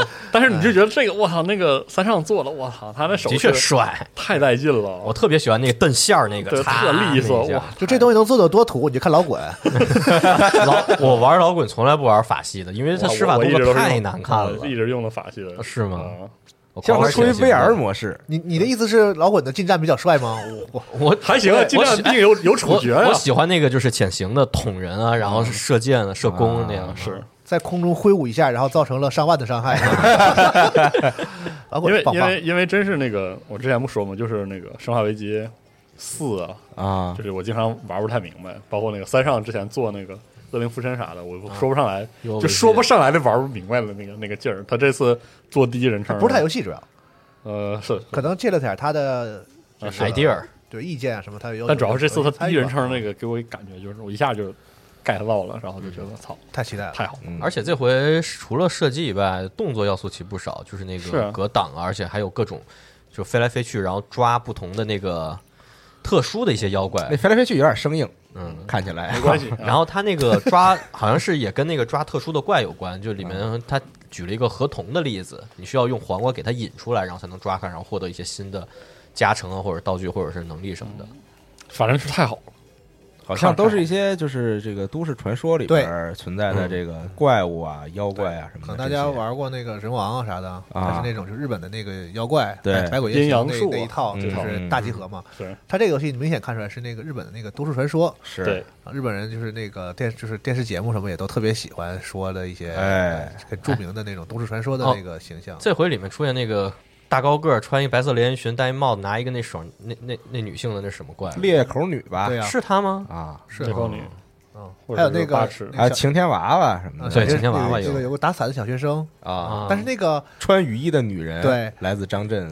[SPEAKER 4] 啊但是你就觉得这个，我操，那个三上做了，我操，他那手
[SPEAKER 2] 哎的确
[SPEAKER 4] 势
[SPEAKER 2] 帅。
[SPEAKER 4] 太带劲
[SPEAKER 2] 我
[SPEAKER 4] 了，
[SPEAKER 2] 特别喜欢那个瞪线儿那个，
[SPEAKER 4] 对，
[SPEAKER 2] 擦
[SPEAKER 4] 特利索，
[SPEAKER 2] 那一下
[SPEAKER 4] 哇！
[SPEAKER 5] 就这东西能做的多土，你就看老滚，
[SPEAKER 2] 老我玩老滚从来不玩法系的，因为他
[SPEAKER 4] 哇
[SPEAKER 2] 施法
[SPEAKER 4] 我
[SPEAKER 2] 动
[SPEAKER 4] 一直都
[SPEAKER 2] 作
[SPEAKER 4] 是
[SPEAKER 2] 太
[SPEAKER 4] 用
[SPEAKER 2] 难看了
[SPEAKER 4] 我。一直用的法系的，
[SPEAKER 2] 是吗
[SPEAKER 4] 啊
[SPEAKER 2] 我狂
[SPEAKER 1] 像它
[SPEAKER 2] 玩
[SPEAKER 1] 出于
[SPEAKER 2] 潜行的
[SPEAKER 1] VR 模式，
[SPEAKER 5] 你你的意思是老滚的近战比较帅吗？我
[SPEAKER 2] 我
[SPEAKER 4] 还行
[SPEAKER 2] 我
[SPEAKER 4] 啊，尽量
[SPEAKER 2] 喜
[SPEAKER 4] 毕竟有有处决
[SPEAKER 2] 我
[SPEAKER 4] 啊
[SPEAKER 2] 我，喜欢那个就是潜行的捅人啊，然后是射箭啊、射弓那样。
[SPEAKER 4] 是
[SPEAKER 5] 在空中挥舞一下，然后造成了上万的伤害。 老
[SPEAKER 4] 因
[SPEAKER 5] 滚
[SPEAKER 4] 为
[SPEAKER 5] 棒
[SPEAKER 4] 因
[SPEAKER 5] 棒，
[SPEAKER 4] 为因为真是那个，我之前不说嘛，就是那个《生化危机四》啊，
[SPEAKER 1] 啊
[SPEAKER 4] 就，是我经常玩不太明白，包括那个三上之前做那个恶灵附身啥的，我说不上来，
[SPEAKER 2] 有
[SPEAKER 4] 就说不上来的玩不明白了那个那个劲儿。他这次做第一人称
[SPEAKER 5] 啊不是太游戏主要，
[SPEAKER 4] 呃是，
[SPEAKER 5] 可能借了点他的
[SPEAKER 1] 呃
[SPEAKER 4] 啊是
[SPEAKER 2] idea
[SPEAKER 5] 对意见啊什么，他有。
[SPEAKER 4] 但主要是这次他第一人称那个给我一感觉就是我一下就 get 到了，然后就觉得操
[SPEAKER 5] 太期待了，
[SPEAKER 4] 太好了，
[SPEAKER 1] 嗯
[SPEAKER 2] 而且这回除了射击以外，动作要素其实不少，就是那
[SPEAKER 4] 是
[SPEAKER 2] 个
[SPEAKER 4] 啊
[SPEAKER 2] 格挡啊，而且还有各种就飞来飞去，然后抓不同的那个特殊的一些妖
[SPEAKER 1] 那
[SPEAKER 2] 怪。
[SPEAKER 1] 飞来飞去有点生硬，
[SPEAKER 2] 嗯，
[SPEAKER 1] 看起来
[SPEAKER 4] 没关系。啊
[SPEAKER 2] 然后他那个抓好像是也跟那个抓特殊的怪有关，就里面
[SPEAKER 4] 嗯
[SPEAKER 2] 他举了一个河童的例子，你需要用黄瓜给它引出来，然后才能抓它，然后获得一些新的加成啊，或者道具，或者是能力什么的。
[SPEAKER 4] 嗯反正是太好了，
[SPEAKER 1] 好像都是一些就是这个都市传说里边儿存在的这个怪物啊、妖怪啊什么
[SPEAKER 5] 可
[SPEAKER 1] 的这些。
[SPEAKER 5] 能大家玩过那个人王啊啥的，它是那种就日本的那个妖怪，
[SPEAKER 1] 对
[SPEAKER 5] 百百鬼夜
[SPEAKER 4] 阴阳
[SPEAKER 5] 行那
[SPEAKER 4] 术啊
[SPEAKER 5] 那一套，就
[SPEAKER 1] 嗯
[SPEAKER 5] 是大集合嘛。
[SPEAKER 4] 是
[SPEAKER 5] 它这个游戏你明显看出来是那个日本的那个都市传说，
[SPEAKER 1] 是
[SPEAKER 4] 对，
[SPEAKER 5] 啊日本人就是那个电就是电视节目什么也都特别喜欢说的一些
[SPEAKER 1] 哎
[SPEAKER 5] 很著名的那种都市传说
[SPEAKER 2] 哦
[SPEAKER 5] 的那个形象。
[SPEAKER 2] 这回里面出现那个大高个儿，穿一白色连衣裙，戴一帽子，拿一个那手那那那女性的那什么怪？啊
[SPEAKER 1] 裂口女吧？
[SPEAKER 4] 啊
[SPEAKER 5] 对呀，
[SPEAKER 2] 是她吗？
[SPEAKER 1] 啊
[SPEAKER 5] 是
[SPEAKER 4] 那
[SPEAKER 5] 啊
[SPEAKER 4] 帮女
[SPEAKER 5] 嗯，
[SPEAKER 4] 或者
[SPEAKER 5] 还有
[SPEAKER 4] 是
[SPEAKER 5] 那
[SPEAKER 4] 八
[SPEAKER 5] 个
[SPEAKER 4] 尺
[SPEAKER 5] 那
[SPEAKER 1] 啊，
[SPEAKER 5] 个小
[SPEAKER 1] 晴天娃娃什么
[SPEAKER 5] 啊
[SPEAKER 1] 的。
[SPEAKER 2] 对
[SPEAKER 5] 小学
[SPEAKER 2] 晴天娃娃
[SPEAKER 5] 那个
[SPEAKER 2] 有
[SPEAKER 5] 那个有个打伞的小学生，
[SPEAKER 1] 啊，
[SPEAKER 5] 但是那个
[SPEAKER 1] 穿雨衣的女人，
[SPEAKER 5] 对
[SPEAKER 1] 来自张震。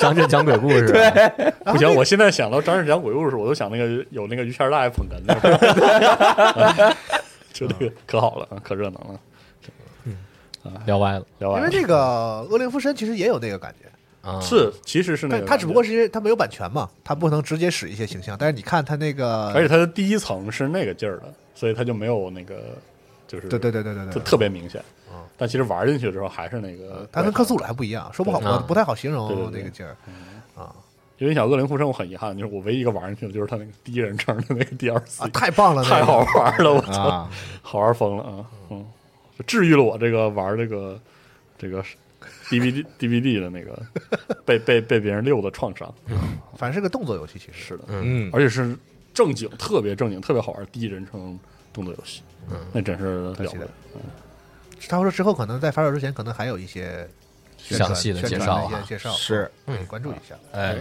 [SPEAKER 2] 张震讲鬼故 事，对，
[SPEAKER 4] 不行，我现在想到张震讲鬼故事，我都想那个有那个于谦儿大爷捧哏那个， 就那个可好了，可热闹了。
[SPEAKER 5] 嗯
[SPEAKER 4] 啊
[SPEAKER 2] 聊歪了
[SPEAKER 4] 聊
[SPEAKER 5] 因
[SPEAKER 4] 完
[SPEAKER 5] 为这个恶灵附身其实也有那个感觉，
[SPEAKER 2] 啊，
[SPEAKER 4] 是其实是那
[SPEAKER 5] 但
[SPEAKER 4] 个，
[SPEAKER 5] 它只不过是因为它没有版权嘛，它不能直接使一些形象。但是你看它那个，
[SPEAKER 4] 而且它的第一层是那个劲儿的，所以它就没有那个就是
[SPEAKER 5] 对对对对对嗯
[SPEAKER 4] 特
[SPEAKER 5] 对，
[SPEAKER 4] 特别明显。但其实玩进去之后还是那个，
[SPEAKER 5] 它跟克苏鲁还不一样，说不好，
[SPEAKER 2] 对啊
[SPEAKER 5] 我不太好形
[SPEAKER 4] 对对
[SPEAKER 5] 容
[SPEAKER 4] 对
[SPEAKER 5] 那个劲儿啊
[SPEAKER 4] 因为你想恶灵附身，我很遗憾，就是我唯一一个玩进去的就是它那个第一人称的那个 DLC，、
[SPEAKER 5] 啊，太棒了，那 个
[SPEAKER 4] 太好玩了，我操，
[SPEAKER 1] 啊，
[SPEAKER 4] 好玩疯了啊！嗯，就治愈了我这个玩这个这个 DVD DVD 的那个被被被别人溜的创伤，
[SPEAKER 5] 反正是个动作游戏，其实
[SPEAKER 4] 是的，
[SPEAKER 1] 嗯，
[SPEAKER 4] 而且是正经，特别正经，特别好玩，第一人称动作游戏，那真是了不
[SPEAKER 5] 期待
[SPEAKER 4] 得。
[SPEAKER 5] 他说之后可能在发售之前，可能还有一些宣传
[SPEAKER 2] 详细的
[SPEAKER 5] 宣
[SPEAKER 2] 介
[SPEAKER 5] 传
[SPEAKER 2] 绍
[SPEAKER 5] 一些
[SPEAKER 2] 啊。
[SPEAKER 5] 介绍
[SPEAKER 1] 是
[SPEAKER 5] 可以关注一下。
[SPEAKER 2] 哎，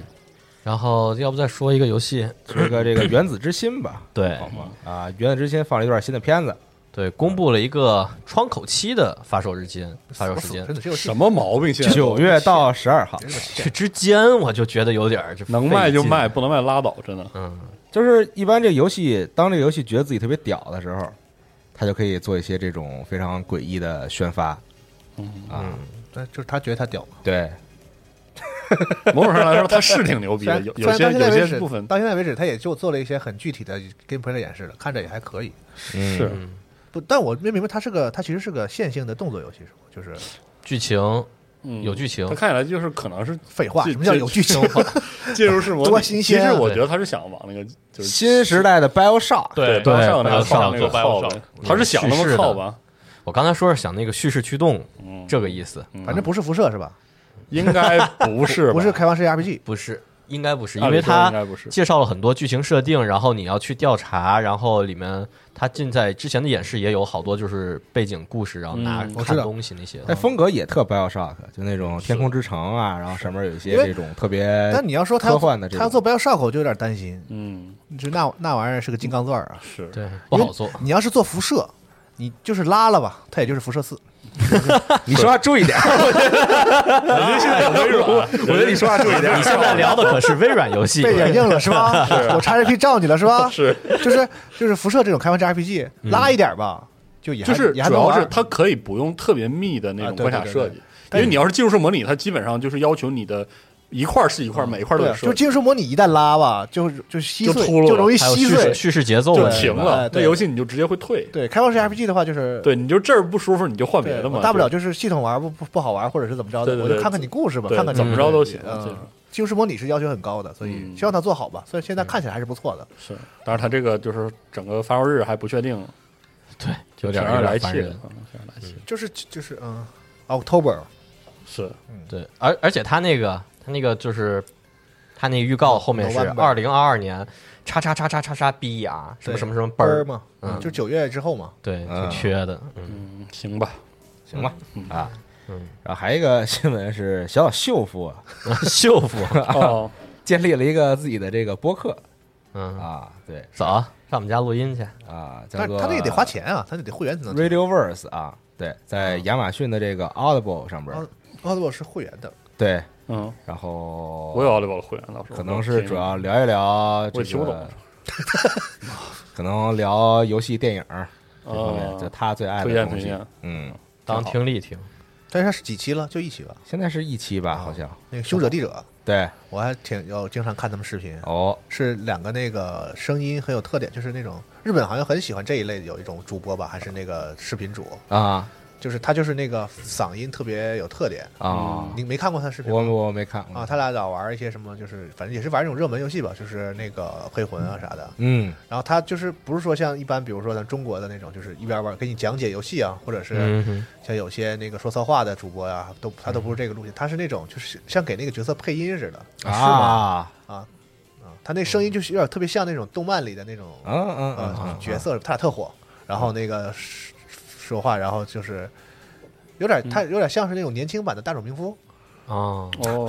[SPEAKER 2] 然后要不再说一个游戏？
[SPEAKER 1] 说一个这个《原子之心》吧，
[SPEAKER 2] 对
[SPEAKER 1] 好吗？啊，《原子之心》放了一段新的片子，
[SPEAKER 2] 对，公布了一个窗口期的发售日间，发售时间
[SPEAKER 5] 真。的只有
[SPEAKER 4] 什么毛病？现在
[SPEAKER 1] 九月到十二号，
[SPEAKER 2] 这之间我就觉得有点儿就
[SPEAKER 4] 能
[SPEAKER 2] 费
[SPEAKER 4] 卖就
[SPEAKER 2] 劲
[SPEAKER 4] 卖，，不能卖拉倒，真的。
[SPEAKER 2] 嗯，
[SPEAKER 1] 就是一般这个游戏，当这个游戏觉得自己特别屌的时候，他就可以做一些这种非常诡异的宣发。啊，
[SPEAKER 5] 但就是他觉得他屌嘛。
[SPEAKER 1] 对，
[SPEAKER 4] 某种上来说，他是挺牛逼
[SPEAKER 5] 虽
[SPEAKER 4] 的，
[SPEAKER 5] 然
[SPEAKER 4] 有
[SPEAKER 5] 虽
[SPEAKER 4] 有
[SPEAKER 5] 然
[SPEAKER 4] 些
[SPEAKER 5] 到现在
[SPEAKER 4] 有
[SPEAKER 5] 为
[SPEAKER 4] 些
[SPEAKER 5] 止
[SPEAKER 4] 部分，
[SPEAKER 5] 到现在为止，他也就做了一些很具体的 gameplay 的演示了，看着也还可以。
[SPEAKER 1] 嗯
[SPEAKER 4] 是
[SPEAKER 5] 不，但我没明白，它是个，它其实是个线性的动作游戏，是吗？就是
[SPEAKER 2] 剧情
[SPEAKER 4] 嗯
[SPEAKER 2] 有剧情
[SPEAKER 4] 他，看起来就是可能是
[SPEAKER 5] 废话，
[SPEAKER 4] 这
[SPEAKER 5] 什么叫有剧情？
[SPEAKER 4] 进入 式模拟，
[SPEAKER 5] 多新鲜啊
[SPEAKER 4] 其实我觉得他是想往那个就是
[SPEAKER 1] 新时代的 BioShock，
[SPEAKER 4] 对
[SPEAKER 2] 对
[SPEAKER 4] 上那
[SPEAKER 2] 对
[SPEAKER 4] 个靠
[SPEAKER 2] 上
[SPEAKER 4] 那
[SPEAKER 6] 做
[SPEAKER 4] 个靠
[SPEAKER 6] BioShock
[SPEAKER 4] 呗，他是想那么靠吧？
[SPEAKER 2] 我刚才说是想那个叙事驱动
[SPEAKER 4] 嗯，
[SPEAKER 2] 这个意思，
[SPEAKER 5] 反正不是辐射是吧？
[SPEAKER 4] 应该不是吧，
[SPEAKER 5] 不是开放式 RPG，
[SPEAKER 2] 不是，应该不是，
[SPEAKER 4] 按
[SPEAKER 2] 因
[SPEAKER 4] 理
[SPEAKER 2] 为
[SPEAKER 4] 说
[SPEAKER 2] 它
[SPEAKER 4] 应该不是
[SPEAKER 2] 介绍了很多剧情设定，然后你要去调查，然后里面它尽在之前的演示也有好多就是背景故事，然后拿
[SPEAKER 4] 嗯
[SPEAKER 5] 我
[SPEAKER 2] 看
[SPEAKER 5] 知道
[SPEAKER 2] 东西那些的。
[SPEAKER 1] 但哎风格也特 BioShock，就那种天空之城啊，然后上面有一些
[SPEAKER 5] 因为
[SPEAKER 1] 这种特别
[SPEAKER 5] 但你要说他
[SPEAKER 1] 哎
[SPEAKER 5] 要
[SPEAKER 1] 科幻的这
[SPEAKER 5] 他
[SPEAKER 1] 种
[SPEAKER 5] 要做 BioShock，我就有点担心，
[SPEAKER 4] 嗯
[SPEAKER 5] 就那那玩意儿是个金刚钻儿啊。
[SPEAKER 4] 是
[SPEAKER 2] 对，不好做。
[SPEAKER 5] 你要是做辐射，你就是拉了吧，它也就是辐射四。
[SPEAKER 1] 你说话注意点，
[SPEAKER 4] 人家现在有微软，我
[SPEAKER 1] 我觉得你说话注意点。
[SPEAKER 2] 你现在聊的可是微软游 戏，
[SPEAKER 5] 被眼镜了是吧？我 XGP 照你了是吧？
[SPEAKER 4] 是，啊
[SPEAKER 5] 就是就是辐射这种开放式 RPG，拉一点吧，就也
[SPEAKER 4] 嗯
[SPEAKER 5] 还
[SPEAKER 4] 就是主
[SPEAKER 5] 也还能
[SPEAKER 4] 要是
[SPEAKER 5] 玩。
[SPEAKER 4] 它可以不用特别密的那
[SPEAKER 5] 啊
[SPEAKER 4] 种
[SPEAKER 5] 对
[SPEAKER 4] 关卡
[SPEAKER 5] 对对
[SPEAKER 4] 设
[SPEAKER 5] 对
[SPEAKER 4] 计，因为你要是技术式模拟，它基本上就是要求你的一块儿是一块儿，每一块儿都
[SPEAKER 5] 对啊
[SPEAKER 4] 得，
[SPEAKER 5] 就
[SPEAKER 4] 设计，
[SPEAKER 5] 技术模拟一旦拉吧，就就稀
[SPEAKER 4] 就
[SPEAKER 5] 碎，
[SPEAKER 4] 秃噜了
[SPEAKER 5] 就容易
[SPEAKER 2] 还有
[SPEAKER 5] 稀
[SPEAKER 2] 叙
[SPEAKER 5] 碎
[SPEAKER 2] 事。叙事节奏啊
[SPEAKER 4] 就
[SPEAKER 2] 问题
[SPEAKER 4] 停
[SPEAKER 2] 吧
[SPEAKER 5] 哎
[SPEAKER 4] 了。那
[SPEAKER 5] 对
[SPEAKER 4] 游戏你就直接会退，
[SPEAKER 5] 对，开放式 RPG 的话就是
[SPEAKER 4] 对，你就这儿不舒服你就换别
[SPEAKER 5] 对
[SPEAKER 4] 的嘛，
[SPEAKER 5] 大不了
[SPEAKER 4] 就
[SPEAKER 5] 就是系统玩不不不好玩，或者是怎么着
[SPEAKER 4] 对
[SPEAKER 5] 的，
[SPEAKER 4] 对
[SPEAKER 5] 我
[SPEAKER 4] 对
[SPEAKER 5] 就看看你故事吧，
[SPEAKER 4] 对
[SPEAKER 5] 看看
[SPEAKER 4] 怎么着都行
[SPEAKER 5] 嗯
[SPEAKER 4] 就是
[SPEAKER 5] 技术模拟是要求很高的，所以
[SPEAKER 4] 嗯
[SPEAKER 5] 希望它做好吧。所以现在看起来还是不错的。
[SPEAKER 4] 是。当然，它这个就是整个发售日还不确定，
[SPEAKER 2] 对，有
[SPEAKER 4] 挺
[SPEAKER 2] 点
[SPEAKER 4] 让
[SPEAKER 2] 有
[SPEAKER 4] 人来
[SPEAKER 2] 点
[SPEAKER 4] 气
[SPEAKER 2] 烦
[SPEAKER 4] 的
[SPEAKER 2] 人。，
[SPEAKER 4] 嗯挺让人来气的。
[SPEAKER 5] 就是就是嗯，October
[SPEAKER 4] 是，
[SPEAKER 2] 对，而而且他那个他那个就是他那个预告后面
[SPEAKER 4] 嗯
[SPEAKER 2] 是
[SPEAKER 5] November
[SPEAKER 2] 二零二二年叉叉叉叉叉叉 B 啊，什么
[SPEAKER 5] 对
[SPEAKER 2] 什么什么奔
[SPEAKER 5] 班儿
[SPEAKER 2] 儿，
[SPEAKER 5] 嘛，
[SPEAKER 2] 嗯
[SPEAKER 5] 就九月之后嘛。
[SPEAKER 2] 对，
[SPEAKER 1] 嗯
[SPEAKER 2] 挺缺的。嗯，
[SPEAKER 4] 嗯，行吧，
[SPEAKER 1] 行吧，啊，
[SPEAKER 2] 嗯
[SPEAKER 1] 然后还有一个 新闻是小小秀夫啊
[SPEAKER 2] 秀夫，
[SPEAKER 4] 哦，
[SPEAKER 1] 建立了一个自己的这个播客
[SPEAKER 2] 嗯，
[SPEAKER 1] 啊，对
[SPEAKER 2] 走，上我们家录音去。
[SPEAKER 1] 啊，叫
[SPEAKER 5] 但是
[SPEAKER 1] 做
[SPEAKER 5] 他那个得花钱啊，他那得会员才能听。
[SPEAKER 1] Radioverse 啊，对，在亚马逊的这个 Audible 上边
[SPEAKER 5] 哦，Audible 是会员的，
[SPEAKER 1] 对，
[SPEAKER 4] 嗯，
[SPEAKER 1] 然后
[SPEAKER 4] 我有奥利奥的会员，老师，
[SPEAKER 1] 可
[SPEAKER 4] 我
[SPEAKER 1] 能
[SPEAKER 4] 不
[SPEAKER 1] 是
[SPEAKER 4] 听
[SPEAKER 1] 主要聊一聊这
[SPEAKER 4] 我也听不懂
[SPEAKER 1] 个，可能聊游戏、电影这方面，
[SPEAKER 4] 啊
[SPEAKER 1] 就，他最爱
[SPEAKER 4] 推
[SPEAKER 1] 的
[SPEAKER 4] 荐
[SPEAKER 1] 东
[SPEAKER 4] 推
[SPEAKER 1] 西。
[SPEAKER 4] 荐，
[SPEAKER 1] 嗯，
[SPEAKER 2] 当听力听，
[SPEAKER 5] 但是它是几期了？就一期吧。
[SPEAKER 1] 现在是一期吧，好像
[SPEAKER 5] 那个《修者地者
[SPEAKER 1] 对》，
[SPEAKER 5] 我还挺有经常看他们视频，
[SPEAKER 1] 哦，
[SPEAKER 5] 是两个那个声音很有特点，就是那种日本好像很喜欢这一类有一种主播吧，还是那个视频主，
[SPEAKER 1] 啊
[SPEAKER 5] 就是他就是那个嗓音特别有特点。
[SPEAKER 1] 啊，
[SPEAKER 5] 你没看过他视频吗？
[SPEAKER 1] 我我没看
[SPEAKER 5] 嗯啊，他俩老玩一些什么，就是反正也是玩这种热门游戏吧，就是那个黑魂啊啥的。
[SPEAKER 1] 嗯
[SPEAKER 5] 然后他就是不是说像一般，比如说咱中国的那种，就是一边玩给你讲解游戏啊，或者是
[SPEAKER 2] 嗯哼，
[SPEAKER 5] 像有些那个说骚话的主播呀、啊都他都不是这个路线，他是那种就是像给那个角色配音似的
[SPEAKER 1] 啊，
[SPEAKER 5] 啊，他那声音就是有点特别像那种动漫里的那种
[SPEAKER 1] 嗯嗯
[SPEAKER 5] 呃、
[SPEAKER 1] 嗯，
[SPEAKER 5] 角色，他俩特火，然后那个说说话，然后就是有点他有点像是那种年轻版的大冢明夫，
[SPEAKER 2] 哦，
[SPEAKER 4] 哦，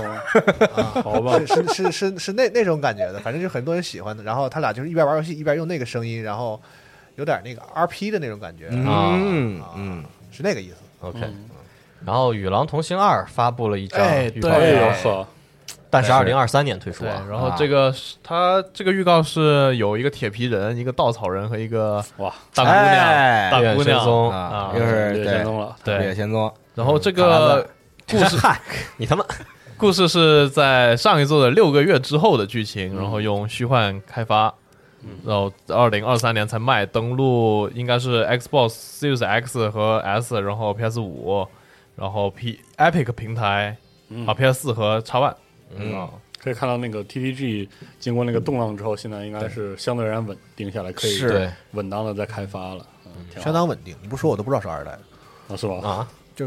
[SPEAKER 5] 啊，
[SPEAKER 4] 好吧，
[SPEAKER 5] 是是是是是那那种感觉的，反正就很多人喜欢的。然后他俩就是一边玩游戏一边用那个声音，然后有点那个 R P 的那种感觉，
[SPEAKER 1] 嗯嗯，
[SPEAKER 5] 是那个意思。
[SPEAKER 2] OK，、然后《与狼同行二》发布了一张
[SPEAKER 6] 哎
[SPEAKER 2] 预告
[SPEAKER 6] 对
[SPEAKER 2] 片，
[SPEAKER 4] 哎呦呵，
[SPEAKER 2] 但是
[SPEAKER 1] 是
[SPEAKER 2] 二零二三年推出
[SPEAKER 6] 对，
[SPEAKER 2] 啊。
[SPEAKER 6] 然后这个是它这个预告是有一个铁皮人、一个稻草人和一个
[SPEAKER 4] 哇，
[SPEAKER 6] 大姑娘，
[SPEAKER 1] 哎
[SPEAKER 6] 大姑
[SPEAKER 2] 月神
[SPEAKER 6] 娘
[SPEAKER 2] 宗
[SPEAKER 1] 啊，
[SPEAKER 6] 啊
[SPEAKER 1] 又。是
[SPEAKER 4] 略
[SPEAKER 1] 对
[SPEAKER 4] 先。动了，
[SPEAKER 1] 对，
[SPEAKER 6] 对，
[SPEAKER 1] 先宗
[SPEAKER 6] 然后这
[SPEAKER 1] 卡拉
[SPEAKER 6] 个故 事
[SPEAKER 2] 你他妈
[SPEAKER 6] 故事是在上一周的六个月之后的剧
[SPEAKER 4] 嗯
[SPEAKER 6] 情，然后用虚幻开发，然后二零二三年才卖，登陆应该是 Xbox Series X 和 S，然后 PS 五，然后 P Epic 平台
[SPEAKER 4] 嗯
[SPEAKER 6] 啊 PS 四和 X One，
[SPEAKER 1] 嗯
[SPEAKER 6] 啊
[SPEAKER 4] 可以看到那个 TTG 经过那个动荡之后，现在应该是相对而言稳定下来，可以
[SPEAKER 1] 是
[SPEAKER 2] 对
[SPEAKER 4] 稳当的在开发了，嗯，挺好
[SPEAKER 5] 相当稳定，你不说我都不知道是二代，
[SPEAKER 4] 啊，是吧？
[SPEAKER 2] 啊，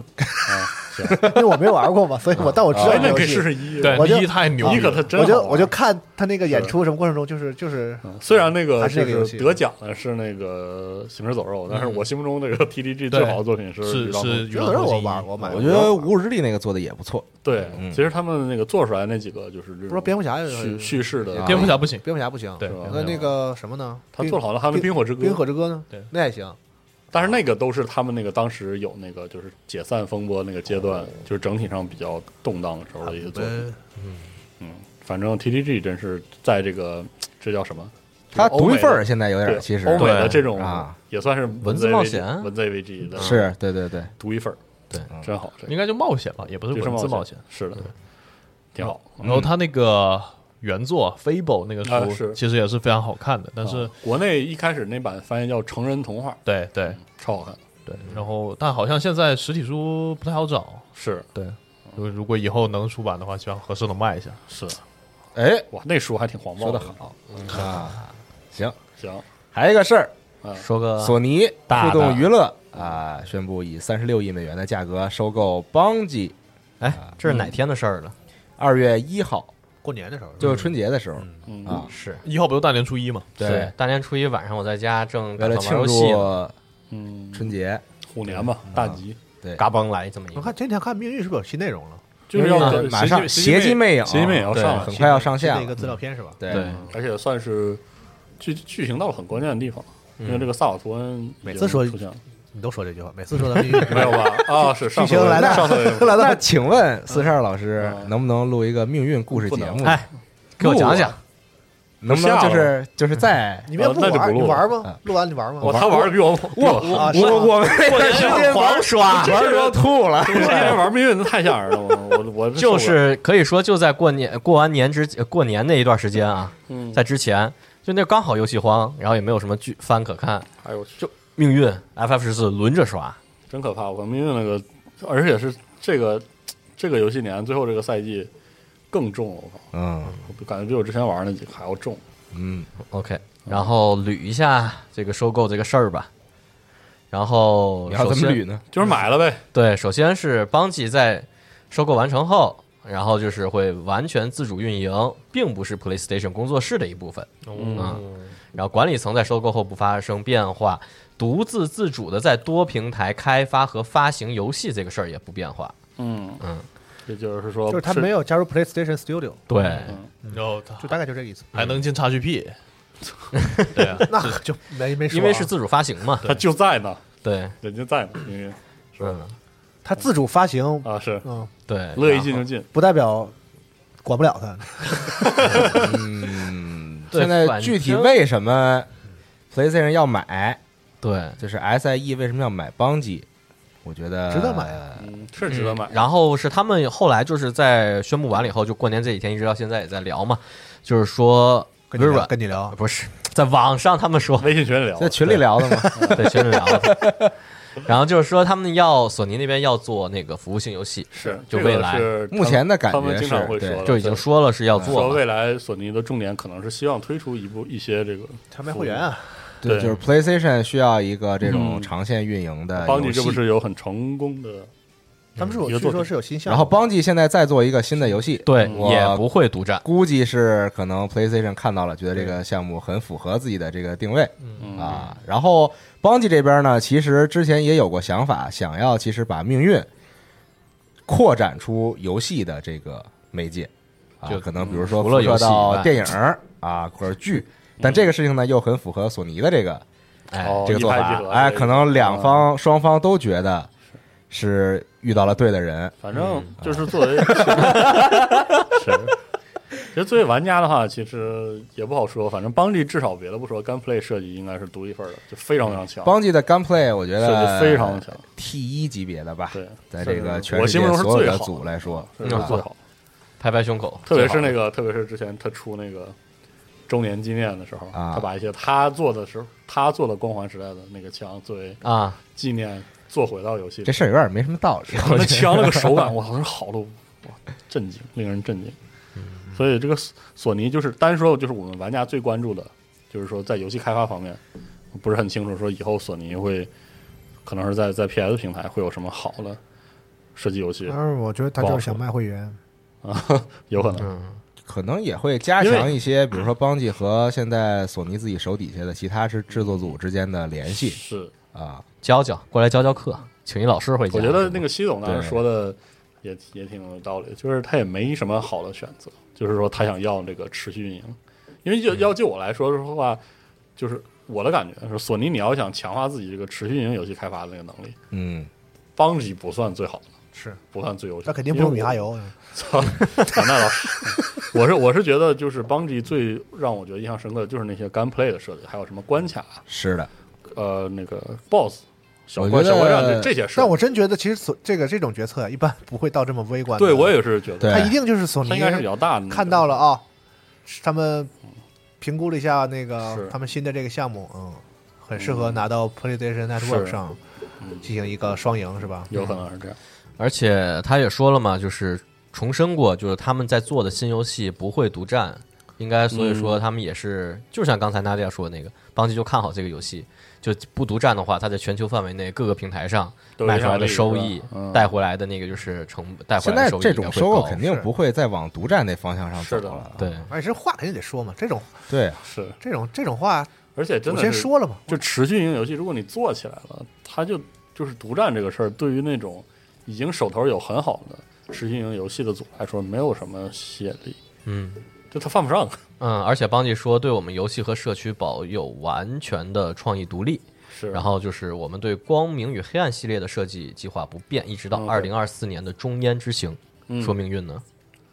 [SPEAKER 5] 因为我没玩过嘛，所以我但我知道
[SPEAKER 4] 哎，
[SPEAKER 5] 这
[SPEAKER 4] 那
[SPEAKER 5] 个
[SPEAKER 4] 可以
[SPEAKER 5] 游
[SPEAKER 4] 试
[SPEAKER 5] 戏。
[SPEAKER 4] 试一，
[SPEAKER 6] 对
[SPEAKER 5] 我就
[SPEAKER 6] 一太牛
[SPEAKER 4] 一可
[SPEAKER 6] 了，
[SPEAKER 4] 他真
[SPEAKER 5] 我就
[SPEAKER 4] 好玩
[SPEAKER 5] 我就看他那个演出什么过程中，就是就是
[SPEAKER 4] 嗯虽然那个
[SPEAKER 5] 还是那个游
[SPEAKER 4] 就
[SPEAKER 5] 戏
[SPEAKER 4] 是得奖的是那个《行尸走肉》，但是我心目中那个 TTG
[SPEAKER 6] 对
[SPEAKER 4] 最好的作品是《
[SPEAKER 6] 是
[SPEAKER 4] 鱼郎
[SPEAKER 6] 是
[SPEAKER 4] 梦
[SPEAKER 6] 与
[SPEAKER 5] 觉
[SPEAKER 6] 狼
[SPEAKER 5] 得
[SPEAKER 6] 同
[SPEAKER 5] 我
[SPEAKER 6] 行
[SPEAKER 5] 玩我买过，
[SPEAKER 1] 我觉得《无日之地》那个做的也不错，
[SPEAKER 4] 对
[SPEAKER 1] 嗯，
[SPEAKER 4] 其实他们那个做出来那几个就是这
[SPEAKER 5] 不是
[SPEAKER 4] 种
[SPEAKER 5] 蝙蝠侠也
[SPEAKER 4] 叙叙事的
[SPEAKER 1] 啊
[SPEAKER 6] 蝙蝠侠不行，
[SPEAKER 5] 蝙蝠侠不行，
[SPEAKER 6] 对
[SPEAKER 4] 嗯是吧
[SPEAKER 5] 那那个什么呢？
[SPEAKER 4] 他
[SPEAKER 5] 冰
[SPEAKER 4] 做好了，还有那《冰火之歌》，
[SPEAKER 5] 冰火之歌呢？
[SPEAKER 6] 对
[SPEAKER 5] 那也行。
[SPEAKER 4] 但是那个都是他们那个当时有那个就是解散风波那个阶
[SPEAKER 5] 哦
[SPEAKER 4] 段，就是整体上比较动荡的时候的一些作品。嗯
[SPEAKER 5] 呃，
[SPEAKER 4] 反正 TTG 真是在这个这叫什么？
[SPEAKER 1] 他
[SPEAKER 4] 就是欧
[SPEAKER 1] 独
[SPEAKER 4] 美
[SPEAKER 1] 一
[SPEAKER 4] 的
[SPEAKER 1] 份儿，现在有点
[SPEAKER 4] 对
[SPEAKER 1] 儿，其实
[SPEAKER 4] 欧美的这种
[SPEAKER 1] 啊
[SPEAKER 4] 也算是
[SPEAKER 2] 文字
[SPEAKER 4] AVG
[SPEAKER 2] 冒险
[SPEAKER 4] 文字 AVG 的
[SPEAKER 1] 是对对对，
[SPEAKER 4] 独一份儿，
[SPEAKER 2] 对，
[SPEAKER 4] 真好，这
[SPEAKER 6] 应该就冒险吧，也不是
[SPEAKER 4] 这
[SPEAKER 6] 文字
[SPEAKER 4] 冒
[SPEAKER 6] 冒险。，嗯
[SPEAKER 4] 是的，挺好。
[SPEAKER 6] 然后他那个原作《Fable》那个
[SPEAKER 4] 啊
[SPEAKER 6] 书
[SPEAKER 4] 是
[SPEAKER 6] 其实也是非常好看的，但是
[SPEAKER 4] 啊国内一开始那版翻译叫《成人童话
[SPEAKER 6] 对对》，
[SPEAKER 4] 超好看，
[SPEAKER 6] 对，然后但好像现在实体书不太好找，
[SPEAKER 4] 是
[SPEAKER 6] 对，如果如果以后能出版的话，希望合适能卖一下。
[SPEAKER 4] 是，
[SPEAKER 1] 哎
[SPEAKER 4] 哇，那书还挺黄暴
[SPEAKER 1] 说
[SPEAKER 4] 的
[SPEAKER 1] 的，好啊，行，
[SPEAKER 4] 行，
[SPEAKER 1] 还有一个事儿，
[SPEAKER 2] 说个
[SPEAKER 1] 索尼
[SPEAKER 2] 大
[SPEAKER 1] 互
[SPEAKER 2] 的
[SPEAKER 1] 动娱乐啊、宣布以三十六亿美元的价格收购邦吉。
[SPEAKER 2] 哎，这是哪天的事儿了？
[SPEAKER 1] 二月一号，
[SPEAKER 5] 过年的时候，
[SPEAKER 1] 就是春节的时候，
[SPEAKER 4] 嗯
[SPEAKER 1] 啊
[SPEAKER 2] 是
[SPEAKER 6] 一号不就大年初一嘛？
[SPEAKER 1] 对
[SPEAKER 2] 是，大年初一晚上我在家正
[SPEAKER 1] 为
[SPEAKER 2] 打
[SPEAKER 1] 了
[SPEAKER 2] 算玩
[SPEAKER 1] 庆
[SPEAKER 2] 游戏呢，
[SPEAKER 1] 祝
[SPEAKER 4] 嗯，
[SPEAKER 1] 春节，
[SPEAKER 4] 虎年吧，大吉，
[SPEAKER 2] 嘎嘣来这么一
[SPEAKER 5] 我
[SPEAKER 2] 个
[SPEAKER 5] 看，前几天看《命运》是不是有新内容了？
[SPEAKER 4] 就是
[SPEAKER 1] 因为
[SPEAKER 4] 要
[SPEAKER 1] 啊马上
[SPEAKER 4] 邪
[SPEAKER 1] 邪
[SPEAKER 4] 机
[SPEAKER 1] 机魅影
[SPEAKER 4] 邪机魅影要
[SPEAKER 2] 对
[SPEAKER 4] 上了
[SPEAKER 1] 很，快要上线
[SPEAKER 5] 新的一
[SPEAKER 1] 了
[SPEAKER 5] 个资料片是吧？
[SPEAKER 1] 对
[SPEAKER 2] 对，
[SPEAKER 4] 而且算是剧剧情到了很关键的地方，因为这个萨瓦图恩已
[SPEAKER 5] 每
[SPEAKER 4] 经
[SPEAKER 5] 次说
[SPEAKER 4] 出现了
[SPEAKER 5] 你都说这句话，每次说到命运，
[SPEAKER 4] 没有吧？啊，是上
[SPEAKER 5] 剧
[SPEAKER 4] 次
[SPEAKER 5] 情来
[SPEAKER 4] 上次
[SPEAKER 5] 了，
[SPEAKER 1] 那
[SPEAKER 5] 来了，
[SPEAKER 1] 请问四十二老师
[SPEAKER 4] 嗯
[SPEAKER 1] 能不能录一个命运故事节
[SPEAKER 4] 不
[SPEAKER 1] 目？
[SPEAKER 4] 能
[SPEAKER 2] 哎，给我讲讲，
[SPEAKER 1] 能不能就是就是在
[SPEAKER 5] 你们要不
[SPEAKER 4] 那就
[SPEAKER 5] 玩，
[SPEAKER 4] 不录了
[SPEAKER 5] 你玩吗
[SPEAKER 1] 啊？
[SPEAKER 5] 录完你玩吗？
[SPEAKER 4] 我他玩的比我比我 好
[SPEAKER 5] 啊是吗
[SPEAKER 1] 我我们那段时间玩
[SPEAKER 2] 刷
[SPEAKER 1] 玩的都吐了，
[SPEAKER 4] 这些人玩命运太吓人了，我我我
[SPEAKER 2] 就
[SPEAKER 4] 受不了
[SPEAKER 2] 是可以说就在过年过完年之过年那一段时间啊，
[SPEAKER 4] 嗯，
[SPEAKER 2] 在之前就那刚好游戏荒，然后也没有什么剧番可看，
[SPEAKER 4] 哎呦，就
[SPEAKER 2] 命运 FF 十四轮着刷，
[SPEAKER 4] 真可怕！我命运那个，而且是这个这个游戏年最后这个赛季更重了，我靠，
[SPEAKER 1] 嗯
[SPEAKER 4] 我感觉比我之前玩那几个还要重。
[SPEAKER 1] 嗯，
[SPEAKER 2] OK，然后捋一下这个收购这个事儿吧。然后
[SPEAKER 1] 你要
[SPEAKER 2] 首
[SPEAKER 1] 怎么
[SPEAKER 2] 先
[SPEAKER 1] 捋呢？
[SPEAKER 4] 就是买了呗，
[SPEAKER 2] 对，首先是邦吉在收购完成后，然后就是会完全自主运营，并不是 PlayStation 工作室的一部分。
[SPEAKER 4] 嗯，
[SPEAKER 2] 然后管理层在收购后不发生变化，独自自主的在多平台开发和发行游戏这个事儿也不变化。
[SPEAKER 4] 嗯
[SPEAKER 2] 嗯，
[SPEAKER 4] 这就是说，
[SPEAKER 5] 就是他没有加入 PlayStation Studio，
[SPEAKER 2] 对，
[SPEAKER 6] 然后他
[SPEAKER 5] 就大概就这个意思。
[SPEAKER 6] 还能进 XGP，对啊，
[SPEAKER 5] 那就没没说啊，
[SPEAKER 2] 因为是自主发行嘛。
[SPEAKER 4] 他就在呢，
[SPEAKER 2] 对，
[SPEAKER 4] 人家在呢，命运
[SPEAKER 2] 嗯，
[SPEAKER 5] 他自主发行，
[SPEAKER 4] 啊是
[SPEAKER 5] 嗯，
[SPEAKER 2] 对，
[SPEAKER 4] 乐意进就进，
[SPEAKER 5] 不代表管不了他。
[SPEAKER 1] 嗯，
[SPEAKER 2] 对
[SPEAKER 1] 现在
[SPEAKER 2] 反
[SPEAKER 1] 具体
[SPEAKER 2] 正
[SPEAKER 1] 为什么 PlayStation 要买，
[SPEAKER 2] 对。
[SPEAKER 1] 就是 SIE 为什么要买邦吉？我觉得
[SPEAKER 5] 值得买啊
[SPEAKER 4] 嗯，是值得买。
[SPEAKER 2] 然后是他们后来就是在宣布完了以后，就过年这几天一直到现在也在聊嘛，就是说
[SPEAKER 5] 跟你
[SPEAKER 2] 微
[SPEAKER 5] 聊，
[SPEAKER 2] 软
[SPEAKER 5] 跟你聊，
[SPEAKER 2] 不是在网上他们 说
[SPEAKER 4] 微信群里聊
[SPEAKER 1] 在，群里聊的嘛，
[SPEAKER 2] 在群里聊的然后就是说他们要索尼那边要做那个服务性游戏，
[SPEAKER 4] 是
[SPEAKER 2] 就
[SPEAKER 4] 这个
[SPEAKER 2] 未来
[SPEAKER 4] 是
[SPEAKER 1] 目前的感
[SPEAKER 4] 他们
[SPEAKER 1] 觉
[SPEAKER 4] 经常
[SPEAKER 1] 是
[SPEAKER 4] 会说
[SPEAKER 1] 对
[SPEAKER 4] 的，
[SPEAKER 2] 就已经说了是要做了，
[SPEAKER 4] 说未来索尼的重点可能是希望推出一部一些这个
[SPEAKER 5] 他卖会员啊，
[SPEAKER 1] 对，
[SPEAKER 4] 对
[SPEAKER 1] 就是 PlayStation 需要一个这种
[SPEAKER 4] 嗯
[SPEAKER 1] 长线运营的
[SPEAKER 4] 邦
[SPEAKER 1] 呃游
[SPEAKER 4] 尼这
[SPEAKER 1] 戏
[SPEAKER 4] 不是有很成功的，
[SPEAKER 5] 他们是
[SPEAKER 4] 一
[SPEAKER 5] 有
[SPEAKER 4] 个作
[SPEAKER 5] 据说
[SPEAKER 4] 品
[SPEAKER 5] 是有新项
[SPEAKER 1] 然
[SPEAKER 5] 目，
[SPEAKER 1] 后邦吉现在在做一个新的游戏，
[SPEAKER 2] 对，
[SPEAKER 4] 嗯
[SPEAKER 2] 也不会独占。
[SPEAKER 1] 估计是可能 PlayStation 看到了，觉得这个项目很符合自己的这个定位
[SPEAKER 4] 嗯，
[SPEAKER 1] 啊。然后邦吉这边呢，其实之前也有过想法，想要其实把命运扩展出游戏的这个媒介啊
[SPEAKER 2] 就，
[SPEAKER 1] 可能比如说
[SPEAKER 2] 除了
[SPEAKER 1] 辐射
[SPEAKER 2] 游戏以
[SPEAKER 1] 到
[SPEAKER 4] 哎
[SPEAKER 2] 外
[SPEAKER 1] 电影儿啊或者剧，但这个事情呢又很符合索尼的这个
[SPEAKER 2] 哎，
[SPEAKER 4] 嗯哦
[SPEAKER 1] 这个做
[SPEAKER 4] 一拍即
[SPEAKER 1] 法
[SPEAKER 4] 合，
[SPEAKER 1] 哎，
[SPEAKER 4] 这个啊
[SPEAKER 1] 可能两方双方都觉得是遇到了对的人，
[SPEAKER 4] 反正就是作为 是，其实作为玩家的话，其实也不好说。反正邦利至少别的不说，Gunplay 设计应该是独一份儿的，就非常非常强，
[SPEAKER 1] 邦嗯吉的 gunplay 我觉
[SPEAKER 4] 啊设
[SPEAKER 1] 得
[SPEAKER 4] 计非常强。
[SPEAKER 1] T 一级别的吧，
[SPEAKER 4] 对，
[SPEAKER 1] 在这个全
[SPEAKER 4] 我
[SPEAKER 1] 世
[SPEAKER 4] 心目
[SPEAKER 1] 界
[SPEAKER 4] 中是
[SPEAKER 1] 所有
[SPEAKER 4] 最
[SPEAKER 1] 的
[SPEAKER 4] 好嗯
[SPEAKER 1] 组来说，啊
[SPEAKER 4] 这是最好，
[SPEAKER 2] 拍拍胸口，
[SPEAKER 4] 特别是
[SPEAKER 2] 最
[SPEAKER 4] 那
[SPEAKER 2] 好
[SPEAKER 4] 个，特别是之前他出那个周年纪念的时候，
[SPEAKER 1] 啊
[SPEAKER 4] 他把一些他做的时候，他做的光环时代的那个枪作为
[SPEAKER 2] 啊，
[SPEAKER 4] 纪念做回到游戏里
[SPEAKER 1] 这，事儿有点没什么道 理。
[SPEAKER 4] 那枪那个手感，我操，是好的，哇，震惊，令人震惊。
[SPEAKER 1] 嗯
[SPEAKER 4] 所以这个索索尼就是单说，就是我们玩家最关注的，就是说在游戏开发方面，不是很清楚，说以后索尼会可能是在在 PS 平台会有什么好的射击游戏啊
[SPEAKER 5] 但，是我觉得他就是想卖会员，
[SPEAKER 4] 有可能。
[SPEAKER 2] 嗯，
[SPEAKER 1] 可能也会加强一些，比如说邦吉和现在索尼自己手底下的其他是制作组之间的联系
[SPEAKER 4] 是，
[SPEAKER 1] 啊。
[SPEAKER 2] 教教过来教教课，请一老师回家。
[SPEAKER 4] 我觉得那个西总当
[SPEAKER 1] 对
[SPEAKER 4] 时说的也也挺有道理，就是他也没什么好的选择，就是说他想要这个持续运营，因为
[SPEAKER 1] 嗯
[SPEAKER 4] 就要就我来说的话，就是我的感觉是，索尼你要想强化自己这个持续运营游戏开发的那个能力，
[SPEAKER 1] 嗯，
[SPEAKER 4] 邦吉不算最好的，
[SPEAKER 5] 是
[SPEAKER 4] 不算最优秀，
[SPEAKER 5] 他肯定不用米哈
[SPEAKER 4] 因为
[SPEAKER 5] 游，啊
[SPEAKER 4] 我。操， 那倒是，我是我是觉得就是邦吉最让我觉得印象深刻的就是那些 gunplay 的设计，还有什么关卡，
[SPEAKER 1] 是的，
[SPEAKER 4] 呃，那个 boss 小
[SPEAKER 1] 我
[SPEAKER 4] 关
[SPEAKER 1] 觉得
[SPEAKER 4] 小关战这这些事儿
[SPEAKER 5] 但我真觉得其实索这个这种决策啊，一般不会到这么微观的。
[SPEAKER 4] 对我也是觉得，
[SPEAKER 1] 对
[SPEAKER 5] 他一定就是索尼
[SPEAKER 4] 它应该是比较大的那个，
[SPEAKER 5] 哦看到了啊，他们评估了一下那个
[SPEAKER 4] 是
[SPEAKER 5] 他们新的这个项目，嗯，很适合拿到 PlayStation
[SPEAKER 4] 是嗯
[SPEAKER 5] Network 上进行一个双赢，是吧？
[SPEAKER 4] 有可能是这样。
[SPEAKER 2] 而且他也说了嘛，就是重申过，就是他们在做的新游戏不会独占应该所以说他们也是，就像刚才娜迪亚说的那个，邦基就看好这个游戏，就不独占的话，它在全球范围内各个平台上
[SPEAKER 4] 都有
[SPEAKER 2] 卖出来
[SPEAKER 4] 压
[SPEAKER 2] 的
[SPEAKER 4] 力
[SPEAKER 2] 收益
[SPEAKER 4] 是吧嗯，
[SPEAKER 2] 带回来的那个就是成本带回
[SPEAKER 1] 现在
[SPEAKER 2] 来的收益
[SPEAKER 1] 这
[SPEAKER 2] 应
[SPEAKER 1] 种
[SPEAKER 2] 该会
[SPEAKER 1] 收购
[SPEAKER 2] 高
[SPEAKER 1] 肯定不会再往独占那方向上走
[SPEAKER 4] 是的
[SPEAKER 1] 了。
[SPEAKER 2] 对，
[SPEAKER 5] 而哎且这话肯定得说嘛，这种
[SPEAKER 1] 对，
[SPEAKER 4] 是，
[SPEAKER 5] 这种这种话，
[SPEAKER 4] 而且真
[SPEAKER 5] 我
[SPEAKER 4] 的
[SPEAKER 5] 先
[SPEAKER 4] 是
[SPEAKER 5] 说了嘛，
[SPEAKER 4] 就持续型游戏，如果你做起来了，它就就是独占这个事儿，对于那种已经手头有很好的持续型游戏的组来说，没有什么吸引力，
[SPEAKER 2] 嗯。
[SPEAKER 4] 就它犯不上。
[SPEAKER 2] 嗯，而且邦吉说，对我们游戏和社区保有完全的创意独立。
[SPEAKER 4] 是，
[SPEAKER 2] 然后就是我们对《光明与黑暗》系列的设计计划不变，一直到
[SPEAKER 4] 嗯
[SPEAKER 2] 二
[SPEAKER 4] 对
[SPEAKER 2] 零二四年的中烟之行。
[SPEAKER 4] 嗯
[SPEAKER 2] 说命运呢？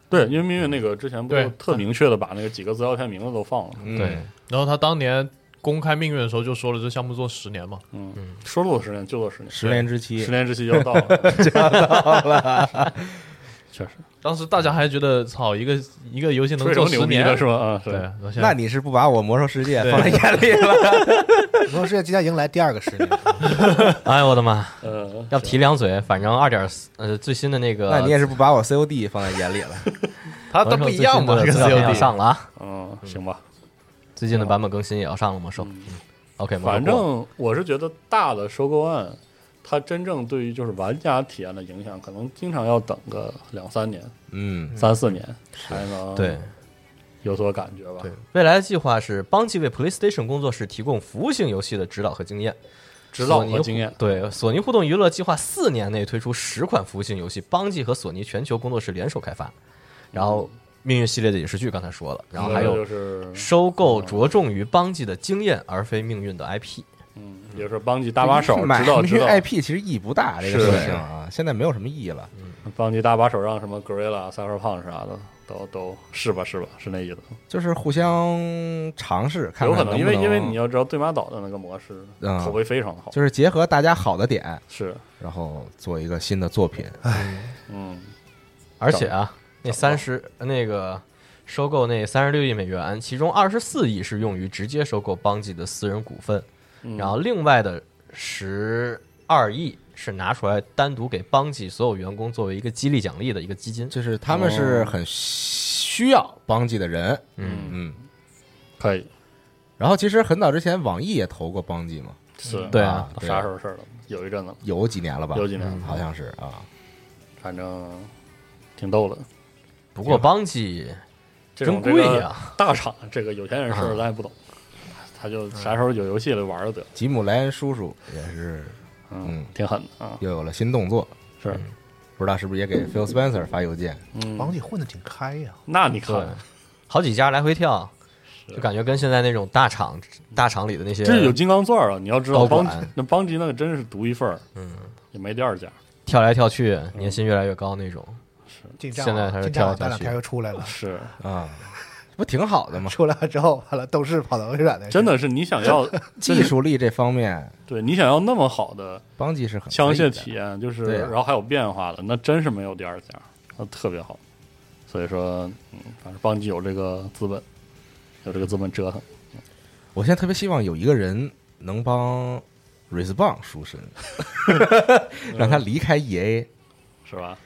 [SPEAKER 4] 对，因为命运那个之前不
[SPEAKER 6] 对
[SPEAKER 4] 是特明确的把那个几个资料片名字都放了吗，
[SPEAKER 1] 嗯
[SPEAKER 2] 对，
[SPEAKER 6] 然后他当年公开命运的时候就说了，这项目做十年嘛，
[SPEAKER 4] 嗯说做十年就做十年，
[SPEAKER 1] 十年之期
[SPEAKER 4] 十，年之期就要到了，确实
[SPEAKER 6] 当时大家还觉得操一个一个游戏能
[SPEAKER 4] 吹
[SPEAKER 6] 做
[SPEAKER 4] 牛
[SPEAKER 6] 十
[SPEAKER 4] 牛逼
[SPEAKER 6] 年
[SPEAKER 4] 的是吗？啊，
[SPEAKER 6] 对，
[SPEAKER 4] 是。
[SPEAKER 6] 然后现
[SPEAKER 1] 那
[SPEAKER 6] 在
[SPEAKER 1] 你是不把我魔兽世界
[SPEAKER 6] 对
[SPEAKER 1] 放在眼里了？
[SPEAKER 5] 魔兽世界即将迎来第二个十 年，
[SPEAKER 2] 哎我的妈！
[SPEAKER 4] 呃，
[SPEAKER 2] 要提两嘴，反正二点呃最新的那 个，
[SPEAKER 1] 那你也是不把我 COD 放在眼里 了？
[SPEAKER 6] 他他不一样 嘛，这个
[SPEAKER 2] 资料要
[SPEAKER 6] COD
[SPEAKER 2] 上了啊！
[SPEAKER 4] 嗯，行吧，
[SPEAKER 2] 最近的版本更新也要上了吗？是吧
[SPEAKER 4] 嗯
[SPEAKER 2] OK，没
[SPEAKER 4] 反
[SPEAKER 2] 说过
[SPEAKER 4] 正嗯我是觉得大的收购案，它真正对于就是玩家体验的影响，可能经常要等个两三年、
[SPEAKER 1] 嗯，
[SPEAKER 4] 三四年才能
[SPEAKER 2] 对
[SPEAKER 4] 有所感觉吧。
[SPEAKER 2] 对，未来的计划是邦吉为 PlayStation 工作室提供服务性游戏的指导和经验。
[SPEAKER 4] 指导
[SPEAKER 2] 索尼
[SPEAKER 4] 和经验，
[SPEAKER 2] 对，索尼互动娱乐计划四年内推出十款服务性游戏，邦吉和索尼全球工作室联手开发。然后，命运系列的影视剧刚才说了，然后还
[SPEAKER 4] 就
[SPEAKER 2] 有
[SPEAKER 4] 是
[SPEAKER 2] 收购着重于邦吉的经验，而非命运的 IP。
[SPEAKER 4] 嗯，也是邦吉搭把手，
[SPEAKER 1] 买
[SPEAKER 4] 指导
[SPEAKER 1] 因
[SPEAKER 4] 指
[SPEAKER 1] 为
[SPEAKER 4] 导
[SPEAKER 1] IP 其实意义不大，这个
[SPEAKER 4] 是
[SPEAKER 1] 事情啊，现在没有什么意义了。
[SPEAKER 4] 邦吉搭把手，让什么 Gorilla、Cyberpunk 啥的都都是吧是吧，是那意思。
[SPEAKER 1] 就是互相尝试，看看
[SPEAKER 4] 有可能，因为
[SPEAKER 1] 不
[SPEAKER 4] 因为你要知道对马岛的那个模式
[SPEAKER 1] 嗯
[SPEAKER 4] 口碑非常好，
[SPEAKER 1] 就是结合大家好的点，
[SPEAKER 4] 是
[SPEAKER 1] 然后做一个新的作品。
[SPEAKER 4] 嗯，
[SPEAKER 2] 而且啊，那三十那个收购那三十六亿美元，其中二十四亿是用于直接收购邦吉的私人股份，
[SPEAKER 4] 嗯
[SPEAKER 2] 然后另外的十二亿是拿出来单独给邦吉所有员工作为一个激励奖励的一个基金。
[SPEAKER 1] 就是他们是很需要帮记的人，
[SPEAKER 2] 嗯
[SPEAKER 1] 嗯。
[SPEAKER 4] 可以
[SPEAKER 1] 然后其实很早之前，网易也投过帮记嘛，
[SPEAKER 4] 是，
[SPEAKER 2] 对啊，
[SPEAKER 1] 对
[SPEAKER 4] 啥时候事儿了？有一阵子了，
[SPEAKER 1] 有几年了吧？
[SPEAKER 4] 有几年了
[SPEAKER 1] 好像是啊。
[SPEAKER 4] 反正挺逗的。
[SPEAKER 2] 不过邦吉
[SPEAKER 4] 这
[SPEAKER 2] 真
[SPEAKER 4] 种这
[SPEAKER 2] 贵
[SPEAKER 4] 个
[SPEAKER 2] 呀、
[SPEAKER 4] 大厂这个有钱人事儿咱也不懂，他就啥时候有游戏了玩儿就得，
[SPEAKER 1] 吉姆莱恩叔叔也是嗯
[SPEAKER 4] 嗯，挺狠的啊，
[SPEAKER 1] 又有了新动作，嗯
[SPEAKER 4] 是，
[SPEAKER 1] 不知道是不是也给 Phil Spencer 发邮件？
[SPEAKER 5] 王
[SPEAKER 4] 嗯，
[SPEAKER 5] 姐混的挺开呀，
[SPEAKER 4] 那你
[SPEAKER 2] 对
[SPEAKER 4] 看，，
[SPEAKER 2] 好几家来回跳，就感觉跟现在那种大厂大厂里的那些
[SPEAKER 4] 这是有金刚钻儿啊！你要知道，
[SPEAKER 2] 高
[SPEAKER 4] 邦
[SPEAKER 2] 管
[SPEAKER 4] 那邦迪那个真是独一份儿，嗯，也没第二家，
[SPEAKER 2] 跳来跳去，年薪越来越高那种。
[SPEAKER 5] 进账啊
[SPEAKER 2] 现在他是
[SPEAKER 5] 进账
[SPEAKER 2] 跳下去
[SPEAKER 5] 了大两天又出来了，
[SPEAKER 4] 是，
[SPEAKER 1] 啊，不挺好的吗？
[SPEAKER 5] 出来了之后，完了斗士跑到微软那去，
[SPEAKER 4] 真的是你想 要，
[SPEAKER 1] 技术力这方面，
[SPEAKER 4] 对你想要那么好
[SPEAKER 2] 啊
[SPEAKER 4] 的
[SPEAKER 1] 帮记是很
[SPEAKER 4] 枪
[SPEAKER 1] 可以
[SPEAKER 4] 械
[SPEAKER 1] 的
[SPEAKER 4] 体验，就是
[SPEAKER 1] 对啊
[SPEAKER 4] 然后还有变化的，那真是没有第二家，那特别好。所以说，嗯，反正邦迪有这个资本，有这个资本折腾，
[SPEAKER 1] 我现在特别希望有一个人能帮 Respawn 赎 身， 让他离开 E EA。
[SPEAKER 4] 是吧？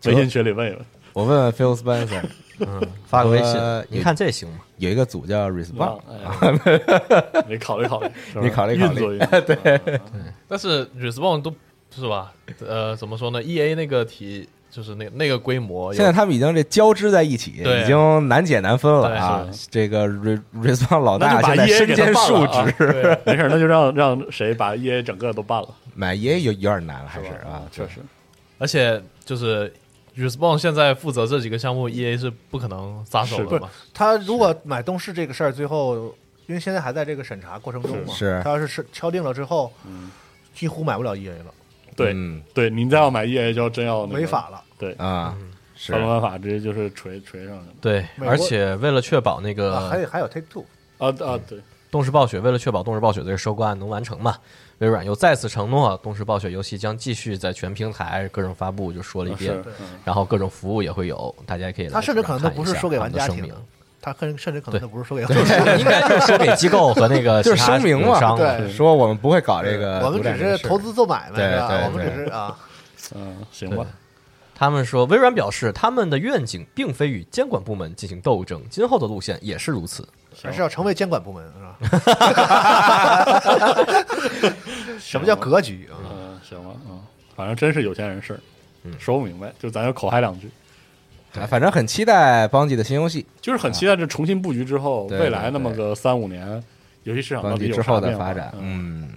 [SPEAKER 1] 就
[SPEAKER 4] 微信群里问一问，
[SPEAKER 1] 我问问 Phil Spencer，
[SPEAKER 2] 嗯，发个微信
[SPEAKER 1] 呃，
[SPEAKER 2] 你看这行 吗？
[SPEAKER 1] 有一个组叫 Respawn，
[SPEAKER 4] 哎， 你考虑考虑，是吧
[SPEAKER 1] 你考虑考虑
[SPEAKER 4] 运作运 作，啊对，
[SPEAKER 6] 但是 Respawn 都是吧？呃，怎么说呢？E A 那个体就是那那个规模，
[SPEAKER 1] 现在他们已经这交织在一起，
[SPEAKER 6] 对
[SPEAKER 1] 已经难解难分了啊这
[SPEAKER 4] 对！
[SPEAKER 1] 个 Re- Respawn 老大
[SPEAKER 4] 那就把
[SPEAKER 1] 现在
[SPEAKER 4] EA
[SPEAKER 1] 身兼数
[SPEAKER 4] 啊
[SPEAKER 1] 职，
[SPEAKER 6] 对
[SPEAKER 4] 没事儿，那就让让谁把 EA 整个都办了，
[SPEAKER 1] 买 EA 有有点难了，还
[SPEAKER 4] 是
[SPEAKER 1] 是
[SPEAKER 4] 吧？
[SPEAKER 1] 啊，
[SPEAKER 4] 确实，
[SPEAKER 6] 而且就是 Respawn 现在负责这几个项目，E A 是不可能撒手
[SPEAKER 4] 是
[SPEAKER 6] 的嘛。
[SPEAKER 5] 他如果买动视这个事儿，最后因为现在还在这个审查过程中嘛，
[SPEAKER 1] 是是
[SPEAKER 5] 他要是是敲定了之后，
[SPEAKER 4] 嗯
[SPEAKER 5] 几乎买不了 EA 了，
[SPEAKER 4] 对
[SPEAKER 1] 嗯
[SPEAKER 4] 对，你再要买 EA 就真要那个
[SPEAKER 5] 违法了。
[SPEAKER 1] 啊，是
[SPEAKER 4] 《龙玩法》直接就是锤锤上去了
[SPEAKER 2] 对，
[SPEAKER 5] 美国
[SPEAKER 2] 而且为了确保那
[SPEAKER 5] 啊、还
[SPEAKER 2] 个
[SPEAKER 5] 有还有 Take Two，
[SPEAKER 4] 啊啊！
[SPEAKER 1] 嗯
[SPEAKER 4] 对，
[SPEAKER 2] 动视暴雪，为了确保动视暴雪这个收购案能完成嘛，微软又再次承诺，动视暴雪游戏将继续在全平台各种发布，就说了一遍
[SPEAKER 4] 是，，嗯
[SPEAKER 2] 然后各种服务也会有，大家也可以来
[SPEAKER 5] 啊他甚至可能都不
[SPEAKER 2] 看
[SPEAKER 5] 是
[SPEAKER 2] 一下
[SPEAKER 5] 说给
[SPEAKER 6] 啊
[SPEAKER 5] 玩家
[SPEAKER 2] 他们
[SPEAKER 5] 听
[SPEAKER 2] 的
[SPEAKER 5] 的，他甚甚至可
[SPEAKER 2] 对
[SPEAKER 5] 能都不是说给
[SPEAKER 2] 声明，应该就是说给机构和那个
[SPEAKER 1] 就是
[SPEAKER 2] 其他
[SPEAKER 1] 声明
[SPEAKER 2] 友商
[SPEAKER 1] 嘛，
[SPEAKER 5] 对
[SPEAKER 1] 说我们不会搞这个
[SPEAKER 5] 我
[SPEAKER 1] 独
[SPEAKER 5] 们
[SPEAKER 1] 占
[SPEAKER 5] 只
[SPEAKER 1] 这个
[SPEAKER 5] 是
[SPEAKER 1] 事儿，
[SPEAKER 5] 投资做买卖，
[SPEAKER 1] 对
[SPEAKER 5] 是吧
[SPEAKER 1] 对
[SPEAKER 5] 我们
[SPEAKER 1] 对
[SPEAKER 5] 只是啊，
[SPEAKER 4] 嗯嗯，行吧，
[SPEAKER 2] 他们说，微软表示他们的愿景并非与监管部门进行斗争，今后的路线也是如此。
[SPEAKER 5] 还是要成为监管部门是吧？什么叫格局啊？
[SPEAKER 4] 嗯，行吧，嗯，反正真是有钱人事儿，
[SPEAKER 1] 嗯
[SPEAKER 4] 说不明白，就咱就口嗨两句，
[SPEAKER 1] 啊反正很期待邦吉的新游戏，
[SPEAKER 4] 就是很期待这重新布局之后，
[SPEAKER 1] 啊对
[SPEAKER 4] 未来那么个三五年，游戏市场到
[SPEAKER 1] 邦
[SPEAKER 4] 底
[SPEAKER 1] 吉
[SPEAKER 4] 啊有
[SPEAKER 1] 之
[SPEAKER 4] 啥
[SPEAKER 1] 后
[SPEAKER 4] 变
[SPEAKER 1] 的
[SPEAKER 4] 化
[SPEAKER 1] 发展，
[SPEAKER 4] 嗯，
[SPEAKER 1] 嗯，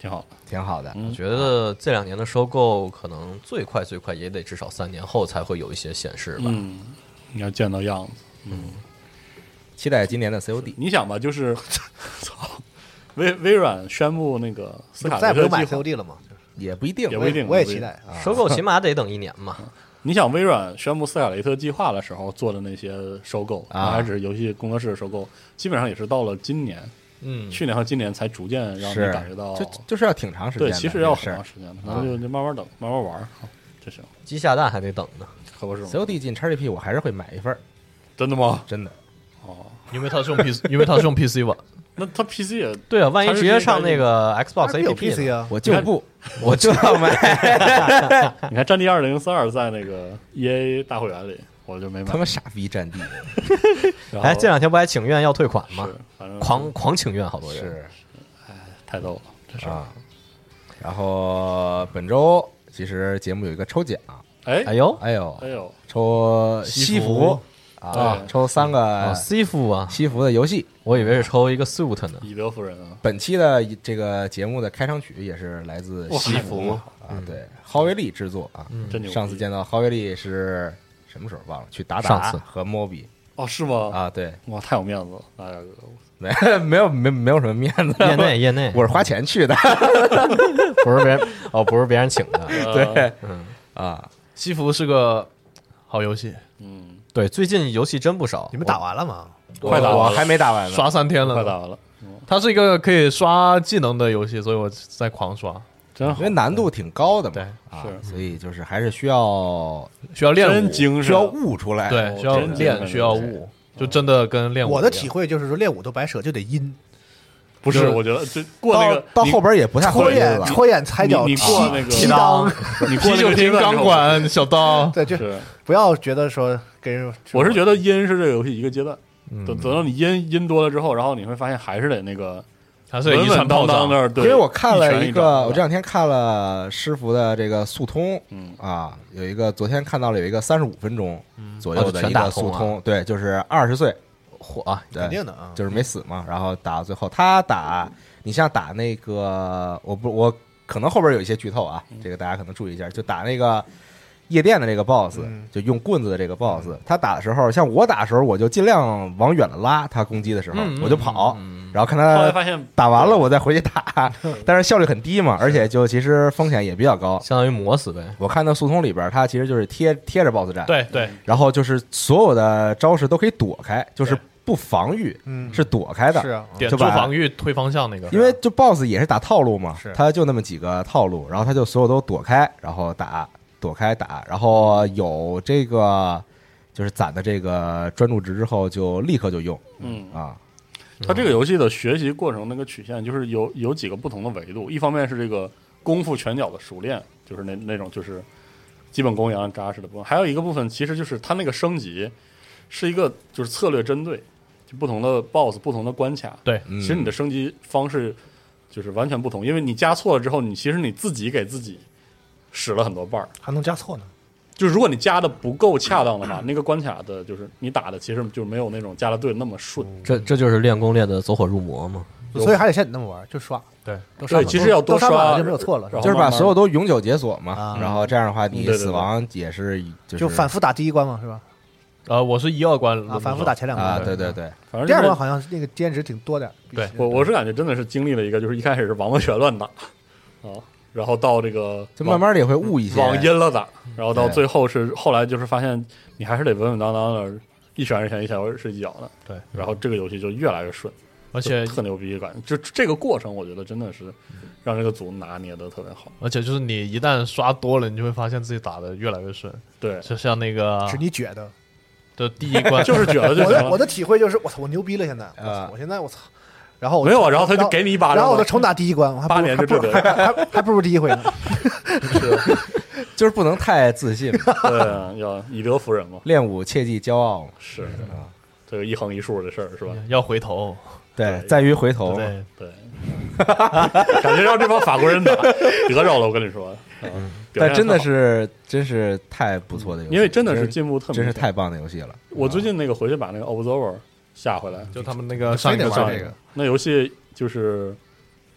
[SPEAKER 4] 挺好的。
[SPEAKER 1] 挺好的。
[SPEAKER 2] 我觉得这两年的收购，可能最快最快也得至少三年后才会有一些显示吧。
[SPEAKER 4] 嗯，你要见到样子，
[SPEAKER 1] 期待今年的 COD，
[SPEAKER 4] 你想吧，就是 操，微微软宣布那个斯卡
[SPEAKER 5] 再不
[SPEAKER 4] 雷
[SPEAKER 5] 就
[SPEAKER 4] 特
[SPEAKER 5] 买
[SPEAKER 4] 计划，
[SPEAKER 5] COD 了吗？
[SPEAKER 1] 也不一定，
[SPEAKER 4] 也
[SPEAKER 5] 我
[SPEAKER 4] 不一定
[SPEAKER 5] 我也
[SPEAKER 4] 不一
[SPEAKER 5] 期
[SPEAKER 4] 定
[SPEAKER 5] 待啊。
[SPEAKER 2] 收购起码得等一年嘛。
[SPEAKER 4] 你想微软宣布斯卡雷特计划的时候做的那些收购，
[SPEAKER 1] 啊
[SPEAKER 4] 刚开始游戏工作室的收购，基本上也是到了今年，
[SPEAKER 6] 嗯，
[SPEAKER 4] 去年和今年才逐渐让
[SPEAKER 1] 是
[SPEAKER 4] 你感觉到，
[SPEAKER 1] 就就是要挺长时间
[SPEAKER 4] 对，
[SPEAKER 1] 的，
[SPEAKER 4] 其实要
[SPEAKER 1] 这事
[SPEAKER 4] 很
[SPEAKER 1] 儿啊
[SPEAKER 4] 长时间的，咱们就就慢慢等，慢慢玩儿，好就行，
[SPEAKER 2] 鸡下蛋还得等呢。
[SPEAKER 4] 可不是吗？
[SPEAKER 1] COD 进 XGP 我还是会买一份儿，
[SPEAKER 4] 真的吗？
[SPEAKER 1] 真的。
[SPEAKER 6] 因为它是用 PC，因为 它是用 PC 吧，
[SPEAKER 4] 那他 PC 也
[SPEAKER 2] 对啊，万一
[SPEAKER 4] 它是
[SPEAKER 2] 直接
[SPEAKER 4] 直接
[SPEAKER 2] 上那个
[SPEAKER 5] 它
[SPEAKER 2] Xbox
[SPEAKER 5] 是有
[SPEAKER 2] APP，
[SPEAKER 5] PC
[SPEAKER 2] 呢
[SPEAKER 5] 啊，
[SPEAKER 1] 我就不，我 就要买。
[SPEAKER 4] 你看《战地二零四二》在那个 E A 大会员里，我就没买
[SPEAKER 1] 他。妈傻逼战地
[SPEAKER 4] 然后
[SPEAKER 2] 哎，这两天不还请愿要退款吗
[SPEAKER 4] 是？反正
[SPEAKER 2] 狂狂请愿，好多人。
[SPEAKER 1] 是
[SPEAKER 4] 太逗了，这事儿。
[SPEAKER 1] 啊。然后本周其实节目有一个抽奖，啊
[SPEAKER 4] 哎
[SPEAKER 2] 哎呦，
[SPEAKER 1] 哎呦
[SPEAKER 4] 哎，呦，
[SPEAKER 1] 抽西服啊，哦
[SPEAKER 4] 对
[SPEAKER 1] 抽三
[SPEAKER 2] 啊
[SPEAKER 1] 个
[SPEAKER 2] ，C 服 啊，
[SPEAKER 1] 西服的游戏。
[SPEAKER 2] 我以为是抽一个 suit 呢。
[SPEAKER 4] 以德服人啊！
[SPEAKER 1] 本期的这个节目的开场曲也是来自西服
[SPEAKER 4] 哇
[SPEAKER 1] 啊，对，蒿威利制作啊。
[SPEAKER 4] 真牛逼！
[SPEAKER 1] 上次见到蒿威利是什么时候忘了？去打
[SPEAKER 2] 上
[SPEAKER 1] 打
[SPEAKER 2] 次
[SPEAKER 1] 和摸比
[SPEAKER 4] 哦，是吗？
[SPEAKER 1] 啊，对，
[SPEAKER 4] 哇，太有面子了，大家哥，
[SPEAKER 1] 没没有没没有什么面子，
[SPEAKER 2] 业内业内，
[SPEAKER 1] 我是花钱去的，
[SPEAKER 2] 不是别人哦，不是别人请的。
[SPEAKER 1] 对，
[SPEAKER 2] 嗯
[SPEAKER 1] 啊，
[SPEAKER 6] 西服是个好游戏，
[SPEAKER 4] 嗯，
[SPEAKER 2] 对，最近游戏真不少。
[SPEAKER 5] 你们打完了吗？
[SPEAKER 1] 快
[SPEAKER 4] 打完了
[SPEAKER 1] 我还没打完呢，
[SPEAKER 6] 刷三天
[SPEAKER 4] 快
[SPEAKER 6] 了。
[SPEAKER 4] 打完了，
[SPEAKER 6] 它是一个可以刷技能的游戏，所以我在狂刷，
[SPEAKER 4] 真好
[SPEAKER 1] 因为，难度挺高的嘛，
[SPEAKER 6] 对
[SPEAKER 1] 啊，
[SPEAKER 4] 是
[SPEAKER 1] 所以就是还是需要
[SPEAKER 6] 需要练
[SPEAKER 4] 真
[SPEAKER 6] 武，
[SPEAKER 4] 精
[SPEAKER 1] 需
[SPEAKER 4] 神
[SPEAKER 1] 要，悟出来，
[SPEAKER 6] 对，需要
[SPEAKER 4] 真精
[SPEAKER 6] 练，
[SPEAKER 4] 神
[SPEAKER 6] 需要
[SPEAKER 4] 真
[SPEAKER 6] 悟，就真的跟练武一样。
[SPEAKER 5] 我的体会就是说练武都白扯，就得阴，
[SPEAKER 4] 不？
[SPEAKER 6] 就是是
[SPEAKER 4] 我觉得这过那
[SPEAKER 1] 到
[SPEAKER 4] 个
[SPEAKER 1] 到
[SPEAKER 4] 你
[SPEAKER 1] 后边也不太
[SPEAKER 5] 抽
[SPEAKER 1] 会
[SPEAKER 4] 烟
[SPEAKER 5] 眼
[SPEAKER 1] 了，
[SPEAKER 5] 抽哎眼踩脚
[SPEAKER 4] 你你过那个
[SPEAKER 5] 踢踢裆，
[SPEAKER 4] 你过
[SPEAKER 6] 啤
[SPEAKER 4] 那
[SPEAKER 6] 酒
[SPEAKER 4] 个阶
[SPEAKER 6] 瓶、
[SPEAKER 4] 段
[SPEAKER 6] 钢
[SPEAKER 4] 之后，
[SPEAKER 6] 管、小刀，
[SPEAKER 5] 对，就是不要觉得说跟人，
[SPEAKER 4] 我是觉得阴是这个游戏一个阶段，
[SPEAKER 1] 嗯
[SPEAKER 4] 等等到你阴阴多了之后，然后你会发现还是得那个
[SPEAKER 6] 还是
[SPEAKER 4] 稳
[SPEAKER 6] 一
[SPEAKER 4] 稳
[SPEAKER 6] 串炮
[SPEAKER 4] 当当那
[SPEAKER 6] 仗。
[SPEAKER 4] 儿，对，
[SPEAKER 1] 因为我看了
[SPEAKER 4] 一
[SPEAKER 1] 一
[SPEAKER 4] 拳掌
[SPEAKER 1] 个，我这两天看了师傅的这个速通
[SPEAKER 4] 嗯
[SPEAKER 1] 啊，有一个昨天看到了有一个三十五分钟左右的
[SPEAKER 2] 哦就
[SPEAKER 1] 一
[SPEAKER 2] 全打
[SPEAKER 1] 个
[SPEAKER 2] 通
[SPEAKER 1] 速
[SPEAKER 2] 啊
[SPEAKER 1] 通，对，就是二十岁，
[SPEAKER 2] 火啊，
[SPEAKER 1] 对
[SPEAKER 5] 肯定的啊，
[SPEAKER 1] 就是没死嘛，然后打到最后，他打你像打那个，我不我可能后边有一些剧透啊，
[SPEAKER 6] 嗯
[SPEAKER 1] 这个大家可能注意一下，就打那个夜店的这个 boss，、
[SPEAKER 5] 嗯
[SPEAKER 1] 就用棍子的这个 boss，他
[SPEAKER 6] 嗯
[SPEAKER 1] 打的时候，像我打的时候，我就尽量往远了拉，他攻击的时候、
[SPEAKER 6] 嗯嗯
[SPEAKER 1] 我就跑，
[SPEAKER 6] 嗯
[SPEAKER 1] 然后看
[SPEAKER 4] 后来
[SPEAKER 1] 他
[SPEAKER 4] 发现
[SPEAKER 1] 打完了我再回去打，但是效率很低嘛，而且就其实风险也比较高。
[SPEAKER 2] 相当于磨死呗。
[SPEAKER 1] 我看到速通里边，他其实就是贴贴着 boss 战，
[SPEAKER 6] 对对，
[SPEAKER 1] 然后就是所有的招式都可以躲开，就是不防御，
[SPEAKER 5] 嗯
[SPEAKER 1] 是躲开的。
[SPEAKER 5] 是啊，
[SPEAKER 6] 点
[SPEAKER 1] 就
[SPEAKER 6] 住
[SPEAKER 1] 把
[SPEAKER 6] 防御、推方向那个。
[SPEAKER 1] 因为就 BOSS 也是打套路嘛
[SPEAKER 5] 是，
[SPEAKER 1] 他就那么几个套路，然后他就所有都躲开，然后打，躲开打，然后有这个就是攒的这个专注值之后，就立刻就用
[SPEAKER 4] 嗯，
[SPEAKER 1] 啊，
[SPEAKER 4] 它这个游戏的学习过程那个曲线，就是有有几个不同的维度，一方面是这个功夫拳脚的熟练，就是那那种就是基本功一样扎实的部分，还有一个部分其实就是它那个升级是一个就是策略针对，就不同的 BOSS 不同的关卡，
[SPEAKER 6] 对，
[SPEAKER 1] 嗯
[SPEAKER 4] 其实你的升级方式就是完全不同，因为你加错了之后，你其实你自己给自己使了很多绊儿。
[SPEAKER 5] 还能加错呢，
[SPEAKER 4] 就是如果你加的不够恰当的话，那个关卡的就是你打的其实就没有那种加的对那么顺。
[SPEAKER 2] 这这就是练功练的走火入魔嘛。
[SPEAKER 5] 所以还得像你那么玩，就刷，
[SPEAKER 6] 对
[SPEAKER 5] 都刷
[SPEAKER 4] 对，
[SPEAKER 5] 满，
[SPEAKER 4] 其实要多
[SPEAKER 5] 都刷
[SPEAKER 4] 刷
[SPEAKER 5] 啊满了就没有错了，是
[SPEAKER 4] 然
[SPEAKER 5] 吧
[SPEAKER 4] 后
[SPEAKER 1] 就是把
[SPEAKER 4] 慢慢
[SPEAKER 1] 所有都永久解锁嘛
[SPEAKER 5] 啊，
[SPEAKER 1] 然后这样的话
[SPEAKER 4] 嗯
[SPEAKER 1] 你
[SPEAKER 4] 对对对
[SPEAKER 1] 死亡也是就是
[SPEAKER 5] 就反复打第一关嘛，是吧？
[SPEAKER 6] 呃，我是一二关
[SPEAKER 5] 啊，反复打前两
[SPEAKER 1] 啊，
[SPEAKER 5] 关，
[SPEAKER 1] 对对对，
[SPEAKER 4] 反正
[SPEAKER 5] 第
[SPEAKER 4] 就
[SPEAKER 5] 二
[SPEAKER 4] 是
[SPEAKER 5] 关好像是那个兼职挺多点儿，比
[SPEAKER 6] 对
[SPEAKER 5] 起
[SPEAKER 4] 我我是感觉真的是经历了一个，就是一开始是王八拳乱打啊，然后到这个
[SPEAKER 1] 就慢慢的也会悟一些，
[SPEAKER 4] 往往阴了打，然后到
[SPEAKER 1] 对
[SPEAKER 4] 最后是后来就是发现你还是得稳稳当当的，一拳是拳，一拳是一脚的。
[SPEAKER 6] 对，
[SPEAKER 4] 然后这个游戏就越来越顺，
[SPEAKER 6] 而
[SPEAKER 4] 而
[SPEAKER 6] 且
[SPEAKER 4] 特牛逼，感觉就这个过程，我觉得真的是让这个组拿捏的特别好。
[SPEAKER 6] 而且就是你一旦刷多了，你就会发现自己打的越来越顺，
[SPEAKER 4] 对，
[SPEAKER 6] 就像那个
[SPEAKER 5] 是你觉
[SPEAKER 4] 啊
[SPEAKER 5] 得，
[SPEAKER 6] 就第一 关
[SPEAKER 4] 就是觉得就
[SPEAKER 5] 我
[SPEAKER 4] 行
[SPEAKER 5] 的我
[SPEAKER 4] 了。
[SPEAKER 5] 的体会就是，我操，我牛逼了，现在，我
[SPEAKER 1] 啊
[SPEAKER 5] 操，我现在我操，然后我
[SPEAKER 4] 没有啊，然后他就给你一巴
[SPEAKER 5] 然
[SPEAKER 4] 掌
[SPEAKER 5] 后我
[SPEAKER 4] 了
[SPEAKER 5] 就，重打第一关，我还不
[SPEAKER 4] 八年
[SPEAKER 5] 还
[SPEAKER 4] 就
[SPEAKER 5] 不
[SPEAKER 4] 这
[SPEAKER 5] 还还还不如第一回呢。
[SPEAKER 1] 就是不能太自信嘛，
[SPEAKER 4] 对，啊要以德服人嘛，
[SPEAKER 1] 练武切忌骄傲嘛。
[SPEAKER 4] 是啊，这个一横一竖的事儿是吧？
[SPEAKER 6] 要回头，
[SPEAKER 1] 对，在于回
[SPEAKER 5] 哦
[SPEAKER 1] 头嘛。
[SPEAKER 6] 对，
[SPEAKER 4] 对， 感觉让这帮法国人打得着了，我跟你说，嗯，表现
[SPEAKER 1] 但真的
[SPEAKER 4] 很好，
[SPEAKER 1] 是，真是太不错的游戏，
[SPEAKER 4] 因为真的是
[SPEAKER 1] 真
[SPEAKER 4] 进步特别，
[SPEAKER 1] 真是太。棒的游戏了。嗯
[SPEAKER 4] 我最近那个回去把那个 Observer 下回来，
[SPEAKER 6] 就他们那个上
[SPEAKER 5] 非
[SPEAKER 6] 一
[SPEAKER 5] 得
[SPEAKER 6] 嗯个
[SPEAKER 5] 玩
[SPEAKER 6] 上
[SPEAKER 5] 这
[SPEAKER 6] 一
[SPEAKER 5] 个
[SPEAKER 6] 个，
[SPEAKER 4] 那游戏就是，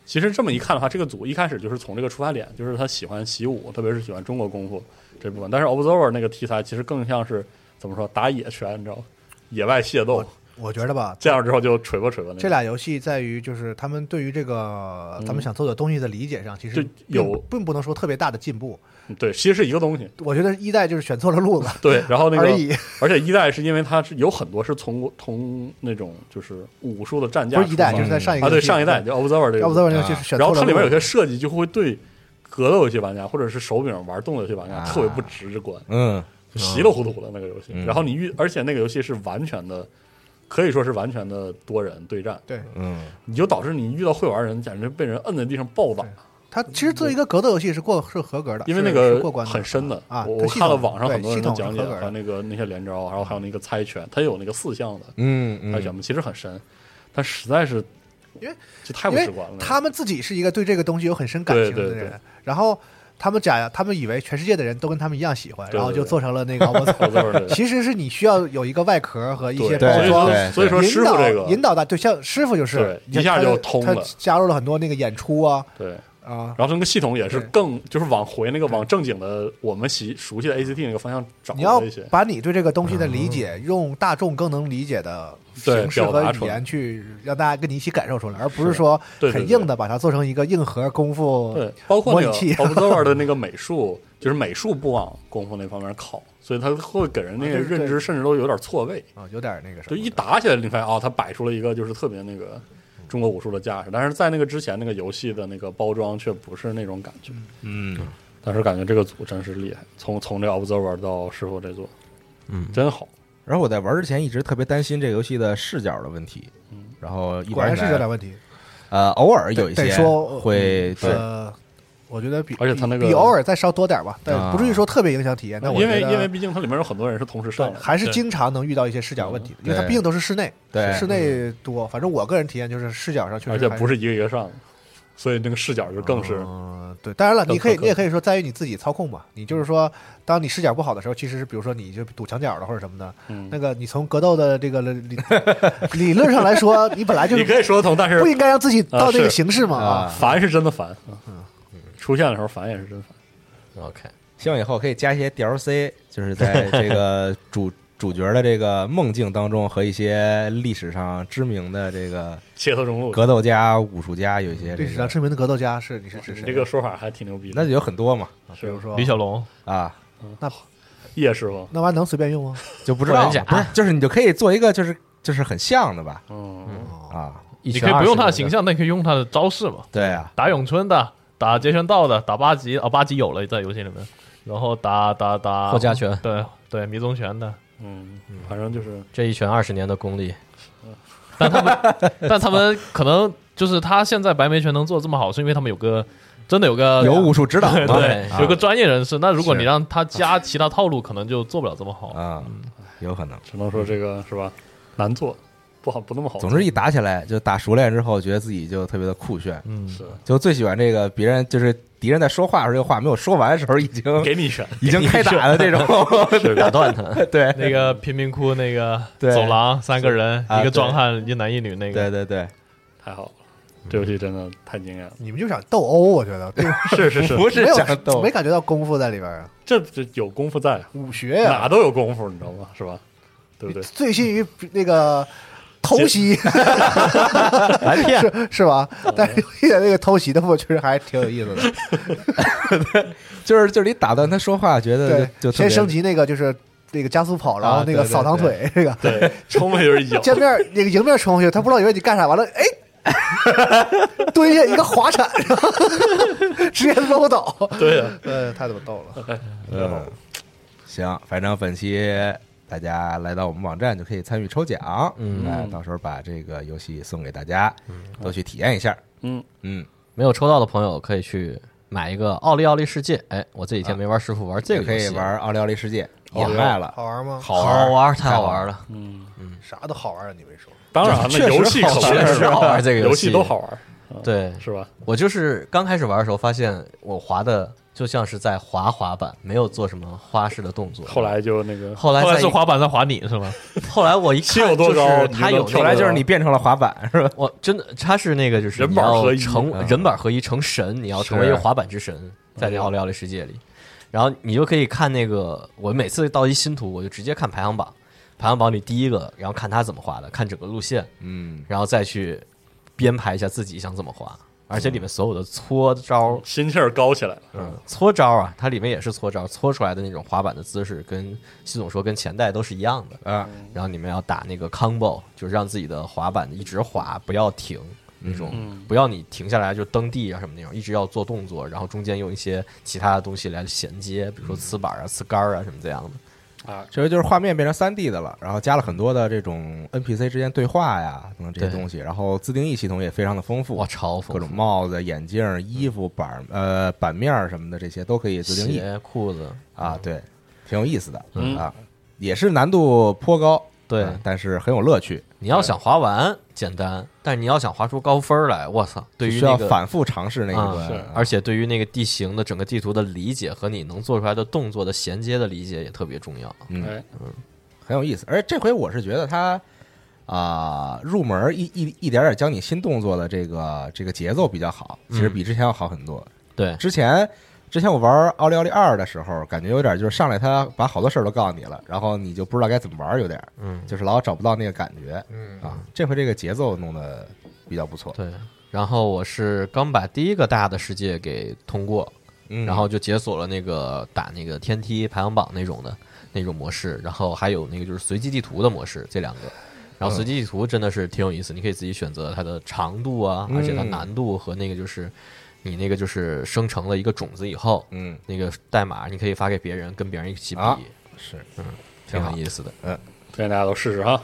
[SPEAKER 4] 其实这么一看的话，这个组一开始就是从这个出发点，就是他喜欢习武，特别是喜欢中国功夫这部分。但是 Observer 那个题材其实更像是怎么说打野拳，你知道吗？野外械斗，
[SPEAKER 5] 我觉得吧，
[SPEAKER 4] 见了之后就锤吧锤吧那
[SPEAKER 5] 这
[SPEAKER 4] 种。
[SPEAKER 5] 俩游戏在于就是他们对于这个咱们想做的东西的理解上，其实
[SPEAKER 4] 嗯就有
[SPEAKER 5] 并并不能说特别大的进步。
[SPEAKER 4] 对，其实是一个东西。
[SPEAKER 5] 我觉得一代就是选错了路子
[SPEAKER 4] 对，然后那个
[SPEAKER 5] 而已，
[SPEAKER 4] 而且一代是因为它是有很多是从从那种就是武术的战
[SPEAKER 5] 不
[SPEAKER 4] 架
[SPEAKER 5] 是一代，
[SPEAKER 4] 出
[SPEAKER 5] 就
[SPEAKER 4] 发
[SPEAKER 5] 是在上一个
[SPEAKER 4] 啊，对
[SPEAKER 5] 游戏
[SPEAKER 4] 上一代，就 Observer 这个
[SPEAKER 5] 要
[SPEAKER 4] 组，
[SPEAKER 5] 不咱们就是选错了
[SPEAKER 4] 然后它里面有
[SPEAKER 5] 路子
[SPEAKER 4] 些设计就会对格斗游戏玩家或者是手柄玩动作游戏玩家特别不直观，
[SPEAKER 5] 啊
[SPEAKER 1] 嗯，
[SPEAKER 4] 稀里糊涂的那个游戏。
[SPEAKER 1] 嗯
[SPEAKER 4] 然后你遇，而且那个游戏是完全的，可以说是完全的多人对战，
[SPEAKER 5] 对
[SPEAKER 1] 嗯，
[SPEAKER 4] 你就导致你遇到会玩人，简直被人摁在地上暴打，
[SPEAKER 5] 它其实作为一个格斗游戏是过是合格的，
[SPEAKER 4] 因为那
[SPEAKER 5] 啊是
[SPEAKER 4] 个
[SPEAKER 5] 是过关
[SPEAKER 4] 很深的
[SPEAKER 5] 啊。
[SPEAKER 4] 我
[SPEAKER 5] 它
[SPEAKER 4] 我
[SPEAKER 5] 系
[SPEAKER 4] 看了
[SPEAKER 5] 统
[SPEAKER 4] 网上
[SPEAKER 5] 对
[SPEAKER 4] 很多人
[SPEAKER 5] 系
[SPEAKER 4] 的
[SPEAKER 5] 统是
[SPEAKER 4] 讲解，
[SPEAKER 5] 合格
[SPEAKER 4] 还有
[SPEAKER 5] 的，
[SPEAKER 4] 那个那些连招，然后还有那个猜拳，它有那个四项的
[SPEAKER 1] 嗯
[SPEAKER 4] 猜
[SPEAKER 1] 嗯
[SPEAKER 4] 拳嘛，其实很深，但实在是
[SPEAKER 5] 因为
[SPEAKER 4] 就太不
[SPEAKER 5] 因
[SPEAKER 4] 直
[SPEAKER 5] 为
[SPEAKER 4] 观了。
[SPEAKER 5] 他们自己是一个对这个东西有很深感情的
[SPEAKER 4] 对
[SPEAKER 5] 人，
[SPEAKER 4] 对对
[SPEAKER 5] 然后他们假他们以为全世界的人都跟他们一样喜欢，
[SPEAKER 4] 对对
[SPEAKER 5] 然后就做成了那个奥伯
[SPEAKER 4] Observer 这个
[SPEAKER 5] 其实是你需要有一个外壳和一些
[SPEAKER 4] 对，
[SPEAKER 5] 包
[SPEAKER 4] 所以
[SPEAKER 5] 装。
[SPEAKER 4] 说所以说师傅
[SPEAKER 5] 引导
[SPEAKER 4] 这个
[SPEAKER 5] 引导大对像师傅就是
[SPEAKER 4] 对一下就
[SPEAKER 5] 他
[SPEAKER 4] 通
[SPEAKER 5] 他
[SPEAKER 4] 了
[SPEAKER 5] 加入了很多那个演出啊
[SPEAKER 4] 对。
[SPEAKER 5] 啊，
[SPEAKER 4] 然后那个系统也是
[SPEAKER 5] 对
[SPEAKER 4] 更就是往回那个往正经的我们习熟悉的 ACT 那个方向找
[SPEAKER 5] 你要
[SPEAKER 4] 了一些，
[SPEAKER 5] 把你对这个东西的理解
[SPEAKER 1] 嗯
[SPEAKER 5] 用大众更能理解的
[SPEAKER 4] 对
[SPEAKER 5] 形式
[SPEAKER 4] 表
[SPEAKER 5] 和
[SPEAKER 4] 达
[SPEAKER 5] 语
[SPEAKER 4] 出来
[SPEAKER 5] 言去让大家跟你一起感受出来，而不是说
[SPEAKER 4] 对对
[SPEAKER 5] 很
[SPEAKER 4] 对
[SPEAKER 5] 硬的把它做成一个硬核功夫
[SPEAKER 4] 对，包括
[SPEAKER 5] 模
[SPEAKER 4] 那
[SPEAKER 5] 拟
[SPEAKER 4] 个
[SPEAKER 5] 器
[SPEAKER 4] Observer 的那个美术，就是美术不往功夫那方面靠，所以他会给人那个
[SPEAKER 5] 啊对对
[SPEAKER 4] 认知甚至都有点错位，
[SPEAKER 5] 啊，有点那个什
[SPEAKER 4] 就
[SPEAKER 5] 么
[SPEAKER 4] 一打起来你发现啊，他摆出了一个就是特别那个中国武术的架势，但是在那个之前那个游戏的那个包装却不是那种感觉，
[SPEAKER 1] 嗯，
[SPEAKER 4] 但是感觉这个组真是厉害，从从这 Observer 到师傅这座，
[SPEAKER 2] 嗯
[SPEAKER 4] 真好，
[SPEAKER 1] 然后我在玩之前一直特别担心这个游戏的视角的问题，然后一
[SPEAKER 5] 嗯果然
[SPEAKER 1] 玩
[SPEAKER 5] 是
[SPEAKER 1] 起
[SPEAKER 5] 这
[SPEAKER 1] 来
[SPEAKER 5] 点问题。
[SPEAKER 1] 呃，偶尔有一
[SPEAKER 5] 得
[SPEAKER 1] 些
[SPEAKER 5] 得说
[SPEAKER 1] 会对
[SPEAKER 5] 呃，我觉得比
[SPEAKER 4] 而且它那个
[SPEAKER 5] 比偶尔再稍多点吧，
[SPEAKER 1] 啊
[SPEAKER 5] 但不至于说特别影响体验。但我
[SPEAKER 4] 因为
[SPEAKER 5] 觉得
[SPEAKER 4] 因为毕竟它里面有很多人是同时上
[SPEAKER 5] 对
[SPEAKER 4] 来，的，
[SPEAKER 5] 还是经常能遇到一些视角问题的，因为它
[SPEAKER 1] 对
[SPEAKER 5] 毕竟都是室内，
[SPEAKER 1] 对
[SPEAKER 5] 室内多。反正我个人体验就是视角上确实
[SPEAKER 4] 而且
[SPEAKER 5] 还
[SPEAKER 4] 不是一个一个上的，所以那个视角就更是
[SPEAKER 5] 嗯，对，当然了，
[SPEAKER 4] 更
[SPEAKER 5] 你可以，
[SPEAKER 4] 苛刻
[SPEAKER 5] 你也可以说在于你自己操控嘛。你就是说，当你视角不好的时候，其实是比如说你就堵墙角了或者什么的，
[SPEAKER 4] 嗯
[SPEAKER 5] 那个你从格斗的这个理理论上来说，你本来就
[SPEAKER 4] 你
[SPEAKER 5] 是
[SPEAKER 4] 可以说得通，但是
[SPEAKER 5] 不应该让自己到
[SPEAKER 4] 啊
[SPEAKER 5] 那
[SPEAKER 4] 是
[SPEAKER 5] 个形式嘛
[SPEAKER 1] 啊，
[SPEAKER 4] 烦是真的烦，嗯，出现的时候烦也是真烦，
[SPEAKER 2] OK，
[SPEAKER 1] 希望以后可以加一些 DLC，就是在这个主主角的这个梦境当中和一些历史上知名的这个
[SPEAKER 4] 切头中路，
[SPEAKER 1] 格斗家、武术家有一些这
[SPEAKER 5] 历史上
[SPEAKER 1] 个，
[SPEAKER 5] 啊知名的格斗家是你是指
[SPEAKER 4] 你
[SPEAKER 5] 谁？
[SPEAKER 4] 这个说法还挺牛逼的，
[SPEAKER 1] 那就有很多嘛
[SPEAKER 5] 比如
[SPEAKER 4] 是
[SPEAKER 5] 说
[SPEAKER 6] 李小龙，
[SPEAKER 1] 啊，
[SPEAKER 4] 叶师傅，
[SPEAKER 5] 那玩意儿能随便用吗？
[SPEAKER 1] 就不知道
[SPEAKER 2] 霍元甲
[SPEAKER 1] 不是，就是你就可以做一个就是就是很像的吧
[SPEAKER 4] 嗯，
[SPEAKER 1] 啊，
[SPEAKER 2] 你
[SPEAKER 6] 你可以不用他的形，象，但可以用他的招式嘛。
[SPEAKER 1] 对 啊，
[SPEAKER 6] 打咏春的，打截拳道的，打八级啊，八级有了在游戏里面，然后打打打
[SPEAKER 2] 霍家拳
[SPEAKER 6] 对对，迷踪拳的，
[SPEAKER 4] 嗯，反正就是
[SPEAKER 2] 这一拳二十年的功力，
[SPEAKER 6] 但他们可能就是他现在白眉拳能做得这么好，是因为他们有个真的有个
[SPEAKER 1] 有武术指导嘛
[SPEAKER 6] 对
[SPEAKER 1] 啊
[SPEAKER 6] 有个专业人士。那如果
[SPEAKER 1] 是
[SPEAKER 6] 你让他加其他套路，可能就做不了这么好。
[SPEAKER 1] 啊，有可能。
[SPEAKER 4] 只能说这个是吧，难做，不好不那么好做，
[SPEAKER 1] 总之一打起来就打熟练之后，觉得自己就特别的酷炫，
[SPEAKER 6] 嗯，
[SPEAKER 4] 是
[SPEAKER 1] 就最喜欢这个别人就是敌人在说话的时候，这个话没有说完的时候已经
[SPEAKER 4] 给你选，
[SPEAKER 1] 已经开打了这种，
[SPEAKER 4] 是
[SPEAKER 2] 打断他。
[SPEAKER 1] 对
[SPEAKER 6] 那个贫民窟那个
[SPEAKER 1] 对
[SPEAKER 6] 走廊三个人，
[SPEAKER 1] 啊
[SPEAKER 6] 一
[SPEAKER 1] 对
[SPEAKER 6] 个壮汉，一男一女
[SPEAKER 1] 对
[SPEAKER 6] 那个。
[SPEAKER 1] 对对，
[SPEAKER 4] 太好了，这游戏真的太惊艳了，
[SPEAKER 5] 你们就想斗殴，我觉得对吧
[SPEAKER 4] 是是是，
[SPEAKER 1] 不是
[SPEAKER 5] 没
[SPEAKER 1] 想
[SPEAKER 5] 有
[SPEAKER 1] 斗
[SPEAKER 5] 没，感觉到功夫在里边儿啊，
[SPEAKER 4] 这这有功夫在，啊
[SPEAKER 5] 武学呀
[SPEAKER 4] 哪，都有功夫，你知道吗？是吧？对 不对？
[SPEAKER 5] 醉心于那个 偷袭，
[SPEAKER 2] 来骗
[SPEAKER 5] 是是吧？
[SPEAKER 4] 嗯
[SPEAKER 5] 但是游戏的那个偷袭的部分确实还挺有意思的。
[SPEAKER 1] 就是就是你打断他说话，觉得
[SPEAKER 5] 对，
[SPEAKER 1] 就就特别
[SPEAKER 5] 先升级那个就是那个加速跑，然后那
[SPEAKER 1] 啊对
[SPEAKER 5] 个
[SPEAKER 1] 对
[SPEAKER 5] 扫堂腿，这个
[SPEAKER 4] 对，冲锋就是有，
[SPEAKER 5] 见面那个迎面冲过去，他不知道以为你干啥，完了哎。蹲下一个滑铲，然后直接搂倒，
[SPEAKER 4] 对啊呀，
[SPEAKER 5] 呃，太他妈逗了。
[SPEAKER 1] 嗯，行，反正本期大家来到我们网站就可以参与抽奖，嗯，哎，到时候把这个游戏送给大家，都去体验一下，
[SPEAKER 4] 嗯
[SPEAKER 1] 嗯，
[SPEAKER 2] 没有抽到的朋友可以去买一个《奥利奥利世界》。哎，我这几天没玩师傅玩这
[SPEAKER 1] 啊也
[SPEAKER 2] 个
[SPEAKER 1] 可
[SPEAKER 2] 游戏啊
[SPEAKER 1] 以玩《奥利奥利世界》，也
[SPEAKER 2] 好
[SPEAKER 1] 卖了，
[SPEAKER 5] 好玩吗？
[SPEAKER 2] 好
[SPEAKER 1] 啊
[SPEAKER 2] 玩，好玩，太好玩了。
[SPEAKER 4] 嗯，
[SPEAKER 5] 啥都好玩啊！你没说，
[SPEAKER 4] 当然
[SPEAKER 1] 确
[SPEAKER 4] 了，
[SPEAKER 1] 实
[SPEAKER 4] 游戏
[SPEAKER 1] 好玩
[SPEAKER 4] 玩
[SPEAKER 2] 确实好玩这个游戏
[SPEAKER 4] 游戏都好玩，
[SPEAKER 2] 对
[SPEAKER 4] 是吧？
[SPEAKER 2] 我就是刚开始玩的时候，发现我滑的就像是在滑滑板，没有做什么花式的动作。
[SPEAKER 4] 后来就那个
[SPEAKER 2] 后来
[SPEAKER 6] 后来
[SPEAKER 2] 再
[SPEAKER 6] 是滑板在滑你是吗？
[SPEAKER 2] 后来我一看
[SPEAKER 4] 心有多高
[SPEAKER 2] 就是他有那
[SPEAKER 4] 你就能
[SPEAKER 1] 后
[SPEAKER 4] 跳
[SPEAKER 2] 个
[SPEAKER 1] 来就是你变成了滑板是吧？
[SPEAKER 2] 我真的，他是那个就是
[SPEAKER 4] 人
[SPEAKER 2] 你
[SPEAKER 4] 板
[SPEAKER 2] 要
[SPEAKER 4] 合一啊
[SPEAKER 2] 成
[SPEAKER 1] 嗯
[SPEAKER 2] 人板合一成神，你要成为一个滑板之神，在那《
[SPEAKER 4] 哎呦
[SPEAKER 2] 奥利奥利世界》里，然后你就可以看那个，我每次到一新图，我就直接看排行榜，排行榜里第一个，然后看他怎么滑的，看整个路线，
[SPEAKER 1] 嗯，
[SPEAKER 2] 然后再去编排一下自己想怎么滑，而且里面所有的搓招，
[SPEAKER 4] 心气儿高起来了，
[SPEAKER 2] 嗯，搓招啊，它里面也是搓招，搓出来的那种滑板的姿势跟系总说跟前代都是一样的，
[SPEAKER 1] 啊，
[SPEAKER 2] 然后你们要打那个 combo，就是让自己的滑板一直滑，不要停那种，
[SPEAKER 1] 嗯
[SPEAKER 4] 嗯
[SPEAKER 2] 不要你停下来就蹬地啊什么那种，一直要做动作，然后中间用一些其他的东西来衔接，比如说呲板啊、呲杆儿啊什么这样的。
[SPEAKER 1] 嗯
[SPEAKER 4] 嗯啊
[SPEAKER 1] 这个就是画面变成三 D 的了，然后加了很多的这种 NPC 之间对话呀等等这些
[SPEAKER 2] 对
[SPEAKER 1] 东西，然后自定义系统也非常的丰富，
[SPEAKER 2] 哇，超丰富
[SPEAKER 1] 各种帽子、眼镜、衣服、板呃版面儿什么的，这些都可以自定义
[SPEAKER 2] 鞋、嗯裤子
[SPEAKER 1] 啊，，对，挺有意思的、
[SPEAKER 4] 嗯
[SPEAKER 1] 啊，也是难度颇高，
[SPEAKER 2] 对
[SPEAKER 1] 啊但是很有乐趣，
[SPEAKER 2] 你要想滑完简单，但你要想滑出高分儿来，我操，对于
[SPEAKER 1] 需要
[SPEAKER 2] 那个
[SPEAKER 1] 反复尝试那一关，
[SPEAKER 2] 啊
[SPEAKER 4] 是
[SPEAKER 1] 啊
[SPEAKER 2] 而且对于那个地形的整个地图的理解和你能做出来的动作的衔接的理解也特别重要。
[SPEAKER 1] 嗯，
[SPEAKER 4] 哎，
[SPEAKER 1] 很有意思。而且这回我是觉得它啊、入门儿一一一点点教你新动作的这个这个节奏比较好，其实比之前要好很多。
[SPEAKER 2] 对，
[SPEAKER 1] 之前之前我玩奥利奥利二的时候，感觉有点就是上来他把好多事儿都告诉你了，然后你就不知道该怎么玩儿，有点
[SPEAKER 2] 嗯，
[SPEAKER 1] 就是老找不到那个感觉。嗯啊，这回这个节奏弄得比较不错。
[SPEAKER 2] 对。然后我是刚把第一个大的世界给通过，
[SPEAKER 1] 嗯
[SPEAKER 2] 然后就解锁了那个打那个天梯排行榜那种的那种模式，然后还有那个就是随机地图的模式，这两个。然后随机地图真的是挺有意思，你可以自己选择它的长度啊，而且它
[SPEAKER 1] 嗯
[SPEAKER 2] 难度和那个就是你那个就是生成了一个种子以后，
[SPEAKER 1] 嗯
[SPEAKER 2] 那个代码你可以发给别人，跟别人一起比，
[SPEAKER 1] 啊是，
[SPEAKER 2] 挺有意思的。
[SPEAKER 4] 推荐大家都试试哈，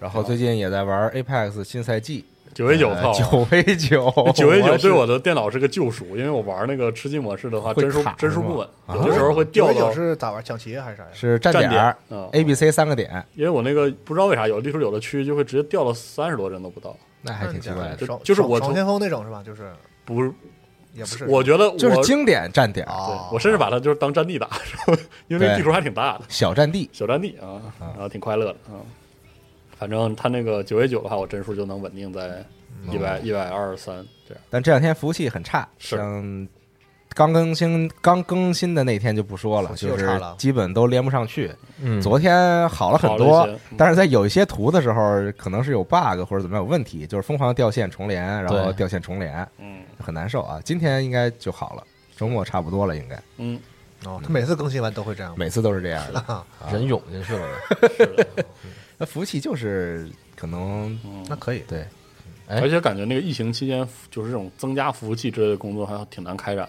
[SPEAKER 1] 然后最近也在玩 Apex 新赛季
[SPEAKER 4] 九 V 九
[SPEAKER 1] 呃
[SPEAKER 4] 套。
[SPEAKER 1] 九 v 九，
[SPEAKER 4] 哦九 V 九
[SPEAKER 1] 是
[SPEAKER 4] 对我的电脑是个救赎，因为我玩那个吃鸡模式的话，
[SPEAKER 1] 会
[SPEAKER 4] 帧数
[SPEAKER 1] 卡
[SPEAKER 4] 帧数
[SPEAKER 1] 是吗
[SPEAKER 4] 不稳，
[SPEAKER 1] 啊
[SPEAKER 4] 有的时候会掉
[SPEAKER 5] 九
[SPEAKER 4] 到
[SPEAKER 5] 九是咋玩？抢劫还是啥呀？
[SPEAKER 1] 是站
[SPEAKER 4] 站
[SPEAKER 1] 点儿
[SPEAKER 4] 嗯
[SPEAKER 1] A B C 三个点，
[SPEAKER 4] 因为我那个不知道为啥有，例如有的区域就会直接掉到三十多帧都不到，
[SPEAKER 1] 那还挺奇怪的。
[SPEAKER 4] 就
[SPEAKER 5] 爽
[SPEAKER 4] 就是我
[SPEAKER 5] 爽
[SPEAKER 4] 从
[SPEAKER 5] 天风那种是吧？就是
[SPEAKER 4] 不是，
[SPEAKER 5] 也不是，
[SPEAKER 4] 我觉得 我
[SPEAKER 1] 就是经典站点儿，
[SPEAKER 4] 对
[SPEAKER 5] 啊，
[SPEAKER 4] 我甚至把它就是当战地打， 因为那
[SPEAKER 1] 对
[SPEAKER 4] 地图还挺大的，
[SPEAKER 1] 小战地，
[SPEAKER 4] 小战地啊，然后挺快乐的啊。反正它那个九 V 九的话，我帧数就能稳定在
[SPEAKER 1] 嗯
[SPEAKER 4] 一百一百二十三这样。
[SPEAKER 1] 但这两天服务器很差，
[SPEAKER 4] 是
[SPEAKER 1] 像刚更新刚更新的那天就不说了，
[SPEAKER 5] 服务器
[SPEAKER 1] 就
[SPEAKER 5] 又
[SPEAKER 1] 是
[SPEAKER 5] 差了
[SPEAKER 1] 基本都连不上去。
[SPEAKER 2] 嗯
[SPEAKER 1] 昨天好了很
[SPEAKER 4] 好
[SPEAKER 1] 多
[SPEAKER 4] 了一些嗯，
[SPEAKER 1] 但是在有一些图的时候，可能是有 bug 或者怎么样有问题，就是疯狂地掉线重连，然后
[SPEAKER 2] 对
[SPEAKER 1] 掉线重连，
[SPEAKER 4] 嗯
[SPEAKER 1] 很难受啊。今天应该就好了，周末差不多了，应该
[SPEAKER 4] 嗯，
[SPEAKER 5] 哦，他每次更新完都会这样吗。
[SPEAKER 1] 每次都是这样的。
[SPEAKER 4] 啊
[SPEAKER 2] 人涌进去了 嘛。
[SPEAKER 1] 那服务器就是可能
[SPEAKER 5] 那可以，
[SPEAKER 1] 对，
[SPEAKER 2] 哎
[SPEAKER 4] 而且感觉那个疫情期间，就是这种增加服务器之类的工作还挺难开展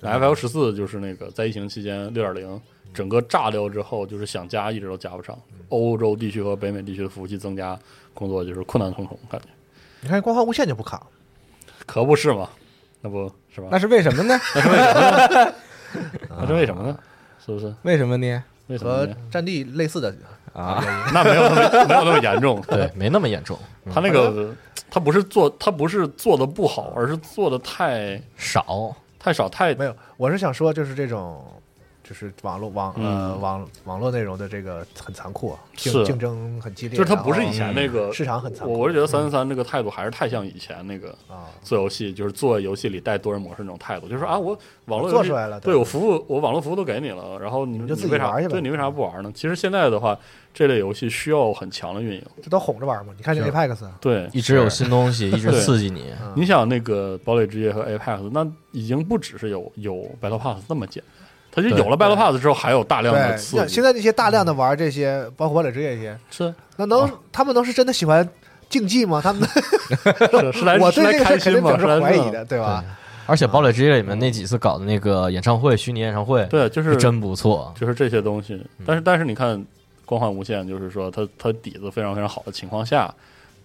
[SPEAKER 4] 的。F L 十四就是那个在疫情期间六点零整个炸掉之后，就是想加一直都加不上，欧洲地区和北美地区的服务器增加工作就是困难重重，感觉
[SPEAKER 5] 你看光靠无线就不卡，
[SPEAKER 4] 可不是嘛？那不是吧？
[SPEAKER 1] 那是为什么呢？
[SPEAKER 4] 那是为什么呢？是不是？
[SPEAKER 1] 为什么呢？
[SPEAKER 4] 为什么
[SPEAKER 5] 和
[SPEAKER 4] 呢？
[SPEAKER 5] 战地类似的
[SPEAKER 1] 啊，
[SPEAKER 4] 那没有那么没有那么严重，
[SPEAKER 2] 对，没那么严重，
[SPEAKER 4] 他那个他不是做他不是做的不好，而是做的太
[SPEAKER 2] 少。
[SPEAKER 4] 太少太
[SPEAKER 5] 没有，我是想说，就是这种，就是网络网呃
[SPEAKER 4] 嗯
[SPEAKER 5] 网网络内容的这个很残酷啊，竞
[SPEAKER 4] 是
[SPEAKER 5] 竞争很激烈，
[SPEAKER 4] 就是他不是
[SPEAKER 5] 然
[SPEAKER 4] 以
[SPEAKER 5] 后
[SPEAKER 4] 前那个
[SPEAKER 5] 市场很残
[SPEAKER 4] 我
[SPEAKER 5] 酷嗯
[SPEAKER 4] 我是觉得三三三这个态度还是太像以前那个
[SPEAKER 5] 啊，
[SPEAKER 4] 做游戏，就是做游戏里带多人模式那种态度，就是说啊，我网络
[SPEAKER 5] 做
[SPEAKER 4] 游戏
[SPEAKER 5] 出来了
[SPEAKER 4] 对
[SPEAKER 5] 对
[SPEAKER 4] 我服务，我网络服务都给你了，然后你
[SPEAKER 5] 们
[SPEAKER 4] 们
[SPEAKER 5] 就自己
[SPEAKER 4] 为啥
[SPEAKER 5] 玩去吧
[SPEAKER 4] 对你为啥不玩呢？其实现在的话，这类游戏需要很强的运营。
[SPEAKER 5] 这都哄着玩嘛。你看这
[SPEAKER 1] 是
[SPEAKER 5] Apex，啊
[SPEAKER 4] 对，
[SPEAKER 2] 一直有新东 西，一直
[SPEAKER 4] 对
[SPEAKER 2] 刺激你。
[SPEAKER 5] 嗯
[SPEAKER 4] 你想那个堡垒之夜和 Apex，那已经不只是有有 Battle Pass 那么简单，它就有了 Battle Pass 之后，还有大量的
[SPEAKER 5] 对，
[SPEAKER 4] 刺
[SPEAKER 5] 像
[SPEAKER 4] 激嗯
[SPEAKER 5] 现。在这些大量的玩这些，包括堡垒之夜这些，
[SPEAKER 4] 是啊
[SPEAKER 5] 那能他们能是真的喜欢竞技吗？他们
[SPEAKER 4] 是是来
[SPEAKER 5] 我
[SPEAKER 4] 是
[SPEAKER 5] 对
[SPEAKER 4] 来
[SPEAKER 5] 这个
[SPEAKER 4] 开
[SPEAKER 5] 事
[SPEAKER 4] 心
[SPEAKER 5] 肯定
[SPEAKER 4] 吗？
[SPEAKER 5] 表
[SPEAKER 4] 是嗯
[SPEAKER 5] 示
[SPEAKER 4] 来
[SPEAKER 5] 怀疑
[SPEAKER 4] 热闹
[SPEAKER 5] 的，对吧？
[SPEAKER 2] 而且《堡垒之夜》里面那几次搞的那个演唱会，虚拟演唱会，
[SPEAKER 4] 对，就是
[SPEAKER 2] 真不错。
[SPEAKER 4] 就是这些东
[SPEAKER 1] 嗯
[SPEAKER 4] 西。但是但是你看，光环无限就是说它它底子非常非常好的情况下，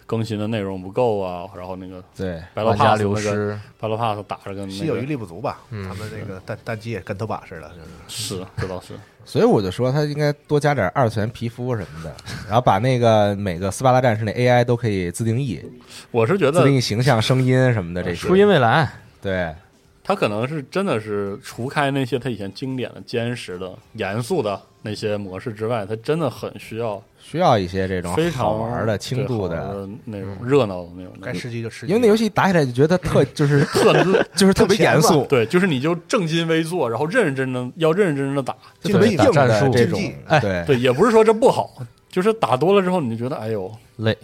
[SPEAKER 4] 更新的内容不够啊，然后那个
[SPEAKER 1] 对，
[SPEAKER 4] Battle
[SPEAKER 2] 玩家
[SPEAKER 4] Pass
[SPEAKER 2] 流
[SPEAKER 4] 那个
[SPEAKER 2] 失，
[SPEAKER 4] Battle Pass 打着跟
[SPEAKER 5] 心
[SPEAKER 4] 那
[SPEAKER 5] 有余
[SPEAKER 4] 个
[SPEAKER 5] 力不足吧？
[SPEAKER 4] 嗯
[SPEAKER 5] 他们那个蛋蛋鸡也跟头把似的，就是
[SPEAKER 4] 是，这倒是，
[SPEAKER 1] 所以我就说他应该多加点二次元皮肤什么的， 然后把那个每个斯巴达战士那 AI 都可以自定义，
[SPEAKER 4] 我是觉
[SPEAKER 1] 自
[SPEAKER 4] 得
[SPEAKER 1] 定义形象、声音什么的这
[SPEAKER 4] 啊
[SPEAKER 1] 些。
[SPEAKER 2] 初音未来，
[SPEAKER 1] 对，
[SPEAKER 4] 他可能是真的是除开那些他以前经典的、坚实的、严肃的那些模式之外，他真的很需要
[SPEAKER 1] 需要一些这种
[SPEAKER 4] 非常
[SPEAKER 1] 好玩的、轻度
[SPEAKER 4] 对好
[SPEAKER 1] 的，嗯
[SPEAKER 4] 玩的那种热闹的那种
[SPEAKER 5] 该
[SPEAKER 4] 东西，
[SPEAKER 5] 吃鸡就吃鸡。
[SPEAKER 1] 因为那游戏打起来就觉得 特就是
[SPEAKER 4] 特
[SPEAKER 1] 就是特别严肃，
[SPEAKER 4] 对，就是你就正襟危坐，然后认认真真要认认真真的打，
[SPEAKER 5] 竞技
[SPEAKER 1] 硬的这
[SPEAKER 5] 竞
[SPEAKER 1] 种
[SPEAKER 5] 技，
[SPEAKER 2] 哎
[SPEAKER 1] 对，
[SPEAKER 4] 对，也不是说这不好，就是打多了之后你就觉得哎呦，
[SPEAKER 2] 累，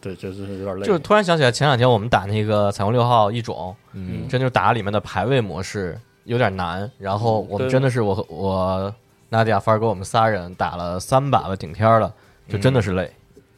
[SPEAKER 4] 对，这是有点累，
[SPEAKER 2] 就是突然想起来前两天我们打那个彩虹六号一种，
[SPEAKER 1] 嗯，
[SPEAKER 2] 真就是打里面的排位模式有点难，然后我们
[SPEAKER 4] 嗯对
[SPEAKER 2] 真的是我和我娜迪亚、凡尔哥我们仨人打了三把吧，顶天儿了，就真的是累。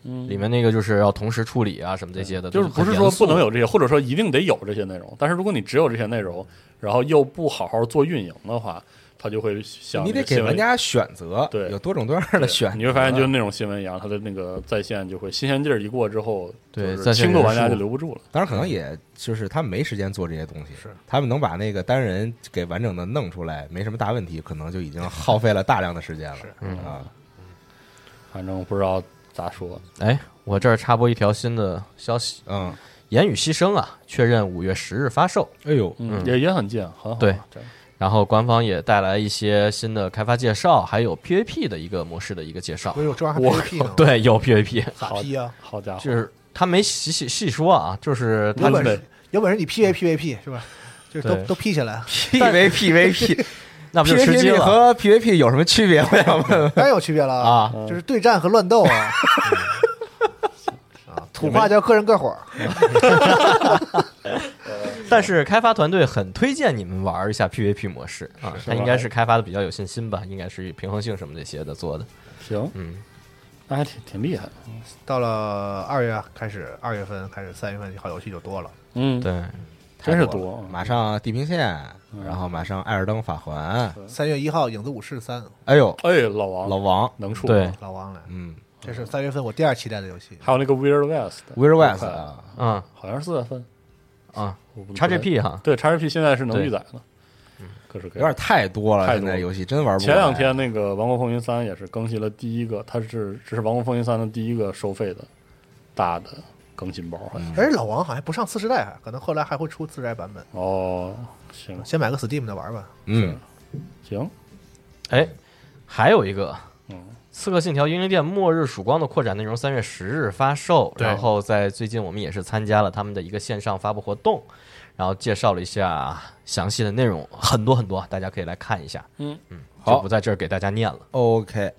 [SPEAKER 4] 嗯
[SPEAKER 2] 里面那个就是要同时处理啊什么这些的，
[SPEAKER 4] 就是
[SPEAKER 2] 很
[SPEAKER 4] 不是
[SPEAKER 2] 严
[SPEAKER 4] 说
[SPEAKER 2] 肃
[SPEAKER 4] 不能有这些，或者说一定得有这些内容，但是如果你只有这些内容，然后又不好好做运营的话，他就会像
[SPEAKER 1] 你得
[SPEAKER 4] 那个
[SPEAKER 1] 给
[SPEAKER 4] 新
[SPEAKER 1] 玩
[SPEAKER 4] 闻
[SPEAKER 1] 家选择，
[SPEAKER 4] 对
[SPEAKER 1] 有多种多样的
[SPEAKER 4] 对
[SPEAKER 1] 选择，
[SPEAKER 4] 你会发现就是那种新闻一样，他的那个在线就会新鲜劲儿一过之后，
[SPEAKER 2] 对
[SPEAKER 4] 就是
[SPEAKER 2] 在线
[SPEAKER 4] 轻度
[SPEAKER 2] 人
[SPEAKER 4] 玩家
[SPEAKER 2] 数
[SPEAKER 4] 就留不住了。
[SPEAKER 1] 当然，可能也就是他们没时间做这些东西，是他们能把那个单人给完整的弄出来，没什么大问题，可能就已经耗费了大量的时间了。
[SPEAKER 2] 嗯
[SPEAKER 1] 啊，
[SPEAKER 4] 反正不知道咋说，
[SPEAKER 2] 哎，我这儿插播一条新的消息，
[SPEAKER 1] 嗯，
[SPEAKER 2] 言语牺牲啊，确认五月十日发售。
[SPEAKER 1] 哎呦，
[SPEAKER 4] 嗯，
[SPEAKER 2] 嗯
[SPEAKER 4] 也也很近，很好啊。
[SPEAKER 2] 对
[SPEAKER 4] 这样，
[SPEAKER 2] 然后官方也带来一些新的开发介绍，还有 PVP 的一个模式的一个介绍
[SPEAKER 5] 我。有这玩意
[SPEAKER 4] 我
[SPEAKER 5] 儿还 PVP 呢，，
[SPEAKER 2] 对，有 PVP，
[SPEAKER 5] 咋 P 啊？
[SPEAKER 4] 好家伙，
[SPEAKER 2] 就是他没细细细说啊，就是他
[SPEAKER 5] 有本
[SPEAKER 4] 对
[SPEAKER 5] 事有本事你 P A P V P 是吧？就是都
[SPEAKER 2] 对
[SPEAKER 5] 都 P 起 来，
[SPEAKER 1] PVPVP
[SPEAKER 2] 那不就吃鸡
[SPEAKER 1] PVP
[SPEAKER 2] 了
[SPEAKER 1] 和 PVP 有什么区别？我想问问。
[SPEAKER 5] 当然有区别了
[SPEAKER 2] 啊？
[SPEAKER 5] 就是对战和乱斗啊。啊，土话叫个人个火，
[SPEAKER 2] 但是开发团队很推荐你们玩一下 PVP 模式啊，他应该是开发的比较有信心吧，应该是平衡性什么这些的做的。
[SPEAKER 4] 行，
[SPEAKER 2] 嗯，
[SPEAKER 4] 那还挺挺厉害的。
[SPEAKER 5] 到了二月啊开始，二月份开始，三月份好游戏就多了。
[SPEAKER 4] 嗯，
[SPEAKER 2] 对，
[SPEAKER 4] 真 是
[SPEAKER 1] 太
[SPEAKER 4] 多嗯
[SPEAKER 1] 了
[SPEAKER 4] 啊。
[SPEAKER 1] 马上《地平线》，然后马上《艾尔登法环》。
[SPEAKER 5] 三月一号，《影子武士三》
[SPEAKER 1] 哎呦，
[SPEAKER 4] 哎，嗯老王，
[SPEAKER 1] 老王，
[SPEAKER 4] 能出
[SPEAKER 2] 对
[SPEAKER 5] 老汪来，
[SPEAKER 1] 嗯
[SPEAKER 5] 这是三月份我第二期待的游戏。
[SPEAKER 4] 还有那个 Weird West，
[SPEAKER 1] ，Weird West
[SPEAKER 4] 快了
[SPEAKER 1] 啊，
[SPEAKER 2] 嗯
[SPEAKER 4] 好像是四月份
[SPEAKER 2] 啊
[SPEAKER 4] 我不
[SPEAKER 2] ，XGP 哈，
[SPEAKER 4] 对 XGP 现在是能
[SPEAKER 2] 对
[SPEAKER 4] 预载的，各式
[SPEAKER 1] 嗯
[SPEAKER 4] 各
[SPEAKER 1] 有
[SPEAKER 4] 样
[SPEAKER 1] 点。太多了，
[SPEAKER 4] 太多
[SPEAKER 1] 现在游戏真玩不过
[SPEAKER 4] 前
[SPEAKER 1] 来。
[SPEAKER 4] 两天那
[SPEAKER 1] 啊
[SPEAKER 4] 个《王国风云三》也是更新了第一个，它是这是《王国风云三》的第一个收费的大的更新包，
[SPEAKER 1] 嗯
[SPEAKER 4] 好像是。
[SPEAKER 5] 而且老王好像不上次世代，啊可能后来还会出次世代版本。
[SPEAKER 4] 哦，行
[SPEAKER 5] 先买个 Steam 的玩吧。
[SPEAKER 1] 嗯，
[SPEAKER 4] 行，
[SPEAKER 2] 哎，还有一个，
[SPEAKER 4] 嗯
[SPEAKER 2] 刺客信条：英灵殿末日曙光》的扩展内容三月十日发售，
[SPEAKER 6] 对
[SPEAKER 2] 然后在最近我们也是参加了他们的一个线上发布活动，然后介绍了一下详细的内容，很多很多，大家可以来看一下。
[SPEAKER 4] 嗯
[SPEAKER 2] 嗯，
[SPEAKER 1] 好
[SPEAKER 2] 就不在这儿给大家念了
[SPEAKER 1] OK，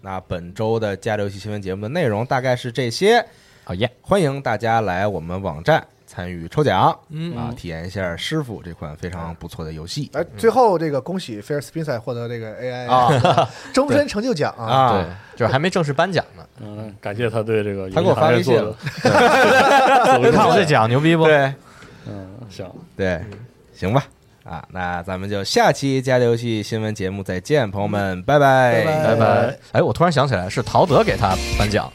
[SPEAKER 1] 那本周的加流游戏新闻节目的内容大概是这些，
[SPEAKER 2] 好耶！
[SPEAKER 1] 欢迎大家来我们网站参与抽奖，嗯啊，体验一下《师傅》这款非常不错的游戏
[SPEAKER 5] 哎，最后这个恭喜菲尔斯宾塞获得这个 AI 啊 终身成就奖啊！
[SPEAKER 1] 啊。
[SPEAKER 2] 对，就是还没正式颁奖呢。
[SPEAKER 4] 嗯，感谢他对这个
[SPEAKER 1] 他给我发微信了
[SPEAKER 4] 游戏行
[SPEAKER 2] 你看我这奖牛逼不？
[SPEAKER 1] 对
[SPEAKER 4] 嗯，行，
[SPEAKER 1] 对，行吧啊，那咱们就下期加流游戏新闻节目再见，朋友们，拜拜
[SPEAKER 5] 拜
[SPEAKER 2] 拜拜！哎，我突然想起来是陶德给他颁奖，